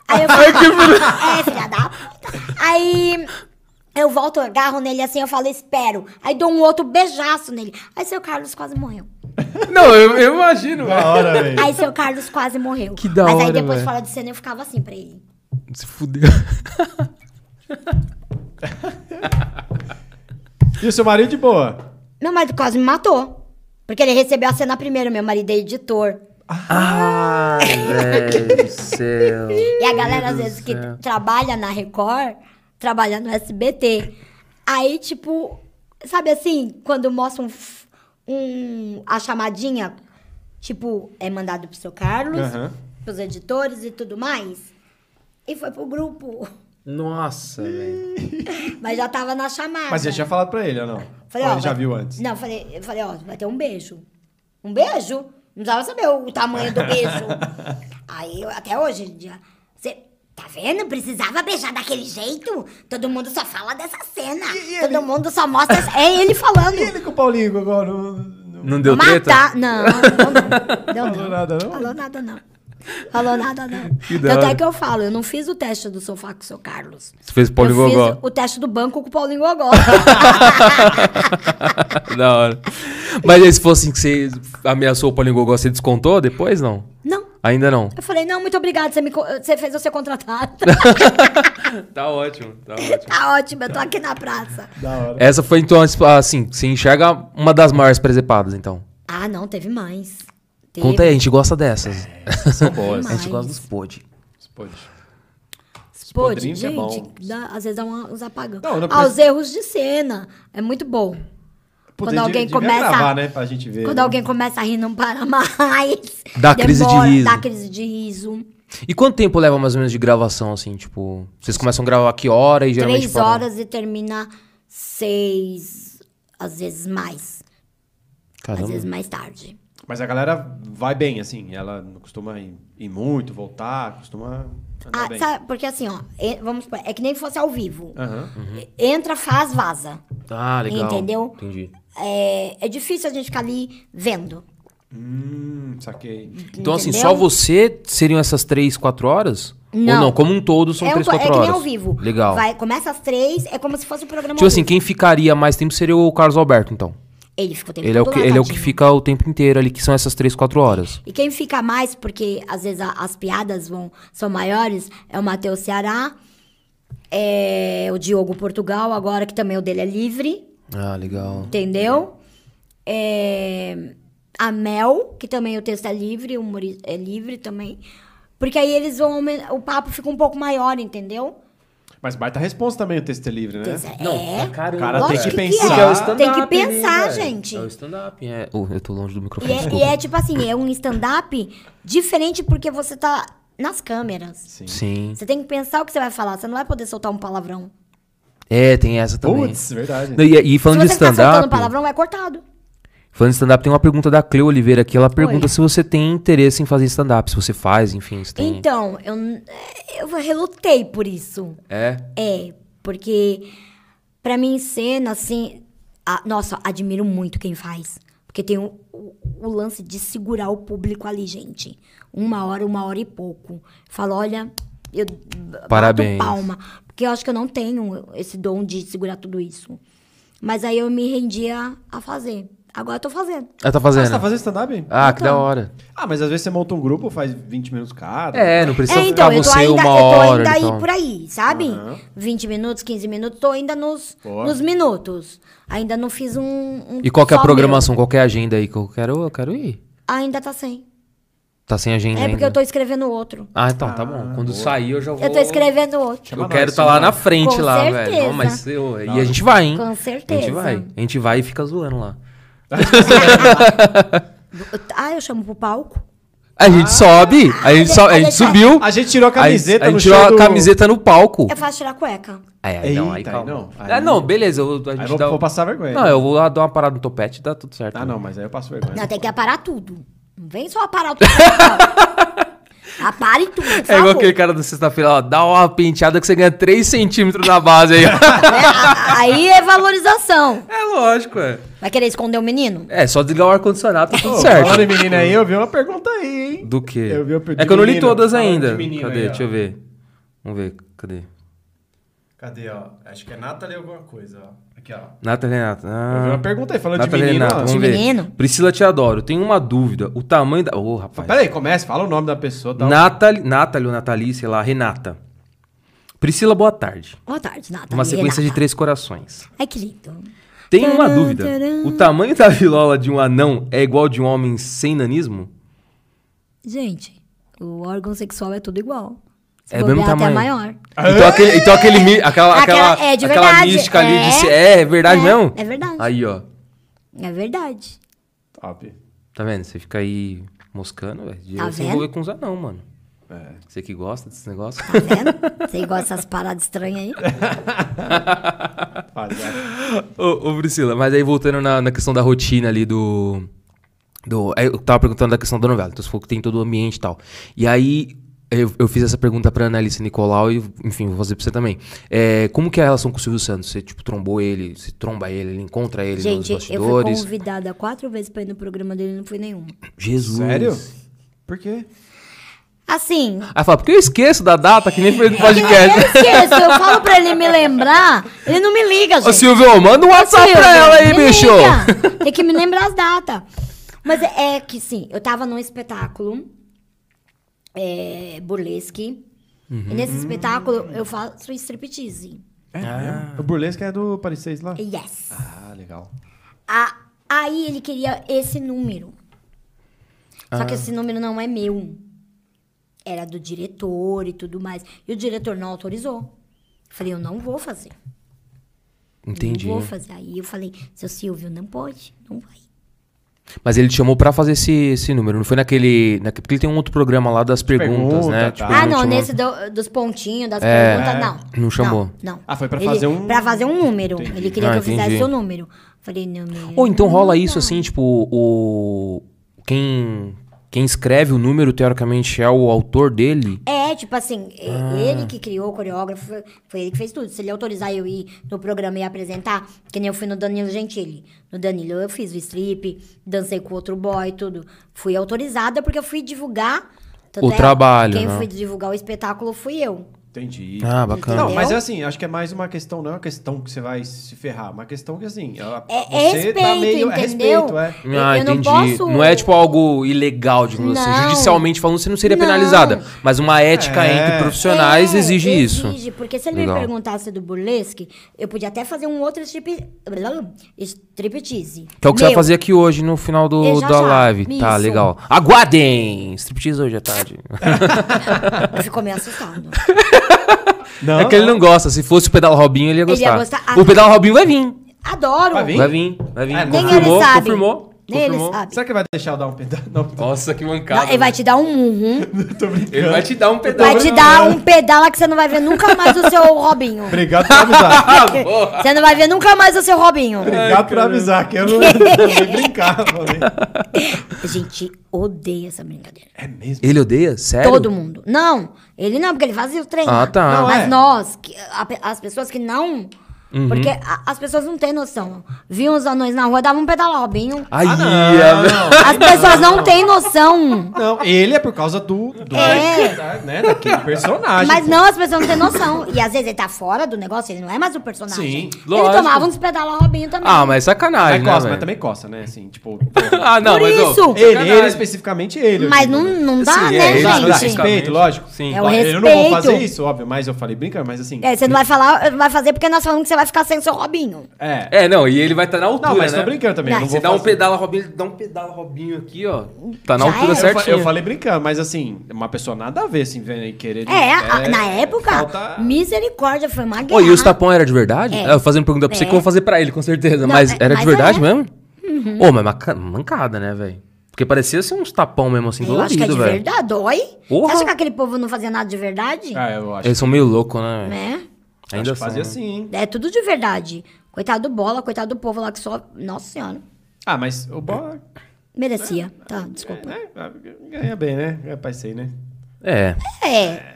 Aí eu falo, é, filha da puta. Aí eu volto, agarro nele assim, eu falo, espero. Aí dou um outro beijaço nele. Aí seu Carlos quase morreu.
Não, eu, eu imagino, velho.
Da hora, velho.
Aí seu Carlos quase morreu.
Que da
Mas
hora,
aí depois
velho.
fora de cena eu ficava assim pra ele.
Se fudeu.
E o seu marido de boa?
Meu marido quase me matou. Porque ele recebeu a cena primeiro, meu marido é editor.
Ai, Ah, velho do céu.
E a galera, às
Meu
vezes, que
Deus do céu.
trabalha na Record, trabalha no SBT. Aí, tipo, sabe assim, quando mostra um, f- um- a chamadinha, tipo, é mandado pro seu Carlos,
Aham.
pros editores e tudo mais. E foi pro grupo.
Nossa, velho.
Mas já tava na chamada.
Mas você tinha falado pra ele ou não?
Falei,
ou
ó,
ele já
vai-
viu antes?
Não, eu falei, eu falei, ó, vai ter um beijo. Um beijo? Não precisava saber o tamanho do beijo. Aí, eu- até hoje em dia, você... Tá vendo? Precisava beijar daquele jeito. Todo mundo só fala dessa cena.
E- e
Todo
ele?
mundo só mostra... essa- É ele falando.
E ele com o Paulinho agora? não- não-
Não deu treta?
Matar. Não, não, não.
Falou nada, não?
Falou nada, não. Falou nada, não.
Que da
Tanto
hora.
é que eu falo, eu não fiz o teste do sofá com o seu Carlos.
Você fez o Paulinho
eu
Gogó.
fiz o teste do banco com o Paulinho Gogó.
da hora. Mas aí, se fosse assim que você ameaçou o Paulinho Gogó, você descontou depois? Não.
não.
Ainda não.
Eu falei, não, muito obrigado, você, me, co- você fez eu ser contratada.
Tá ótimo, tá ótimo.
tá ótimo, eu tô aqui na praça.
Da hora.
Essa foi, então, assim, você enxerga uma das maiores presepadas, então.
Ah, não, teve mais. Teve.
Conta aí, a gente gosta dessas.
São boas.
a gente
Mas-
gosta dos pod.
Pode.
Pô,
podrinhos é
gente,
bom.
dá- às vezes dá uma- uns apagão.
Não, não
ah,
precisa-
os erros de cena. É muito bom. Quando alguém
devia
começa-
gravar, né? Pra gente ver.
Quando
né?
alguém começa a rir, não para mais.
Dá crise de riso.
Dá crise de riso.
E quanto tempo leva mais ou menos de gravação, assim, tipo... Vocês começam a gravar que hora e geralmente...
Três
param?
horas e termina seis, às vezes mais. Às vezes
Caramba.
mais tarde.
Mas a galera vai bem, assim. Ela não costuma ir, ir muito, voltar, costuma andar
Ah,
bem.
sabe, porque assim, ó, é, vamos supor, é que nem fosse ao vivo.
Aham.
Entra, faz, vaza.
Ah, legal.
Entendeu?
Entendi.
É, é difícil a gente ficar ali vendo.
Hum, saquei.
Então, assim,
entendeu?
só você seriam essas três, quatro horas? Ou
Não.
não? Como um todo, são
é, um
três,
to- é
quatro
que
horas.
nem ao vivo.
Legal.
Vai, começa às três, é como se fosse um programa
Tipo
ao
assim,
vivo.
quem ficaria mais tempo seria o Carlos Alberto, então.
Ele fica o tempo
Ele é o
todo
que,
lá,
ele é o que
tadinho.
fica o tempo inteiro ali, que são essas três, quatro horas.
E quem fica mais, porque às vezes a- as piadas vão, são maiores, é o Matheus Ceará, é o Diogo Portugal, agora que também o dele é livre,
Ah, legal.
entendeu? É, a Mel, que também o texto é livre, o humor é livre também. Porque aí eles vão. aumen- O papo fica um pouco maior, entendeu?
Mas baita resposta também o texto é livre, né?
Texto é- é.
O cara tem
Lógico
que
que é.
pensar.
Porque é o
stand-
Tem que pensar, gente.
É o stand-up, é. Oh, eu tô longe do
E
microfone,
é,
desculpa.
e é tipo assim, é um stand-up diferente porque você tá nas câmeras.
Sim.
Sim.
Você tem que pensar o que você vai falar. Você não vai poder soltar um palavrão.
É, tem essa também.
Putz, verdade.
Não, E, e falando
se
de
você ficar soltando
stand-up.
palavrão, é cortado.
Falando de stand-up, tem uma pergunta da Cleo Oliveira aqui. Ela pergunta
Oi.
se você tem interesse em fazer stand-up, se você faz, enfim. Se tem...
Então, eu, n- eu relutei por isso.
É.
É, porque pra mim, cena, assim. a- nossa, admiro muito quem faz. Porque tem o, o- o lance de segurar o público ali, gente. Uma hora, uma hora e pouco. Falo, olha, eu b-
Parabéns.
bato palma. Porque eu acho que eu não tenho esse dom de segurar tudo isso. Mas aí eu me rendi a, a fazer. Agora eu tô fazendo.
Ela tá
Ah,
fazendo.
você tá fazendo stand-up?
Ah, que da hora.
Ah, mas às vezes você monta um grupo, faz 20 minutos cada.
É, não precisa
é, então,
ficar
eu tô
você
ainda,
uma
eu tô
hora.
ainda aí
então.
por aí, sabe?
Aham.
20 minutos, 15 minutos, tô ainda nos,
Boa.
nos minutos. Ainda não fiz um. um
E qual que é a
só
programação, qual que é a agenda aí que eu quero, eu quero ir?
meu. Ainda tá sem.
Tá sem agenda
É
ainda.
porque eu tô escrevendo outro.
Ah, então, tá
Ah,
bom. Quando
boa.
sair eu já vou...
Eu tô escrevendo outro.
Chama
Eu quero
nós,
estar tá lá
chama
na
nós.
frente
Com
lá, velho.
certeza.
Não, mas eu... E um. a gente vai, hein?
Com
A gente
certeza.
vai. A gente vai e fica zoando lá.
Ah, eu chamo pro palco. Ah.
A gente sobe, a gente, so... a
é
gente subiu,
A gente tirou a
a gente,
camiseta
a
no
gente
show
tirou a
do-
camiseta no palco.
Eu faço tirar a cueca.
Aí, aí, não, aí
Eita,
calma.
aí não, aí
Ah, não,
não.
beleza. Eu, a gente
Aí vou,
dá... um-
vou passar vergonha.
Não, eu vou lá dar uma parada no topete e dá tudo certo.
Ah, não, mas aí eu passo vergonha.
Não, tem que aparar tudo. Não vem só aparar tudo. não. Apare tudo, por
É igual
favor. né?
aquele cara da sexta-feira, ó, dá uma penteada que você ganha 3 centímetros na base aí. ó.
Né? A- Aí é valorização.
é lógico, é.
Vai querer esconder o menino?
É, só desligar o ar-condicionado, tá tudo
Ô,
certo.
Falando em menina aí, eu vi uma pergunta aí, hein?
Do quê?
Eu vi o
é
pedido
que eu não li
menino.
todas
Falando de
ainda.
menino
Cadê?
aí, ó.
Deixa eu ver. Vamos ver, cadê?
Cadê, ó? Acho que é Nathalie alguma coisa, ó. Aqui, ó.
Nata Renata. Ah,
Eu vi uma pergunta aí, falando
Nata
de menino,
Renata,
ó.
vamos
De
ver.
menino?
Priscila, te adoro. Tenho uma dúvida. O tamanho da... Ô, rapaz.
Pera aí, começa, fala o nome da pessoa. Tá?
Nathalie, Nathalie ou Nathalie, sei lá, Renata. Priscila, boa tarde.
Boa tarde, Nata.
Uma sequência de
Renata.
três corações.
Ai, que lindo.
Tem uma
Tcharam,
dúvida.
tcharam.
O tamanho da vilola de um anão é igual de um homem sem nanismo?
Gente, o órgão sexual é tudo igual. Se
É do mesmo
bobear, até
tamanho.
maior.
Então aquele, então aquele mi- aquela,
Aquela-
aquela,
é, de
aquela
verdade,
mística ali
é.
de ser, é, é verdade
É,
mesmo?
é verdade.
Aí, ó.
É verdade.
Top.
Tá vendo? Você fica aí moscando, velho. Devia
Tá
se
vendo?
envolver com os anão, mano.
É.
Você que gosta desse negócio.
Tá vendo? Você gosta dessas paradas estranhas aí?
Ah.
Fazer-
ô, ô, Priscila, mas aí voltando na, na questão da rotina ali do. do aí eu tava perguntando da questão da novela, então você falou que tem todo o ambiente e tal. E aí. Eu, eu fiz essa pergunta pra Annalisa Nicolau e, enfim, vou fazer pra você também. É, como que é a relação com o Silvio Santos? Você, tipo, trombou ele, você tromba ele, ele encontra ele nos
Gente, eu fui
bastidores?
convidada quatro vezes pra ir no programa dele e não fui nenhuma.
Jesus.
Sério? Por quê?
Assim,
Aí fala, porque eu esqueço da data que nem foi no
eu
podcast.
esqueço, eu falo pra ele me lembrar, ele não me liga, gente.
Ô, Silvio, manda um WhatsApp
Silvio,
pra ela aí,
me
bicho.
liga. Tem que me lembrar as datas. Mas é, é que sim, eu tava num espetáculo é, burlesque. E
Uhum.
nesse espetáculo eu faço striptease.
É, mesmo? O burlesque é do Paris 6 lá?
Yes.
Ah, legal.
A- aí ele queria esse número. Só
Ah.
que esse número não é meu. Era do diretor e tudo mais. E o diretor não autorizou. Falei, eu não vou fazer.
Entendi.
Não vou fazer. Aí eu falei, seu Silvio, não pode, não vai.
Mas ele te chamou pra fazer esse, esse número, não foi naquele, naque- Porque ele tem um outro programa lá das perguntas,
pergunta,
né?
tá.
ele
Ah,
te
não,
chamou-
nesse do- dos pontinhos, das perguntas, não.
É, não chamou.
Não. não.
Ah, foi pra
Ele-
fazer um-
Pra fazer um número. Ele queria
Ah,
que eu fizesse
entendi.
o número. Falei, não, meu.
Ou então
não
rola isso
dá.
assim, tipo, o. Quem. Quem escreve o número, teoricamente, é o autor dele.
É, tipo assim, e-
Ah.
ele que criou o coreógrafo, foi- foi ele que fez tudo. Se ele autorizar eu ir no programa e apresentar, que nem eu fui no Danilo Gentili. No Danilo eu fiz o strip, dancei com outro boy, tudo. Fui autorizada porque eu fui divulgar. Tanto
O
é,
trabalho,
Quem
né?
foi divulgar o espetáculo fui eu.
Entendi.
Ah, bacana.
Não,
Entendeu?
mas é assim, acho que é mais uma questão, não é uma questão que você vai se ferrar, é uma questão que assim, ela-
É, é
você
respeito,
tá meio é
entendeu?
respeito, é.
Eu-
ah,
eu não
entendi.
posso-
é tipo algo ilegal, digamos assim.
Não.
Judicialmente falando, você não seria
Não.
penalizada. Mas uma ética
É.
entre profissionais
É,
exige, isso.
Exige, porque se ele
Legal.
me perguntasse do burlesque, eu podia até fazer um outro strip, striptease.
Que é o que você vai
Meu,
fazer aqui hoje no final do,
É, já,
da
já.
live. Tá,
Isso.
legal. Aguardem! Striptease hoje à tarde.
Eu fico meio assustado.
Não,
é que ele não gosta. Se fosse o pedal Robinho, ele ia
Ele
gostar.
ia gostar. Ah,
o
não.
pedal Robinho vai vir.
Adoro.
Vai vir?
Vai vir, vai vir.
É,
Nem
confirmou,
ele sabe.
confirmou.
Nem
confirmou.
ele sabe.
Será que vai deixar eu dar um pedaço? Não, tô,
Nossa, que mancada.
Não, ele vai te dar um uhum,
tô brincando.
Ele vai te dar um pedal.
vai te dar um pedala que você não vai ver nunca mais o seu Robinho.
Obrigado por avisar.
Você não vai ver nunca mais o seu Robinho.
Obrigado por avisar, que eu não nem brincava. falei.
A gente odeia essa brincadeira.
É mesmo?
Ele odeia? Sério?
Todo mundo. Não, ele não, porque ele fazia o treino.
Ah, tá.
Não,
Mas
é.
nós, que- a pe- as pessoas que não.
Uhum.
Porque a- as pessoas não têm noção. Viam os anões na rua, davam um pedala Robinho.
Aí,
Ah,
é-
não.
As pessoas não têm noção.
Não, ele é por causa do, do
É.
da- né, daquele
Ah,
personagem.
Mas não, as pessoas não têm noção. E às vezes ele tá fora do negócio, ele não é mais o personagem.
Sim,
ele
lógico.
tomava uns pedala Robinho também.
Ah, mas sacanagem,
mas,
né,
coça,
velho?
mas também coça, né? Assim, tipo.
Ah, não,
Por
mas... ô,
isso.
ele,
sacanagem.
ele especificamente ele. eu
Mas
digo,
não,
né?
não dá,
Sim,
né,
é,
Exato, dá
gente?
respeito, lógico.
Sim.
É o
Ó, Eu não vou
respeito.
fazer isso, óbvio, mas eu falei brincando, mas assim.
É, você não vai falar, vai fazer porque nós falamos que você vai ficar sem seu Robinho.
É.
É, não, e ele vai estar na altura,
Não, mas
né?
tô brincando também. eu
Não,
Não,
Você
vou
dá um
fazer.
pedala Robinho, ele dá um pedala Robinho aqui, ó. Tá na
Já
altura
era.
Eu fa-
certinho.
Eu, falei brincando, mas assim, uma pessoa nada a ver, assim, vendo e querer.
É, a- na época,
Falta...
misericórdia, foi uma guerra.
Ô, tá e os tapão era de verdade?
É.
Eu fazendo pergunta pra você
É.
que eu vou fazer pra ele, com certeza.
Não,
mas
é-
era de
mas
verdade
é.
mesmo? Ô, mas maca- mancada, né, velho? Porque parecia ser uns tapão mesmo, assim,
Eu acho
dolorido,
que é de
velho.
verdade, dói.
Porra.
Você acha que aquele povo não fazia nada de verdade?
Ah, eu acho.
Eles são meio loucos, né? velho?
Né?
Ainda
Ainda
acho que fazia
são, né?
assim, hein?
É tudo de verdade. Coitado do bola, coitado do povo lá que só. Nossa senhora.
Ah, mas o Bola
Merecia. Tá, desculpa.
né, ganha bem, né? Ganha pra isso aí, né?
É.
É.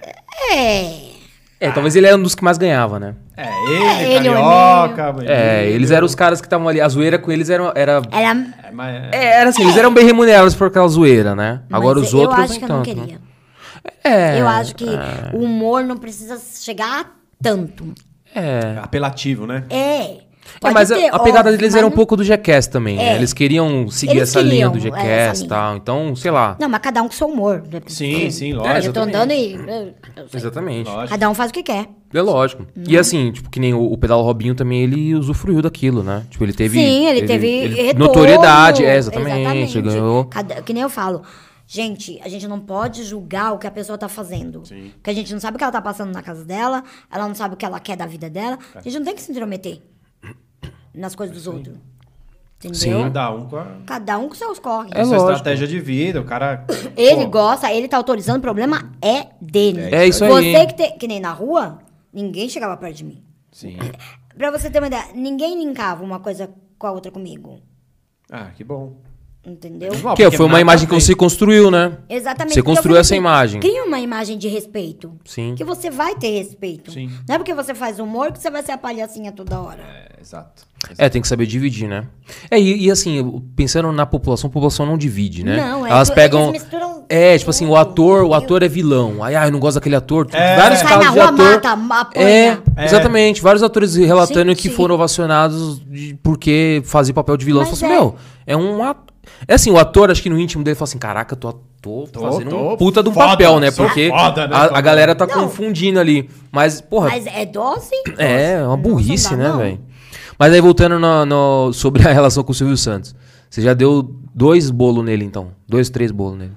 É.
É, talvez ele era um dos que mais ganhava, né?
É, ele,
ele, o
Carioca... Emílio.
É, eles
um
eram os caras que estavam ali. A zoeira com eles era. Era,
Era.
É, mas...
é, era assim, eles eram bem remunerados por aquela zoeira, né? Agora
mas
os outros.
Eu acho que eu não
tanto, né?
queria.
É.
Eu acho que o humor não precisa chegar a tanto.
É.
Apelativo, né?
É.
É,
Pode
mas a-
ter,
a, pegada
óbvio,
deles
mas
era um
não- É.
pouco do Jackass também, né? Eles queriam seguir
Eles
essa linha
queriam,
do
é, essa
Jackass e
linha.
tal. Então, sei lá.
Não, mas cada um com seu humor. né?
Sim, sim,
É,
lógico.
Eu tô
exatamente.
andando e. eu- eu sei.
Exatamente.
É, Lógico.
Cada um faz o que quer.
É lógico.
Uhum.
E assim, tipo, que nem o, o pedal Robinho também, ele usufruiu daquilo, né? Tipo, ele teve.
Sim, ele, teve
ele-
retorno.
notoriedade, é, exatamente. Ele ganhou.
Cada- que nem eu falo. Gente, a gente não pode julgar o que a pessoa tá fazendo.
Sim.
Porque a gente não sabe o que ela tá passando na casa dela, ela não sabe o que ela quer da vida dela.
É.
A gente não tem que se intrometer nas coisas dos outros. Entendeu?
Sim.
Cada um com a
Cada um com seus corres.
É
sua
lógico.
estratégia de vida, o cara.
Ele
pô,
gosta, ele tá autorizando, o problema é dele.
É
isso aí.
Você que, tem- que nem na rua, ninguém chegava perto de mim.
Sim.
Pra você ter uma ideia, ninguém linkava uma coisa com a outra comigo.
Ah, que bom.
Entendeu?
Não,
Que é,
porque
foi uma
nada
imagem que
tem.
você construiu, né?
Exatamente.
Você
Porque eu
construiu
falei
essa
assim,
imagem.
Cria uma imagem de respeito.
Sim.
Que você vai ter respeito.
Sim.
Não é porque você faz humor que você vai ser a palhacinha toda hora.
É, exato.
É, tem que saber dividir, né? É, e, e assim, eu- pensando na população, a população não divide, né?
Não, é
Elas
tu-
pegam.
eles misturam
É, tipo assim, o
tudo,
ator, o
entendeu?
ator é vilão. Ai, ai, eu não gosto daquele ator.
É.
Vários
Sai
casos
na
de
rua,
ator.
mata, ma- apanha.
é,
É.
exatamente. Vários atores relatando
Gente.
que foram ovacionados de- porque fazia papel de vilão. Eu
Mas
falo assim, meu, é um ator. É assim, o ator, acho que no íntimo dele fala assim: caraca, tô, tô
Tô-
fazendo
tô
um puta de um
foda,
papel, né?
sou
Porque
foda, né?
a, a galera tá
Não.
confundindo ali. Mas, porra,
Mas é dose?
Ah. é, é uma
Nossa,
burrice,
não dá,
né,
não.
velho? Mas aí voltando no- no- sobre a relação com o Silvio Santos. Você já deu dois bolos nele, então. Dois, três bolos nele.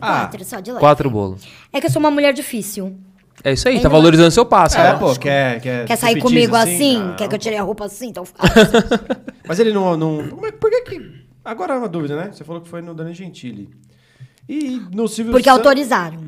Ah,
Quatro, só de leve.
Quatro bolos.
É que eu sou uma mulher difícil.
É isso aí,
Ele
tá
não-
valorizando seu passo,
é,
né?
pô, quer. Quer,
Quer sair
striptease
comigo assim?
Ah,
Quer que eu tire a roupa assim? Então faz.
Mas ele não. não como é- por que que. Agora é uma dúvida, né? Você falou que foi no Dani Gentili. E no Silvio
Porque
Santos.
autorizaram.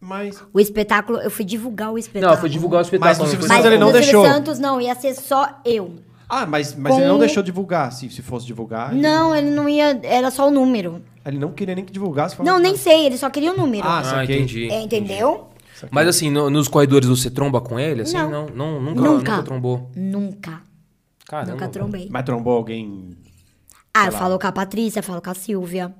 Mas.
O espetáculo, eu fui divulgar o espetáculo.
Não, foi divulgar o espetáculo.
Mas o Silvio
não foi-
Santos, ele não
o Silvio
deixou.
Santos não, ia ser só eu.
Ah, mas, mas
Com-
ele não deixou divulgar. Se, se fosse divulgar. ele-
Não, ele não ia, era só o número.
Ele não queria nem que divulgasse. falou-
Não, nem sei, ele só queria o número.
Então tá. Ah,
Ah,
saquei.
entendi.
É, entendeu?
Mas assim, no- nos corredores você tromba com ele? Assim,
Não.
não, não, nunca,
Nunca.
nunca trombou.
Nunca.
Caramba.
Nunca trombei.
Mas trombou alguém.
Ah, eu falo com a Patrícia, falo com a Silvia.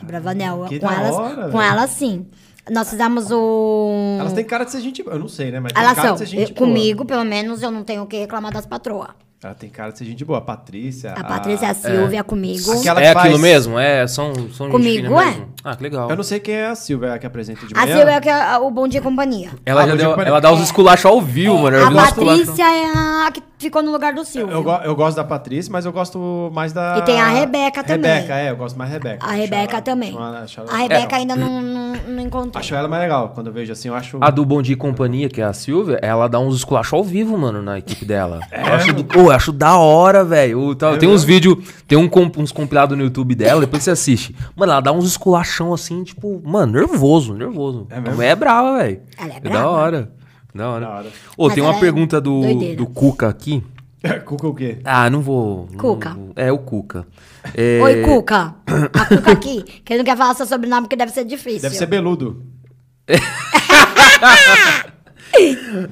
a Bravanel.
Ah, que
com
da
elas,
hora,
com
velho.
elas sim. Nós fizemos o.
Elas têm cara de ser gente boa. Eu não sei, né? Mas tem
Elas
cara
são.
de ser gente
eu-
boa.
comigo, pelo menos, eu não tenho o que reclamar das patroas.
Ela tem cara de ser gente boa. A Patrícia.
A Patrícia, é a Silvia, comigo.
Ah, é. Aquela- ela
é
que
aquilo
faz-
mesmo? É, são, são gente
Comigo,
fina
é.
mesmo. Ah, que legal.
Eu não sei quem é a Silvia a que apresenta de
A
manhã.
Silvia é que é o Bom Dia e Companhia.
Ela,
Ah,
já
eu
deu,
digo pra-
ela dá os esculachos ao vivo,
É.
mano. Ela
a
deu uns esculachos.
Patrícia é a que ficou no lugar do Silvio.
Eu, go- eu gosto da Patrícia, mas eu gosto mais da.
E tem a Rebeca também.
Rebeca, é, eu gosto mais da Rebeca.
A
Acho
Rebeca
ela-
também.
acho ela- acho ela-
A Rebeca ainda não, não, não encontrou.
Acho ela mais legal. Quando eu vejo assim, eu acho.
A do Bom Dia e Companhia, que é a Silvia, ela dá uns esculachos ao vivo, mano, na equipe dela.
É,
Eu acho, do- Ô, eu acho da hora, velho. Ô, tá- Tem uns vídeos, tem um comp- uns compilados no YouTube dela, depois você assiste. Mano, ela dá uns esculachão assim, tipo, mano, nervoso, nervoso.
É mesmo?
a mulher é brava, velho.
Ela é
Da
brava.
hora. Da hora.
Da hora.
Ô,
Mas
tem
ela
uma
é
pergunta do,
doideira.
do Cuca aqui.
Cuca o quê?
Ah, não vou. não
Cuca.
vou- é, o Cuca. É,
Oi, Cuca. A Cuca aqui, que ele não quer falar seu sobrenome porque deve ser difícil.
Deve ser beludo.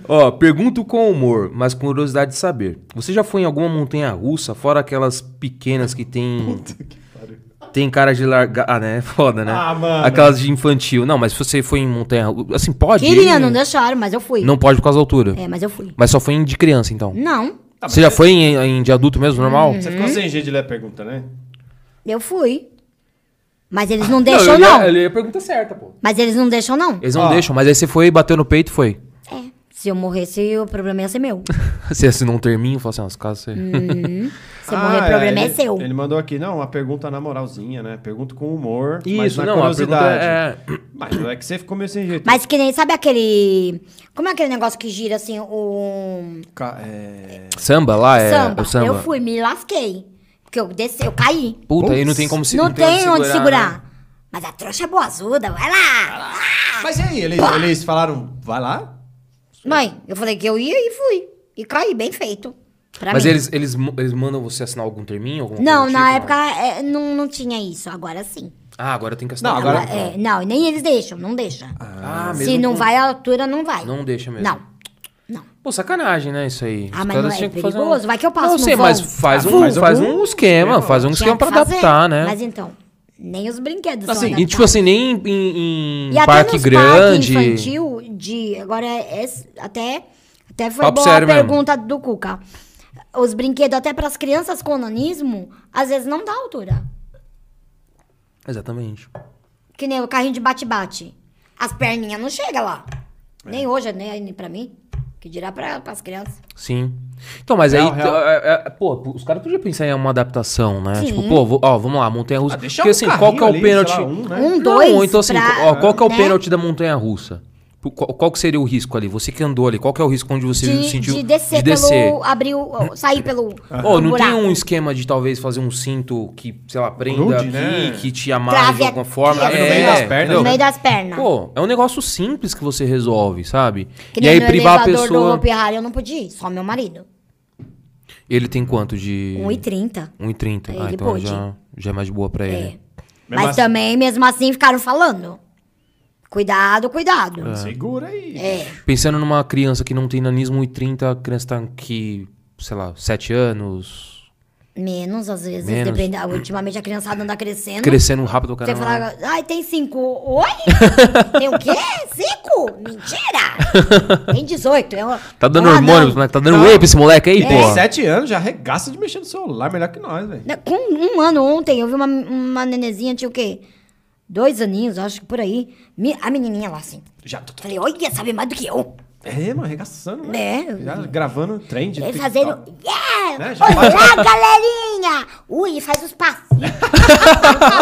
Ó, pergunto com humor, mas com curiosidade de saber. Você já foi em alguma montanha russa, fora aquelas pequenas que tem. Tem cara de largar. Ah, né? É Foda, né?
Ah, mano.
Aquelas de infantil. Não, mas se você foi em montanha. Assim, pode? ir?
Queria, não deixaram, mas eu fui.
Não pode por causa da altura.
É, mas eu fui.
Mas só foi em de criança, então.
Não,
Você já foi em, em de adulto mesmo, normal?
Hum.
Você ficou sem jeito de ler a pergunta, né?
eu fui. Mas eles não deixam, não.
Ele ia pergunta certa, pô.
Mas eles não deixam, não.
Eles não
Ó.
deixam, mas aí você foi, bateu no peito e foi.
É. Se eu morresse, o problema ia ser meu.
Você assinou um terminho, falou assim, ó, os casos você...
Hum. Se eu morrer, o problema é
Ah, ele-
seu.
Ele mandou aqui, não, uma pergunta na moralzinha, né? Pergunta com humor, mas
Isso,
na
não, a pergunta
curiosidade.
é...
Mas é que você ficou meio sem jeito.
Mas que nem, sabe aquele... Como é aquele negócio que gira, assim, o...
Ca- é,
Samba lá, é
samba.
o samba.
Eu fui, me lasquei. Porque eu desci, eu caí.
Puta, aí não tem como se
não, tem onde segurar.
né?
Mas a trouxa é boazuda, vai lá.
Mas e aí, eles, eles falaram, vai lá?
Mãe, eu falei que eu ia e fui. E caí, bem feito. Pra
Mas
mim.
eles, eles, mu- eles mandam você assinar algum terminho? alguma
Não,
coisa do
na
tipo,
época é, não, não tinha isso, agora sim.
Ah, agora tem que assinar.
Não, agora-
É, não, nem eles deixam, não deixa.
Ah,
Se não
com-
vai à altura, não vai.
Não deixa mesmo.
Não. Não.
Pô, sacanagem, né? Isso aí.
Ah,
Os
mas
caras
não é
tinham que fazer um-
perigoso? Vai que eu passo
Não
no
sei, mas
vão.
faz
Ah,
um,
faz
faz,
algum
um esquema, faz um
Tinha
esquema
que
pra
fazer.
adaptar, né?
Mas então, nem os brinquedos são
assim, e
adaptados.
tipo assim, nem em, em
E até
parque
nos
grande.
parque infantil de. Agora, é, é- até, até foi
Papo
boa
sério
a
mesmo.
pergunta do Cuca. Os brinquedos, até para as crianças com nanismo, às vezes não dá altura.
Exatamente.
Que nem o
É.
carrinho de bate-bate. As perninhas não chegam lá. né, Nem hoje, nem pra mim. que Que dirá para as crianças.
Sim. Então, mas
Real,
aí,
real.
é, é, pô, os caras podiam pensar em uma adaptação, né?
Sim.
Tipo, pô, vou- ó, vamos lá, Montanha Russa.
Ah, deixa
Porque
um
assim, qual que é
carrinho
o
ali,
pênalti?
sei lá, um, né?
Um, dois.
Não, então assim,
pra-
ó, qual que é o
né?
pênalti da Montanha Russa? Qual, qual que seria o risco ali? Você que andou ali, qual que é o risco onde você
De,
sentiu
de descer pelo. abrir o. sair pelo.
Ó, não tem
buraco.
um esquema de talvez fazer um cinto que, sei lá, prenda
Grude,
aqui,
né?
que te amarre
Trave
de alguma forma.
aqui,
é,
no meio das pernas, né?
entendeu?
No meio das pernas.
Pô, é um negócio simples que você resolve, sabe?
que
e
nem
aí
no
privar a
elevador do
pessoa.
Hopi Hari eu não podia ir, só meu marido.
Ele tem quanto de.
1,30.
1,30. Ah,
Ele
então
pôde.
já, já é mais de boa pra ele.
É. Mas
assim-
também, mesmo assim, ficaram falando. Cuidado, cuidado.
Ah.
Segura aí.
É,
Pensando numa criança que não tem nanismo, 1,30, a criança tá aqui, sei lá, 7 anos,
Menos, às vezes,
Menos.
depende. Ultimamente a criançada anda crescendo.
crescendo rápido o
Você
cara.
fala, ai, tem cinco. Oi? tem o quê? Cinco? Mentira! Tem 18. é uma-
Tá dando
é um
hormônio,
anão.
pro moleque, tá dando whey pra esse moleque
É.
aí,
Tem
pô.
sete anos, já arregaça de mexer no celular, melhor que nós, velho.
Na- Com um ano ontem, eu vi uma, uma nenezinha, tinha o quê? Dois aninhos, acho que por aí. Me- A menininha lá, assim.
Já tô...
Falei, olha, sabe mais do que eu.
É, mano, arregaçando. mano.
É.
Já gravando trend.
Ele
TikTok.
fazendo. Yeah!
Né, já
Olá, galerinha! Ui, faz os passinhos.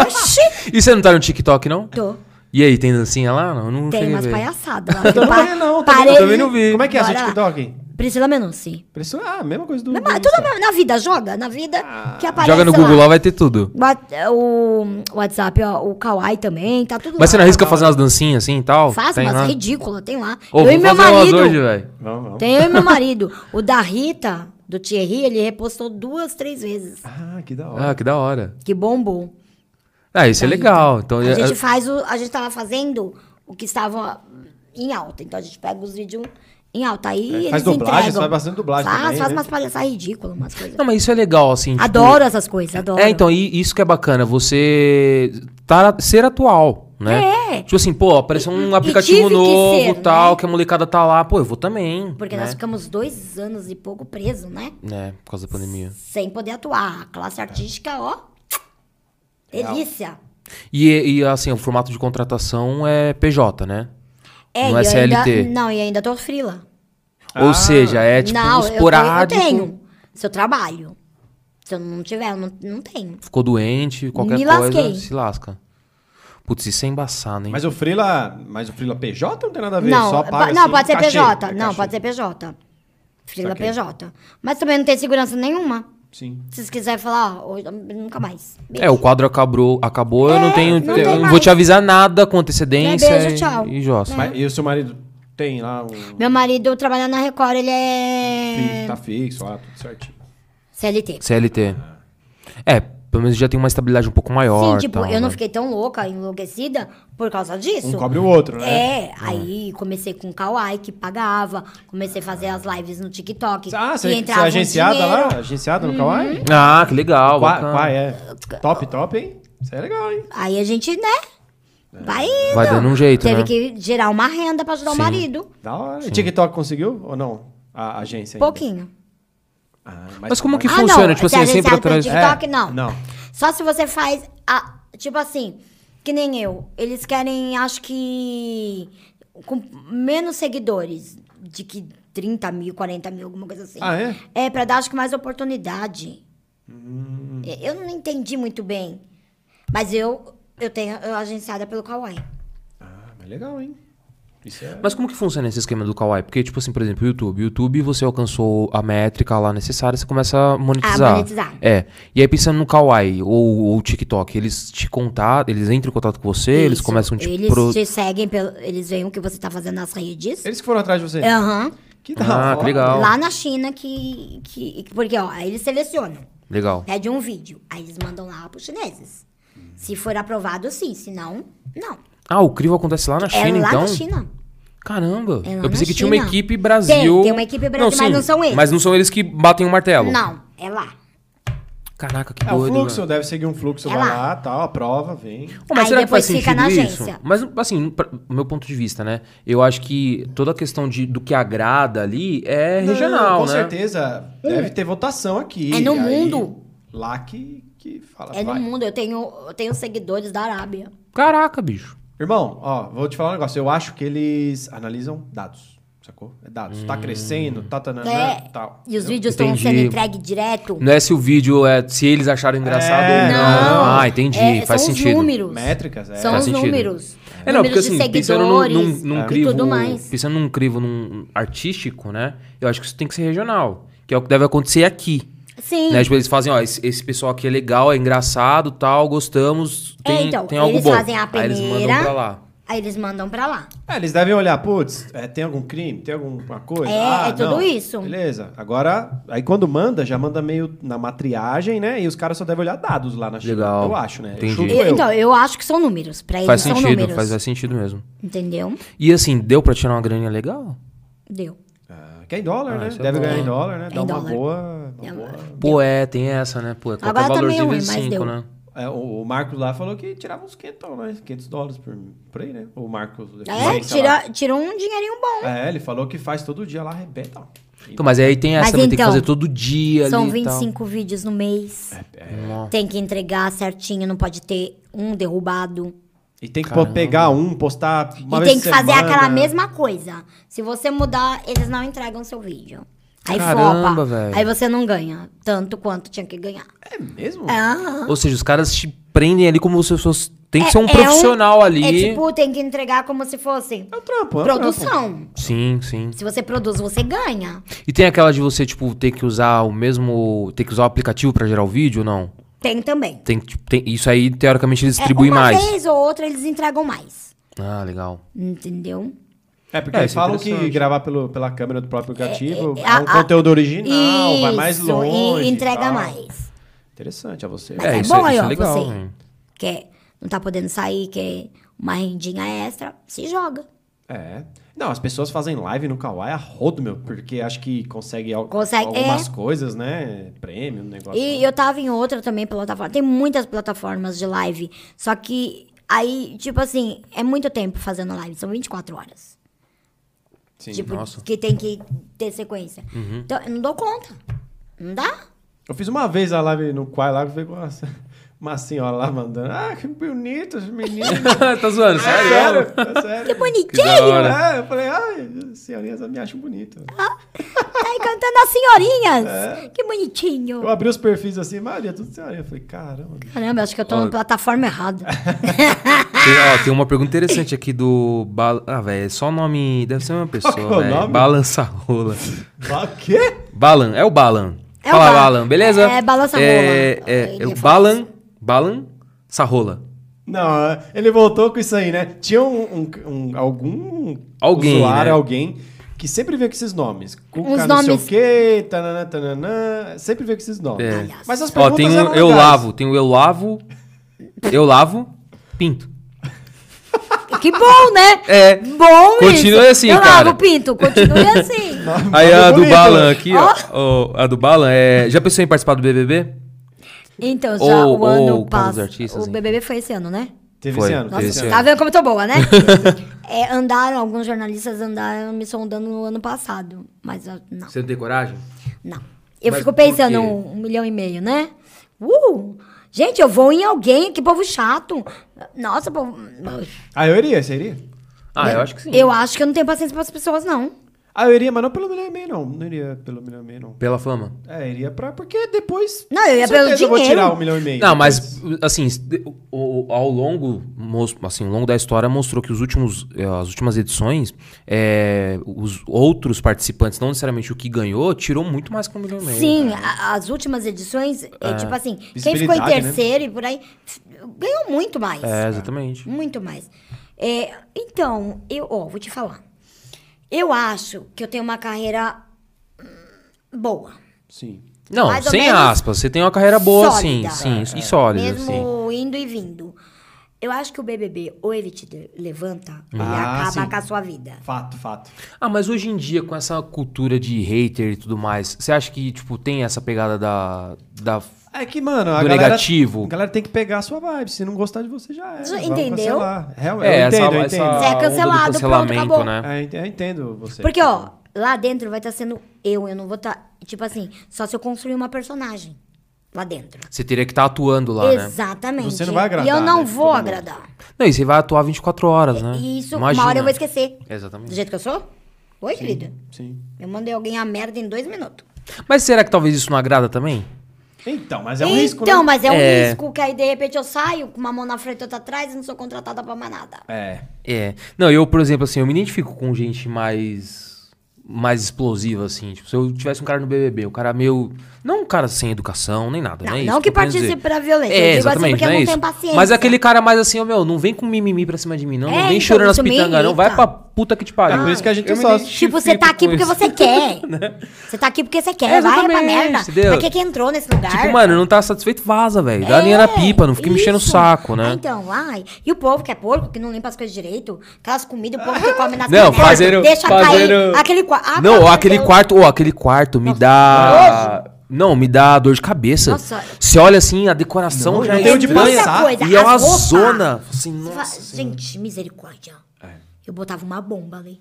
Oxi!
E você não tá no TikTok, não?
Tô.
E aí, tem dancinha lá? Não, eu não
Tem
cheguei a
umas
ver.
palhaçadas lá.
Eu também não,
Pa-
vi, não também,
parei-
eu também não vi. Como é que é
Bora
seu
lá.
TikTok?
Priscila Menucci.
Pressão, ah, mesma coisa do.
Mas,
do
mas
Insta.
tudo na, na vida, joga. Na vida que aparece.
Uhum. Ah. Joga no
sei
Google lá, vai ter tudo.
What- O WhatsApp, ó, o Kawaii também, tá tudo lá.
Mas você não arrisca fazer umas dancinhas assim e tal?
Faz
Tem lá.
umas ridículas, tem lá.
Ô,
eu e
vou
meu
fazer umas
marido.
hoje, velho.
Vamos, vamos.
tem eu e meu marido. O da Rita, do Thierry, ele repostou duas, três vezes.
Ah, que da hora.
Ah, que da hora.
Que bombou.
Ah, isso é
da
legal.
Rita.
Então,
Tá a
é-
gente faz o. A gente tava fazendo o que estava em alta. Então a gente pega os vídeos em alta. Aí eles
É, faz dublagem,
entregam.
faz bastante dublagem
Faz,
também,
faz
né?
umas palhaçadas ridículas, umas coisas.
Não, mas isso é legal, assim. tipo-
Adoro essas coisas, adoro.
É, então, e isso que é bacana, você tá, ser atual, né?
É.
Tipo assim, pô, apareceu um
tive
aplicativo
que
novo
ser, né?
tal, que a molecada tá lá, pô, eu vou também.
Porque
né?
nós ficamos dois anos e pouco presos, né?
É, por causa da pandemia.
Sem poder atuar. A classe artística, ó. Delícia.
E, e, assim, o formato de contratação é PJ, né?
É,
No
e eu ainda-
SLT.
Não, e ainda tô frila.
Ou
Ah,
seja, é tipo
não, eu tô-
esporádico.
Eu, tenho. Se eu trabalho. Se eu não tiver, eu não, não tenho.
Ficou doente, qualquer
Me
coisa,
lasquei.
se lasca. Putz, isso é embaçado, hein?
Mas o Frila. Mas o Frila PJ não tem nada a ver,
não,
só paga.
pa- não
assim,
pode ser
cachê,
PJ.
é
não,
cachê.
pode ser PJ. Frila
Saquei.
PJ. Mas também não tem segurança nenhuma.
Sim.
Se vocês quiserem falar, ó, hoje- nunca mais.
É, o quadro acabou, acabou eu não tenho.
É, não
eu
tem
não
mais.
vou te avisar nada com antecedência.
É,
e-
beijo, tchau.
E, jossa.
Mas, e o seu marido tem lá um.
Meu marido trabalha na Record, ele é.
Tá fixo lá, tudo certinho.
CLT.
CLT. É, pelo menos já tem uma estabilidade um pouco maior.
Sim, tipo,
tal,
eu não
né?
fiquei tão louca, enlouquecida por causa disso.
Um cobre o outro, né?
É, aí comecei com o Kawaii, que pagava. Comecei a fazer as lives no TikTok.
Ah,
e
você, você é
entrava um
agenciada
dinheiro. Hum.
lá? Agenciada no Kawaii?
Ah, que legal.
Qua-
bacana.
Qual é? Top, top, hein? Isso é legal, hein?
Aí a gente, né? Vai indo.
Vai dando um jeito,
Teve
né?
que gerar uma renda pra ajudar
Sim.
o marido.
Da hora. E TikTok conseguiu ou não? A agência ainda?
Pouquinho.
Ah,
Mas como que
Ah,
funciona?
não,
Tipo
se
assim, é sempre
agenciado pelo
atrás.
É,
TikTok, não.
não.
Só se você faz. a- tipo assim, que nem eu. Eles querem, acho que. Com menos seguidores. De que 30 mil, 40 mil, alguma coisa assim.
Ah, é?
É, pra dar, acho que mais oportunidade.
Hum.
É, Eu não entendi muito bem. Mas eu, eu tenho eu agenciada pelo Kawaii.
Ah, mas legal, hein? Isso é.
Mas como que funciona esse esquema do Kawaii? Porque, tipo assim, por exemplo, YouTube. YouTube, você alcançou a métrica lá necessária, você começa a monetizar.
A monetizar.
É. E aí, pensando no Kawaii ou, ou TikTok, eles te contatam, eles entram em contato com você, eles
Isso,
começam tipo,
Eles
pro-
te seguem, pelo, eles veem o que você tá fazendo nas redes.
Eles que foram atrás de você.
Aham.
Que da
Ah,
hora.
que legal.
É. Lá na China que, que. Porque, ó, aí eles selecionam.
Legal.
Pede um vídeo. Aí eles mandam lá pros chineses. Se for aprovado, sim. Se não, não.
Ah, o crivo acontece lá na China,
é lá
então?
na China.
Caramba.
É lá
eu pensei
na
que tinha uma
China.
equipe Brasil.
Tem, tem uma equipe Brasil, mas
sim,
não são eles.
Mas não são eles que batem o martelo.
Não, é lá.
Caraca, que
É o
doido.
fluxo,
velho.
deve seguir um fluxo,
É
vai
lá.
lá, tal, aprova, vem.
Pô, mas
Aí
será que faz
depois
sentido
fica na
isso?
agência.
Mas, assim, pra, meu ponto de vista, né? Eu acho que toda a questão de, do que agrada ali é regional,
com
né?
certeza deve ter votação aqui.
É no
Aí,
mundo.
Lá que, que fala.
É no
vai.
mundo. Eu tenho, eu tenho seguidores da Arábia.
Caraca, bicho.
Irmão, ó, vou te falar um negócio. Eu acho que eles analisam dados. Sacou? É dados.
Hum.
Tá crescendo, tá, tá, tá,
É,
tal.
e os
Entendeu?
vídeos estão sendo
Entendi.
entregues direto.
Não é se o vídeo é. Se eles acharam engraçado
É,
ou não.
Não.
Ah, entendi.
É,
faz
são
sentido.
os números.
Métricas, é.
São
Faz
os
sentido.
números.
É,
números
não, porque assim,
de
pensando num,
seguidores
num, num
e
crivo.
tudo mais.
Pensando num crivo num artístico, né? Eu acho que isso tem que ser regional. Que é o que deve acontecer aqui.
Sim.
Né? Tipo, eles fazem, ó, esse, esse pessoal aqui é legal, é engraçado, tal, gostamos.
É,
Tem,
então,
tem algo
eles
bom.
fazem a
Aí eles mandam
peneira.
pra lá.
Aí eles mandam pra lá.
É, eles devem olhar, putz, é, tem algum crime, tem alguma coisa?
É,
Ah,
é tudo
não.
isso.
Beleza. Agora, aí quando manda, já manda meio na matriagem, né? E os caras só devem olhar dados lá na China.
Legal.
Eu acho, né? Eu
Entendi.
chuto
Eu-
eu.
então, eu acho que são números. Pra eles
Faz
É são
sentido,
números.
faz, faz sentido mesmo.
Entendeu?
E assim, deu pra tirar uma graninha legal?
Deu.
Ah, que é em dólar,
Ah,
né?
isso é
Deve
bom.
ganhar em dólar, né?
É
Dá
em
uma
dólar.
boa...
É
Uma
uma-
boa...
Pô, é, tem essa, né? Pô, é qualquer
Agora tá
valorzinho
meio ruim,
vezes
mas
5,
deu.
né?
É, o, o Marcos lá falou que tirava uns 500, né? 500 dólares por, por aí, né? O Marcos...
É,
sei lá.
tira, tira um dinheirinho bom.
É, ele falou que faz todo dia lá, arrebenta. ó.
Então, mas aí tem essa,
Mas
também, tem que
então,
fazer todo dia
São
ali então. É. e tal.
25 vídeos no mês.
é,
Nossa.
Tem que entregar certinho, não pode ter um derrubado.
E tem que pô, pegar um, postar uma
e
vez
tem que
por
fazer
semana.
aquela mesma coisa. Se você mudar, eles não entregam seu vídeo. Aí
Caramba,
flopa.
velho.
Aí você não ganha tanto quanto tinha que ganhar.
É mesmo?
Ah.
Ou seja, os caras te prendem ali como se fosse... Tem que ser um
É- é
profissional ali. Tá
É tipo, tem que entregar como se fosse
É um trampo, é um trampo.
produção.
Sim, sim.
Se você produz, você ganha.
E tem aquela de você, tipo, ter que usar o mesmo... Ter que usar o aplicativo pra gerar o vídeo ou não?
Tem também.
Tem, que, tipo, tem- isso aí, teoricamente, eles
É,
distribuem
uma
mais.
vez ou outra, eles entregam mais.
Ah, legal.
Entendeu?
É, porque
É,
eles
isso é
falam que
interessante.
gravar pelo, pela câmera do próprio aplicativo é,
a-
um
a-
conteúdo original, vai mais
Isso, e
longe. e
entrega
tal.
mais.
Interessante, é você.
Mas é,
isso é-
bom aí,
isso é
ó.
legal,
você
hein?
quer, não tá podendo sair, quer uma rendinha extra, se joga.
É. Não, as pessoas fazem live no Kawaii a rodo, meu, porque acho que consegue, al-
Consegue, é.
algumas coisas, né? Prêmio, um negócio.
E eu tava em outra também plataforma. Tem muitas plataformas de live. Só que aí, tipo assim, é muito tempo fazendo live. São 24 horas.
Sim. Uhum.
tipo,
nossa.
que tem que ter sequência. Então, eu não dou conta. Não dá?
Eu fiz uma vez a live no Kawaii lá, que ficou uma, uma senhora lá mandando. Ah, que bonito os meninos.
tá zoando, sério?
sério? É sério.
Que
da
bonitinho!
hora.
É, eu falei, ai, senhorinhas me acham bonito.
Tá aí cantando as
É.
senhorinhas! Que bonitinho!
Eu abri os perfis assim, Maria, tudo senhorinha. Eu falei, caramba.
Caramba, acho que eu tô
Ó.
na plataforma errada.
Tem, ó, tem uma pergunta interessante aqui do... Bal... Ah, velho, é só nome... Deve ser uma pessoa,
que é o
velho.
nome?
Balança rola.
Fala, O quê?
Balan, é o Balan.
É o
Fala,
Balan.
Balan, beleza?
É, balança
É,
rola.
é,
Ele
é o
fala
Balan, Balan Sarrola.
Não, ele voltou com isso aí, né? Tinha um, um- um- algum
Alguém,
usuário,
né?
alguém, que sempre veio com esses nomes. Cuca
Uns
não sei
nomes-
o quê, tananã, tananã, sempre veio com esses nomes.
É.
Mas as
Ó,
perguntas
tem
eram
o Eu
legais.
Lavo, tem o Eu Lavo, Eu Lavo, Pinto.
que bom, né?
É.
Bom
Continue
isso.
assim,
eu
cara.
lavo o pinto, continue assim.
Aí
Nome
a do
bonito,
Balan
né?
aqui, ó, ó, a do Balan é... Já pensou em participar do BBB?
Então, já
Ou-
o ano
ou com os
passa.
artistas,
O
enfim.
BBB foi esse ano, né?
Teve
Foi,
esse ano.
teve
Teve
esse
esse
ano.
ano.
Tá vendo como eu tô boa, né? É, andaram, alguns jornalistas andaram me sondando no ano passado. Mas eu- não,
Você não tem coragem?
não. Eu
Mas
fico
por quê?
pensando um, um milhão e meio, né? Uh! Gente, eu vou em alguém, que povo chato. Nossa, povo.
Ah, eu iria, você iria?
Ah, eu acho que sim.
Eu acho que eu não tenho paciência para as pessoas, não.
Ah, eu iria, mas não pelo milhão e meio, não. Não iria pelo milhão e meio, não.
Pela fama.
É, iria pra... Porque depois...
Não, eu
com
ia
certeza
pelo
eu vou
dinheiro.
tirar um milhão e meio.
Não, mas
depois.
assim, o- o- ao longo, mos- assim, ao longo da história mostrou que os últimos, eh, as últimas edições, eh, os outros participantes, não necessariamente o que ganhou, tirou muito mais que um milhão e meio.
Sim, a- as últimas edições, é, tipo assim, quem ficou em
Visibilidade, né?
terceiro e por aí, ganhou muito mais.
É, exatamente.
Muito mais. É, então, eu ó, vou te falar. Eu acho que eu tenho uma carreira hum, boa.
Sim.
Não,
Mais ou
sem
menos
aspas, você tem uma carreira boa,
sólida. É,
sim, sim, e sólida, sim.
Mesmo indo e vindo. Eu acho que o BBB, ou ele te de- levanta, ou ele
Ah,
acaba
sim.
com a sua vida.
Fato, fato.
Ah, mas hoje em dia, com essa cultura de hater e tudo mais, você acha que, tipo, tem essa pegada da... da...
É que, mano, a
Do
galera,
negativo.
A galera tem que pegar a sua vibe. Se não gostar de você, já é.
Já
vai
entendeu?
cancelar. É, eu entendo, eu entendo.
Você é
onda do
cancelado, pronto, acabou.
né?
É, eu ent- eu entendo você.
Porque, ó, lá dentro vai estar sendo eu, eu não vou estar. tipo assim, só se eu construir uma personagem lá dentro.
Você teria que estar atuando lá, né?
Exatamente.
Você não vai agradar,
E eu
né,
não vou
todo mundo.
agradar.
Não, e você vai atuar 24 horas, né?
E isso,
Imagina.
uma hora eu vou esquecer. Do
Exatamente.
jeito que eu sou? Foi,
Sim,
querida?
Sim.
Eu mandei alguém a merda em dois minutos.
Mas será que talvez isso não agrada também?
Então, mas é um
então,
risco, né?
mas é um
É.
risco que aí de repente eu saio com uma mão na frente e outra atrás e não sou contratada pra mais nada.
É.
É. Não, eu, por exemplo, assim, eu me identifico com gente mais mais explosiva, assim. Tipo, se eu tivesse um cara no BBB, o cara meio... Não um cara sem educação, nem nada,
Não,
né? Isso
não que
eu quero dizer.
participe pra violência, eu digo
É,
assim
exatamente,
porque eu
não é
não
isso.
tenho paciência.
Mas aquele cara mais assim, ó, meu, não vem com mimimi pra cima de mim, não.
É,
não vem
então,
chorando as
isso me
pitangas, não. Vai
irrita.
pra puta que te pariu.
É por isso que a gente
Eu
é
me
sócio.
identifico
Tipo, você tá aqui
com
porque
isso. Né?
você quer. Você tá aqui porque você quer. Vai pra
Exatamente,
merda.
entendeu?
Pra que que entrou nesse lugar?
Tipo, mano, não tá satisfeito, vaza, velho. Dá
É,
linha na pipa, não fica me enchendo o
isso.
saco, né?
Ah, então, ai. E o povo que é porco, que não limpa as coisas direito, aquelas comidas, o povo que come na
Não, fazer o-
deixa
fazer o-
cair. Aquele Ah, quarto.
não, ó, aquele
então.
quarto, ou aquele quarto me dá. Não, me dá dor de cabeça.
Nossa.
Você olha assim, a decoração
Não,
já
não
é
tem onde
estranha.
passar.
Coisa,
E é
as
uma
roupas.
zona. Assim,
Você
nossa.
fala,
senhora. É.
gente, misericórdia. Eu botava uma bomba ali.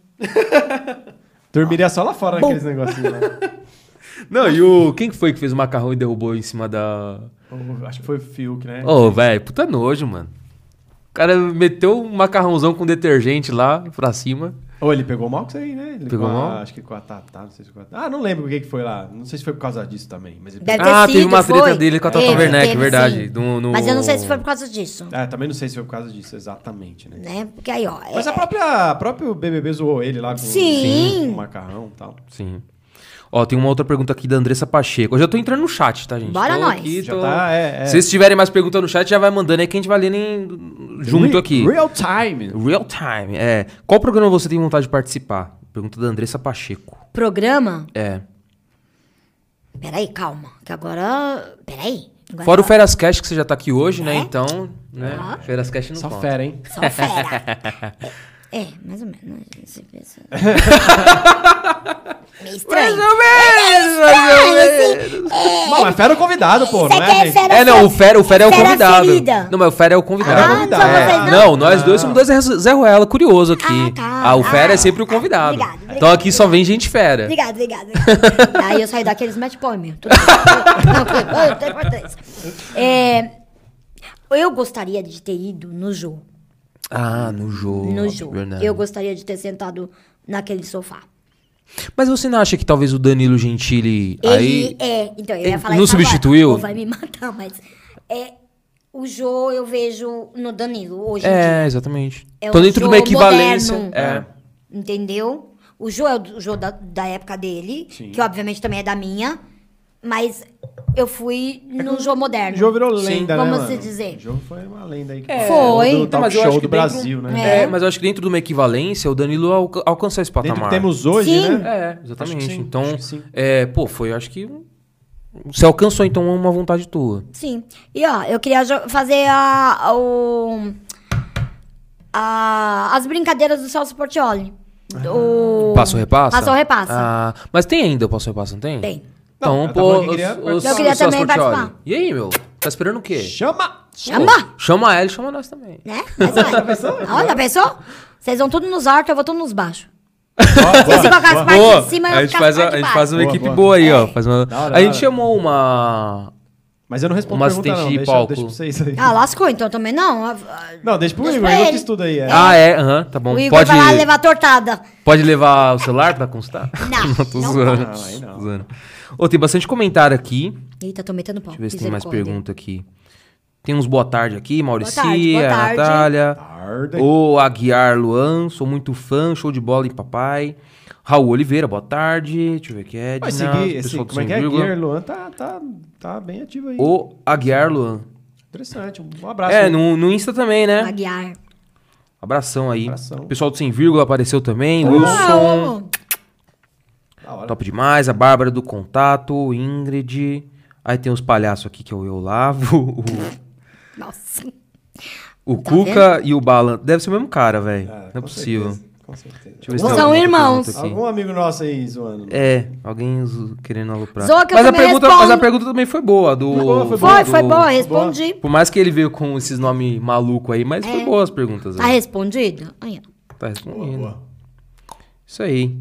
Dormiria só lá fora naqueles negocinhos né? lá.
Não, e o. Quem que foi que fez o macarrão e derrubou em cima da.
Oh, acho que foi o Fiuk, né?
Ô, velho, puta nojo, mano. O cara meteu um macarrãozão com detergente lá pra cima.
Ou ele pegou mal com isso aí, né? Ele
Pegou
com a-
mal?
Acho que com a Tatá, não sei se com a Ah, não lembro o que que foi lá. Não sei se foi por causa disso também. Mas ele...
Deve
pegou-
ter
Ah,
sido,
teve uma treta
foi.
dele com a Tata
Teve,
Werneck,
teve,
verdade,
sim.
no- no-
Mas eu não sei se foi por causa disso.
Ah, também não sei se foi por causa disso, exatamente, né?
Né? Porque aí, ó.
Mas
é-
a própria, a próprio BBB zoou ele lá com,
Sim.
com o macarrão e tal.
Sim. Ó, tem uma outra pergunta aqui da Andressa Pacheco. Eu já tô entrando no chat, tá, gente?
Bora
Tô
nós.
aqui,
Já
tô-
tá, é, é.
Se vocês tiverem mais perguntas no chat, já vai mandando aí que a gente vai lendo em- junto
Re-
aqui.
Real time.
Real time. É. Qual programa você tem vontade de participar? Pergunta da Andressa Pacheco.
Programa.
É.
Peraí, calma. Que agora. Peraí. Agora-
Fora o Feras Cash, que você já tá aqui hoje, né?
É.
Então, né? Feras Cash não
Só
conta.
fera, hein?
Só fera. é, é, mais ou menos. Esse pensa- Meio estranho.
Não, mas fera é o convidado, pô,
Isso
não
aqui
é?
é
gente?
fera
É, não, o Fera, o Fera é o
Fera
convidado.
ferida. então
Não, mas o Fera é o convidado.
Ah, não são
É,
vocês,
não?
não?
nós dois somos dois Zé Ruela, curioso aqui.
Ah, tá.
o Fera
Ah,
é sempre o
tá.
convidado.
Obrigado, obrigado.
então aqui só vem gente fera.
Obrigado, obrigado. obrigado. Aí eu saí daqueles match point. Tudo bem. Não, tudo bem. Eu tenho importância. É, eu gostaria de ter ido no jogo.
Ah, no jogo.
No jogo.
verdade.
Eu gostaria de ter sentado naquele sofá.
Mas você não acha que talvez o Danilo Gentili aí
Ele é. Então, eu
ele
ia falar
não
isso agora.
substituiu?
Ou vai me matar, mas. É, o Jô eu vejo no Danilo hoje. em dia.
É, exatamente.
É
Tô
um
dentro de uma
jogo
equivalência.
moderno.
É.
Entendeu? O Jô é o Jô da, da época dele,
Sim.
que obviamente também é da minha, mas eu fui no Jô
O É
moderno.
Jô virou lenda, né,
Vamos
mano?
se dizer. É.
O Jô foi uma lenda aí. Que
Foi.
Do
Não,
talk
mas eu acho
show
que
do
dentro-
Brasil, né?
É, mas eu acho que dentro de uma equivalência, o Danilo alca- alcançou esse
Dentro do
patamar.
que temos hoje,
Sim.
né?
É, exatamente.
Acho que sim,
então,
acho que sim.
é, pô, foi, eu acho que. Você alcançou, então, uma vontade tua.
Sim. E ó, eu queria jo- fazer a, a- o, a- as brincadeiras do Celso Portioli.
Ah.
Do...
Passo repassa?
Passou repassa.
Ah, mas tem ainda o passo repassa, não tem?
Tem.
Então,
Não, ela tá
pô,
falando que queria
os-
participar.
os-
Eu queria
os seus
também
Portioli.
participar.
E aí, meu? Tá esperando o
É.
quê?
Chama!
Chama!
Pô, chama ela e chama nós também.
Né? Mas, ué, Olha, já pensou? Vocês vão tudo nos altos, eu vou tudo nos baixos. Vocês ficam com as partes de cima, eu
a
vou
gente
ficar com as
faz, a,
partes de
gente
baixo.
faz uma
Boa,
equipe
boa.
boa aí, ó.
É.
faz uma-
Da hora,
a
da
gente
hora.
chamou uma.
Mas eu não respondo
Uma
pergunta, não.
assistente de
deixa,
palco.
Deixa pra vocês aí.
Ah, lascou, então também não. Ah, ah,
Não, deixa pro
Deixa
Igor.
pra
Igor que
ele.
estuda aí. é.
Ah, é, aham, tá bom.
O Igor
Pode,
vai lá levar a tortada.
pode levar o celular pra constar?
Não,
tô
não
zoando.
pode. Não, aí não.
tô zoando. Ô, tem bastante comentário aqui.
Eita, tô metendo pau.
Deixa eu ver se tem mais
Misericórdia.
pergunta aqui. Tem uns boa tarde aqui, Mauricia,
tarde, boa tarde.
Natália.
Tarde.
O Aguiar Luan, sou muito fã, show de bola em papai. Raul Oliveira, boa tarde. Deixa eu ver aqui. Edna,
Vai seguir esse.
pessoal do
Como é
Sem
que é?
Vírgula.
Guilherme Luan tá, tá, tá bem ativo aí.
O Aguiar Luan.
Interessante. Um abraço.
É,
aí.
no, no Insta também, né?
Aguiar.
Abração aí.
Abração.
Pessoal do Sem Vírgula apareceu também. Wilson.
Uau!
Da hora.
Top demais. A Bárbara do Contato, Ingrid. Aí tem os palhaços aqui que é o eu lavo.
Nossa.
O, o
Tá
Cuca e o Balan. Deve ser o mesmo cara, velho.
Ah,
Não é
com
possível.
certeza, Com certeza.
Deixa eu ver se tá assim. tem
São
alguma outra
irmãos.
pergunta aqui.
Algum amigo nosso aí zoando.
É, alguém zo- querendo aloprar.
Zoa que eu
mas, a
também
pergunta,
respondo.
mas a pergunta também foi boa. Do,
Foi boa, foi
Foi,
do-
foi boa, respondi.
Por mais que ele veio com esses nomes malucos aí, mas foi boa as perguntas.
É. Tá
né?
respondido? Ai, ó.
Tá respondendo.
Boa.
Isso aí.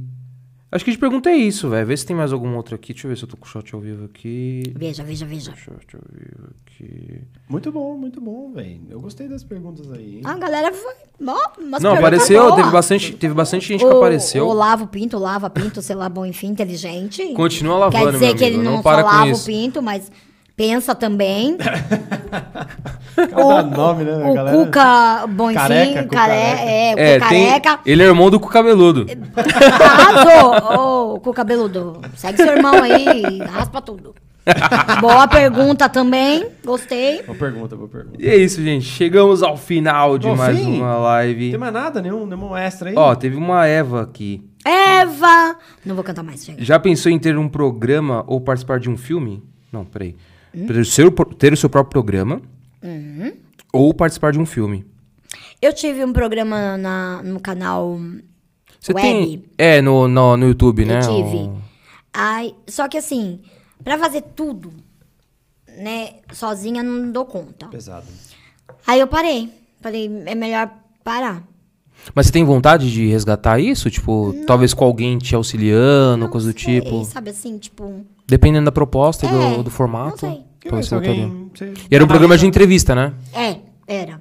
Acho que a gente pergunta é isso, velho. Vê se tem mais algum outro aqui. Deixa eu ver se eu tô com o shot ao vivo aqui.
Veja, veja, veja.
Shot ao vivo aqui.
Muito bom, muito bom, velho. Eu gostei das perguntas aí. hein?
A galera foi. Mó, umas
Não,
perguntas
apareceu.
boas.
Teve bastante, teve bastante gente que
O-
apareceu.
O Lava o Pinto, Lava Pinto, sei lá, bom, enfim, inteligente.
Continua lavando,
Quer dizer
meu
que ele
amigo,
não,
não para
só
com
lava
isso.
o Pinto, mas pensa também.
Cada nome, né,
o
galera?
Cuca, bom, enfim,
Careca,
careca,
Cuca careca.
é, o
É,
Cuca
tem,
careca.
ele é irmão do cu cabeludo.
Arrasou! Ô, cu cabeludo, segue seu irmão aí, raspa tudo. Boa pergunta também, gostei.
Boa pergunta, boa pergunta.
E é isso, gente. Chegamos ao final de
Ao
mais
fim?
uma
Tem
live.
mais nada, nenhum, nenhum extra aí?
Ó, teve uma Eva aqui.
Eva! Não vou cantar mais, chega.
Já pensou em ter um programa ou participar de um filme? Não, peraí.
Hum?
Ter, o seu, ter o seu próprio programa
Uhum.
ou participar de um filme.
Eu tive um programa na, no canal
Você
Web.
tem. É, no, no, no YouTube, né?
Eu tive.
O-
Ai, só que assim, pra fazer tudo, né, sozinha não dou conta.
Pesado.
Aí eu parei. Falei, é melhor parar.
Mas você tem vontade de resgatar isso? Tipo, talvez com alguém te auxiliando, coisa do
Sei,
tipo.
sabe assim, tipo.
Dependendo da proposta,
É,
do, do
não
formato.
sei.
Que
talvez
se
você voltaria.
alguém- você-
E era um programa de entrevista, né?
É, era.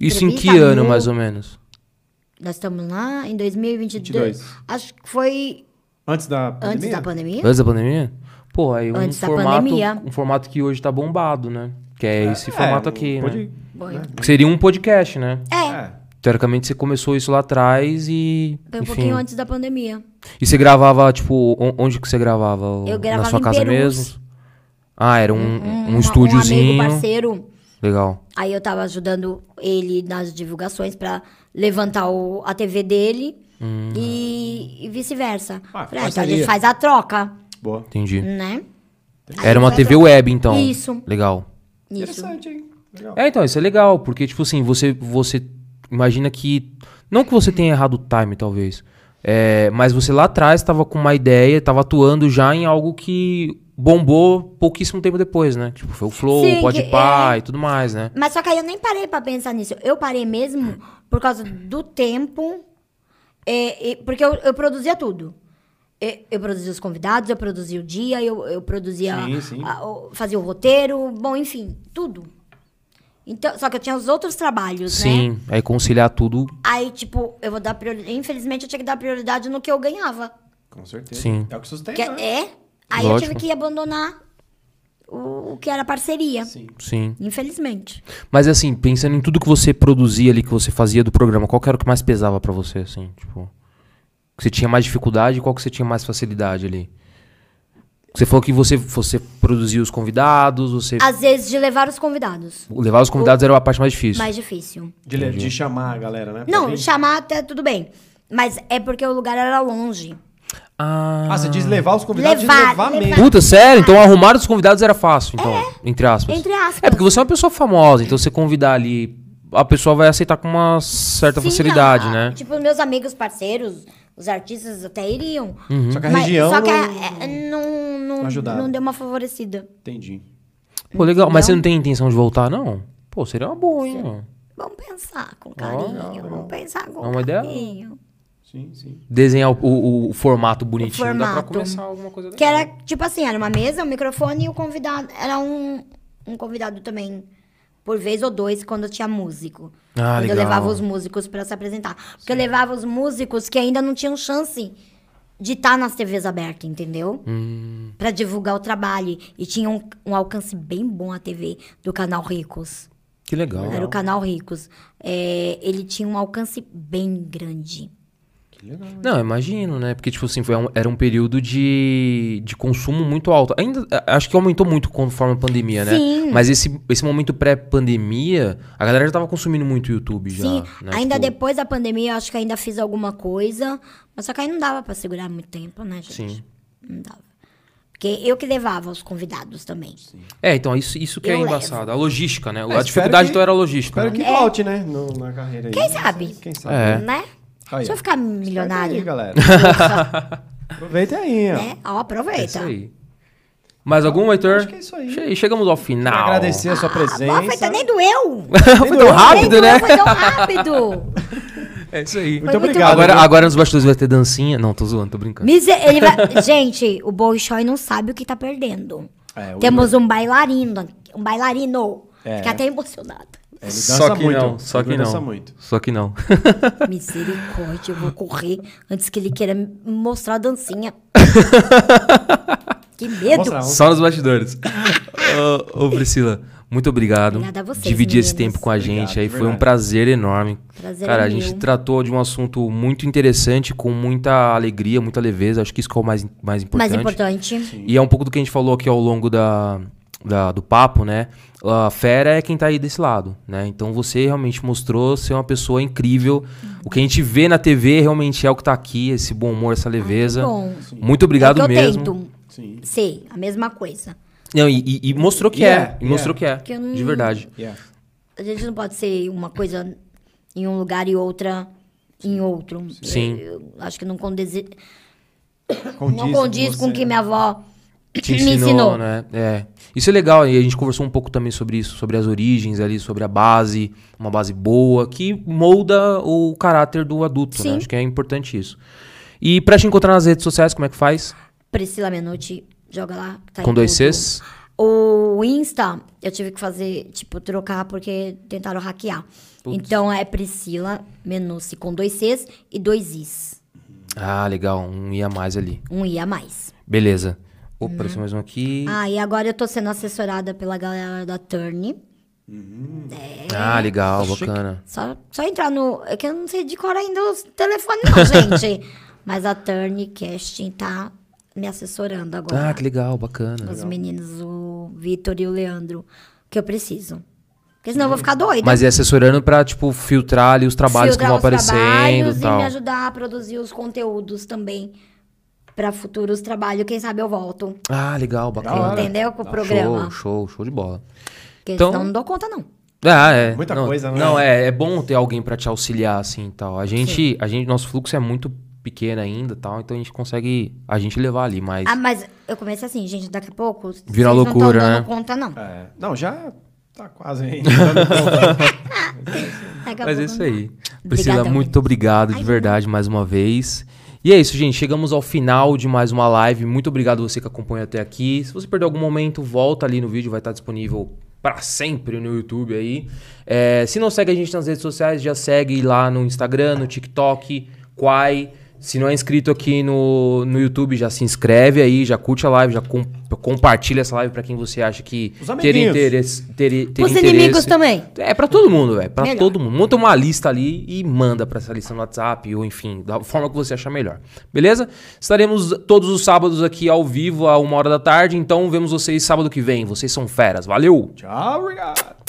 Isso em que
Entrevista
ano,
no-
mais ou menos?
Nós estamos lá em 2022.
22.
Acho que foi
Antes da pandemia?
antes da pandemia.
Antes da pandemia? Pô, aí um
Antes da
formato,
pandemia.
um formato que hoje tá bombado, né? Que é esse
É,
formato
um
aqui,
pod-
né?
Foi.
né?
Que seria um podcast, né?
É,
Teoricamente você começou isso lá atrás e
foi um
enfim. Um
pouquinho antes da pandemia.
E você gravava tipo on- onde que você gravava? O-
Eu gravava
na sua
em
casa
Perus. Uhum.
mesmo? Ah, era um, um,
Uma-
estúdiozinho.
Um amigo parceiro.
Legal.
Aí eu tava ajudando ele nas divulgações pra levantar o- a TV dele
Hum.
e, e vice-versa.
Ah,
Falei, ah, então a
parceria.
gente faz a troca,
Boa.
Entendi.
né? Aí
Era uma
foi a
TV web então.
Isso.
Legal.
troca. Isso.
Interessante, hein? Legal.
É, então, isso é legal, porque, tipo assim, você, você imagina que. Não que você tenha errado o time, talvez. é, mas você lá atrás estava com uma ideia, estava atuando já em algo que bombou pouquíssimo tempo depois, né? Tipo, foi o Flow,
Sim,
o Podpah e tudo mais, né?
Mas só que aí eu nem parei pra pensar nisso. Eu parei mesmo por causa do tempo. é, e- porque eu, eu produzia tudo. E- Eu, produzia os convidados, eu produzia o dia, eu, eu produzia.
Sim, sim.
a- o- fazia o roteiro, bom, enfim, tudo. Então, só que eu tinha os outros trabalhos, né?
Sim, aí conciliar tudo,
Aí, tipo, eu vou dar prioridade. Infelizmente, eu tinha que dar prioridade no que eu ganhava.
Com certeza.
Sim.
É o que sustenta.
Que-
né?
é? Aí eu
Lógico.
tive que abandonar o, o que era parceria.
Sim.
sim.
Infelizmente.
Mas assim, pensando em tudo que você produzia ali, que você fazia do programa, qual que era o que mais pesava pra você, assim, tipo? Que você tinha mais dificuldade e qual que você tinha mais facilidade ali? Você falou que você, você produzia os convidados, você.
Às vezes, de levar os convidados.
Levar os convidados era a parte mais difícil.
Mais difícil.
De, le- de chamar a galera,
Tá
né? Pra
Não,
vir.
chamar até tudo bem. Mas é porque o lugar era longe.
Ah.
Ah, você diz levar os convidados de
Levar,
levar
levar.
mesmo.
Puta, sério? Então arrumar os convidados era fácil, então. Entre aspas.
Entre aspas.
É porque você é uma pessoa famosa, então você convidar ali. A pessoa vai aceitar com uma certa
Sim,
facilidade,
a-
né?
Tipo, meus amigos parceiros, os artistas até iriam.
Hum.
Só que a região.
Uhum. Só que
não-
é, é, não, não,
ajudava.
não deu uma favorecida.
Entendi.
Pô, legal. Mas você
Não.
não tem intenção de voltar, não? Pô, seria uma boa, hein? mano?
Vamos pensar com carinho. Vamos pensar com
É uma ideia?
carinho.
Sim, sim.
desenhar o, o- o formato bonitinho.
O
Dá pra
formato.
começar alguma coisa legal.
Que era, tipo assim, era uma mesa, um microfone e o convidado. Era um, um convidado também, por vez ou dois, quando tinha músico.
Ah,
quando
legal.
eu levava os músicos pra se apresentar. Porque eu levava os músicos que ainda não tinham chance de estar nas TVs abertas, entendeu?
Hum.
Pra divulgar o trabalho. E tinha um, um alcance bem bom a TV do canal Ricos.
Que legal.
Era o canal Ricos. É, ele tinha um alcance bem grande.
Que legal.
Não, imagino, né? Porque, tipo assim, foi um- era um período de, de consumo muito alto. Ainda a- acho que aumentou muito conforme a pandemia, né?
Sim.
Mas esse, esse momento pré-pandemia, a galera já tava consumindo muito YouTube já.
Sim,
né?
ainda
Tipo,
depois da pandemia, eu acho que ainda fiz alguma coisa. Mas só que aí não dava pra segurar muito tempo, né, gente?
Sim.
Não dava. Porque eu que levava os convidados também.
É, então, isso, isso que é
Eu levo.
embaçado. A logística, né?
É,
a
espero
dificuldade
que-
então era a logística.
Espero
né?
que volte, né? no- na carreira aí.
É. Quem sabe?
Quem sabe?
É.
Né?
Aí,
Se
ó.
eu ficar
Aproveita aí,
milionária,
galera. Aproveita aí, ó.
né? Ó,
É
aproveita.
isso aí. Mais algum, Heitor?
acho que é isso aí.
Che- Chegamos ao final.
Quero agradecer a sua
Ah, boa, foi,
presença.
nem doeu.
Foi tão
Nem
rápido,
doeu,
né?
Foi tão rápido.
É isso aí.
Muito
muito
obrigado.
Agora, ah,
viu?
agora nos bastidores vai ter dancinha. Não, tô zoando, tô brincando.
Mise- ele vai- Gente, o Bolshoi não sabe o que tá perdendo.
É, o
Temos um bailarino. Um bailarino.
É.
Fica até emocionado.
É, ele dança
Só que
muito,
não, só
ele
que
dança
não.
muito.
Só que não.
Misericórdia, eu vou correr antes que ele queira me mostrar a dancinha. que medo.
Mostra,
Só nos bastidores. Ô, ô, Priscila, muito obrigado.
Obrigada a vocês,
Dividir esse
meninos.
tempo com a
Obrigado,
gente aí
de
foi um
verdade.
prazer enorme.
Prazer
Cara,
é
a gente
meu.
tratou de um assunto muito interessante, com muita alegria, muita leveza. Acho que isso que é o mais, mais importante.
Mais importante.
E é um pouco do que a gente falou aqui ao longo da, da- do papo, né? A fera é quem tá aí desse lado, né? Então você realmente mostrou ser uma pessoa incrível. O que a gente vê na TV realmente é o que tá aqui, esse bom humor, essa leveza.
bom.
Muito obrigado
é que eu
mesmo.
tento
Sim.
ser a mesma coisa.
Não, e, e- e mostrou que
Yeah,
é. E mostrou que é.
eu não-
De verdade.
Yeah.
A gente não pode ser uma coisa em um lugar e outra em outro.
Sim.
Eu acho que não condiz,
Condiz
não condiz com o
você,
que
né?
minha avó
Te
me
ensinou,
ensinou.
né? É. Isso é legal, e a gente conversou um pouco também sobre isso, sobre as origens ali, sobre a base, uma base boa, que molda o caráter do adulto, né?
Sim.
Acho que é importante isso. E pra te encontrar nas redes sociais, como é que faz?
Priscila Menotti, joga lá. tá
Com
em
dois
tudo.
Cs?
O Insta, eu tive que fazer, tipo, trocar porque tentaram hackear. Então é Priscila Menucci com dois Cs e dois Is.
Ah, legal, um I a mais ali.
Um I a mais.
Beleza. Opa, apareceu mais um aqui.
Ah, e agora eu tô sendo assessorada pela galera da Turn. é.
Ah, legal, bacana.
Só, só entrar no. É que eu não sei de cor ainda os telefones, não, gente. Mas a Turn Casting tá me assessorando agora.
Ah, que legal, bacana.
Os meninos, o Vitor e o Leandro, que eu preciso. Porque senão eu vou ficar doida.
Mas é assessorando pra, tipo, filtrar ali os trabalhos que
filtrar
vão
os
aparecendo
trabalhos
e
e me
tal.
ajudar a produzir os conteúdos também para futuros trabalhos. Quem sabe eu volto.
Ah, legal, bacana.
Entendeu? Com o programa.
Tá, Show, show, show de bola.
Porque
Então-
senão eu não dou conta, não.
Ah, é.
Muita
não,
coisa, né?
Não, é, é bom ter alguém pra te auxiliar, assim, e tal. A gente, a gente, nosso fluxo é muito pequeno ainda, e tal, então a gente consegue a gente levar ali, mas...
Ah, mas eu comecei assim, gente, daqui a pouco. vocês
Vira loucura,
não tão
né?
dando conta, não.
É. Não, já tá quase aí. dando conta.
Daqui a
Mas
pouco
é isso
não.
aí. Priscila,
Obrigadão,
muito obrigado de verdade mais uma vez. E é isso, gente. Chegamos ao final de mais uma live. Muito obrigado você que acompanha até aqui. Se você perdeu algum momento, volta ali no vídeo, vai estar disponível para sempre no YouTube aí. É, se não segue a gente nas redes sociais, já segue lá no Instagram, no TikTok, Quai. Se não é inscrito aqui no, no YouTube, já se inscreve aí, já curte a live, já com- compartilha essa live para quem você acha que
Os
teria
amiguinhos.
interesse. teria- teria
Os inimigos
interesse.
também.
É pra todo mundo, velho. Pra
Melhor.
todo mundo. Monta uma lista ali e manda pra essa lista no WhatsApp ou enfim, da forma que você achar melhor. Beleza? Estaremos todos os sábados aqui ao vivo a uma hora da tarde. Então vemos vocês sábado que vem. Vocês são feras. Valeu!
Tchau, obrigado.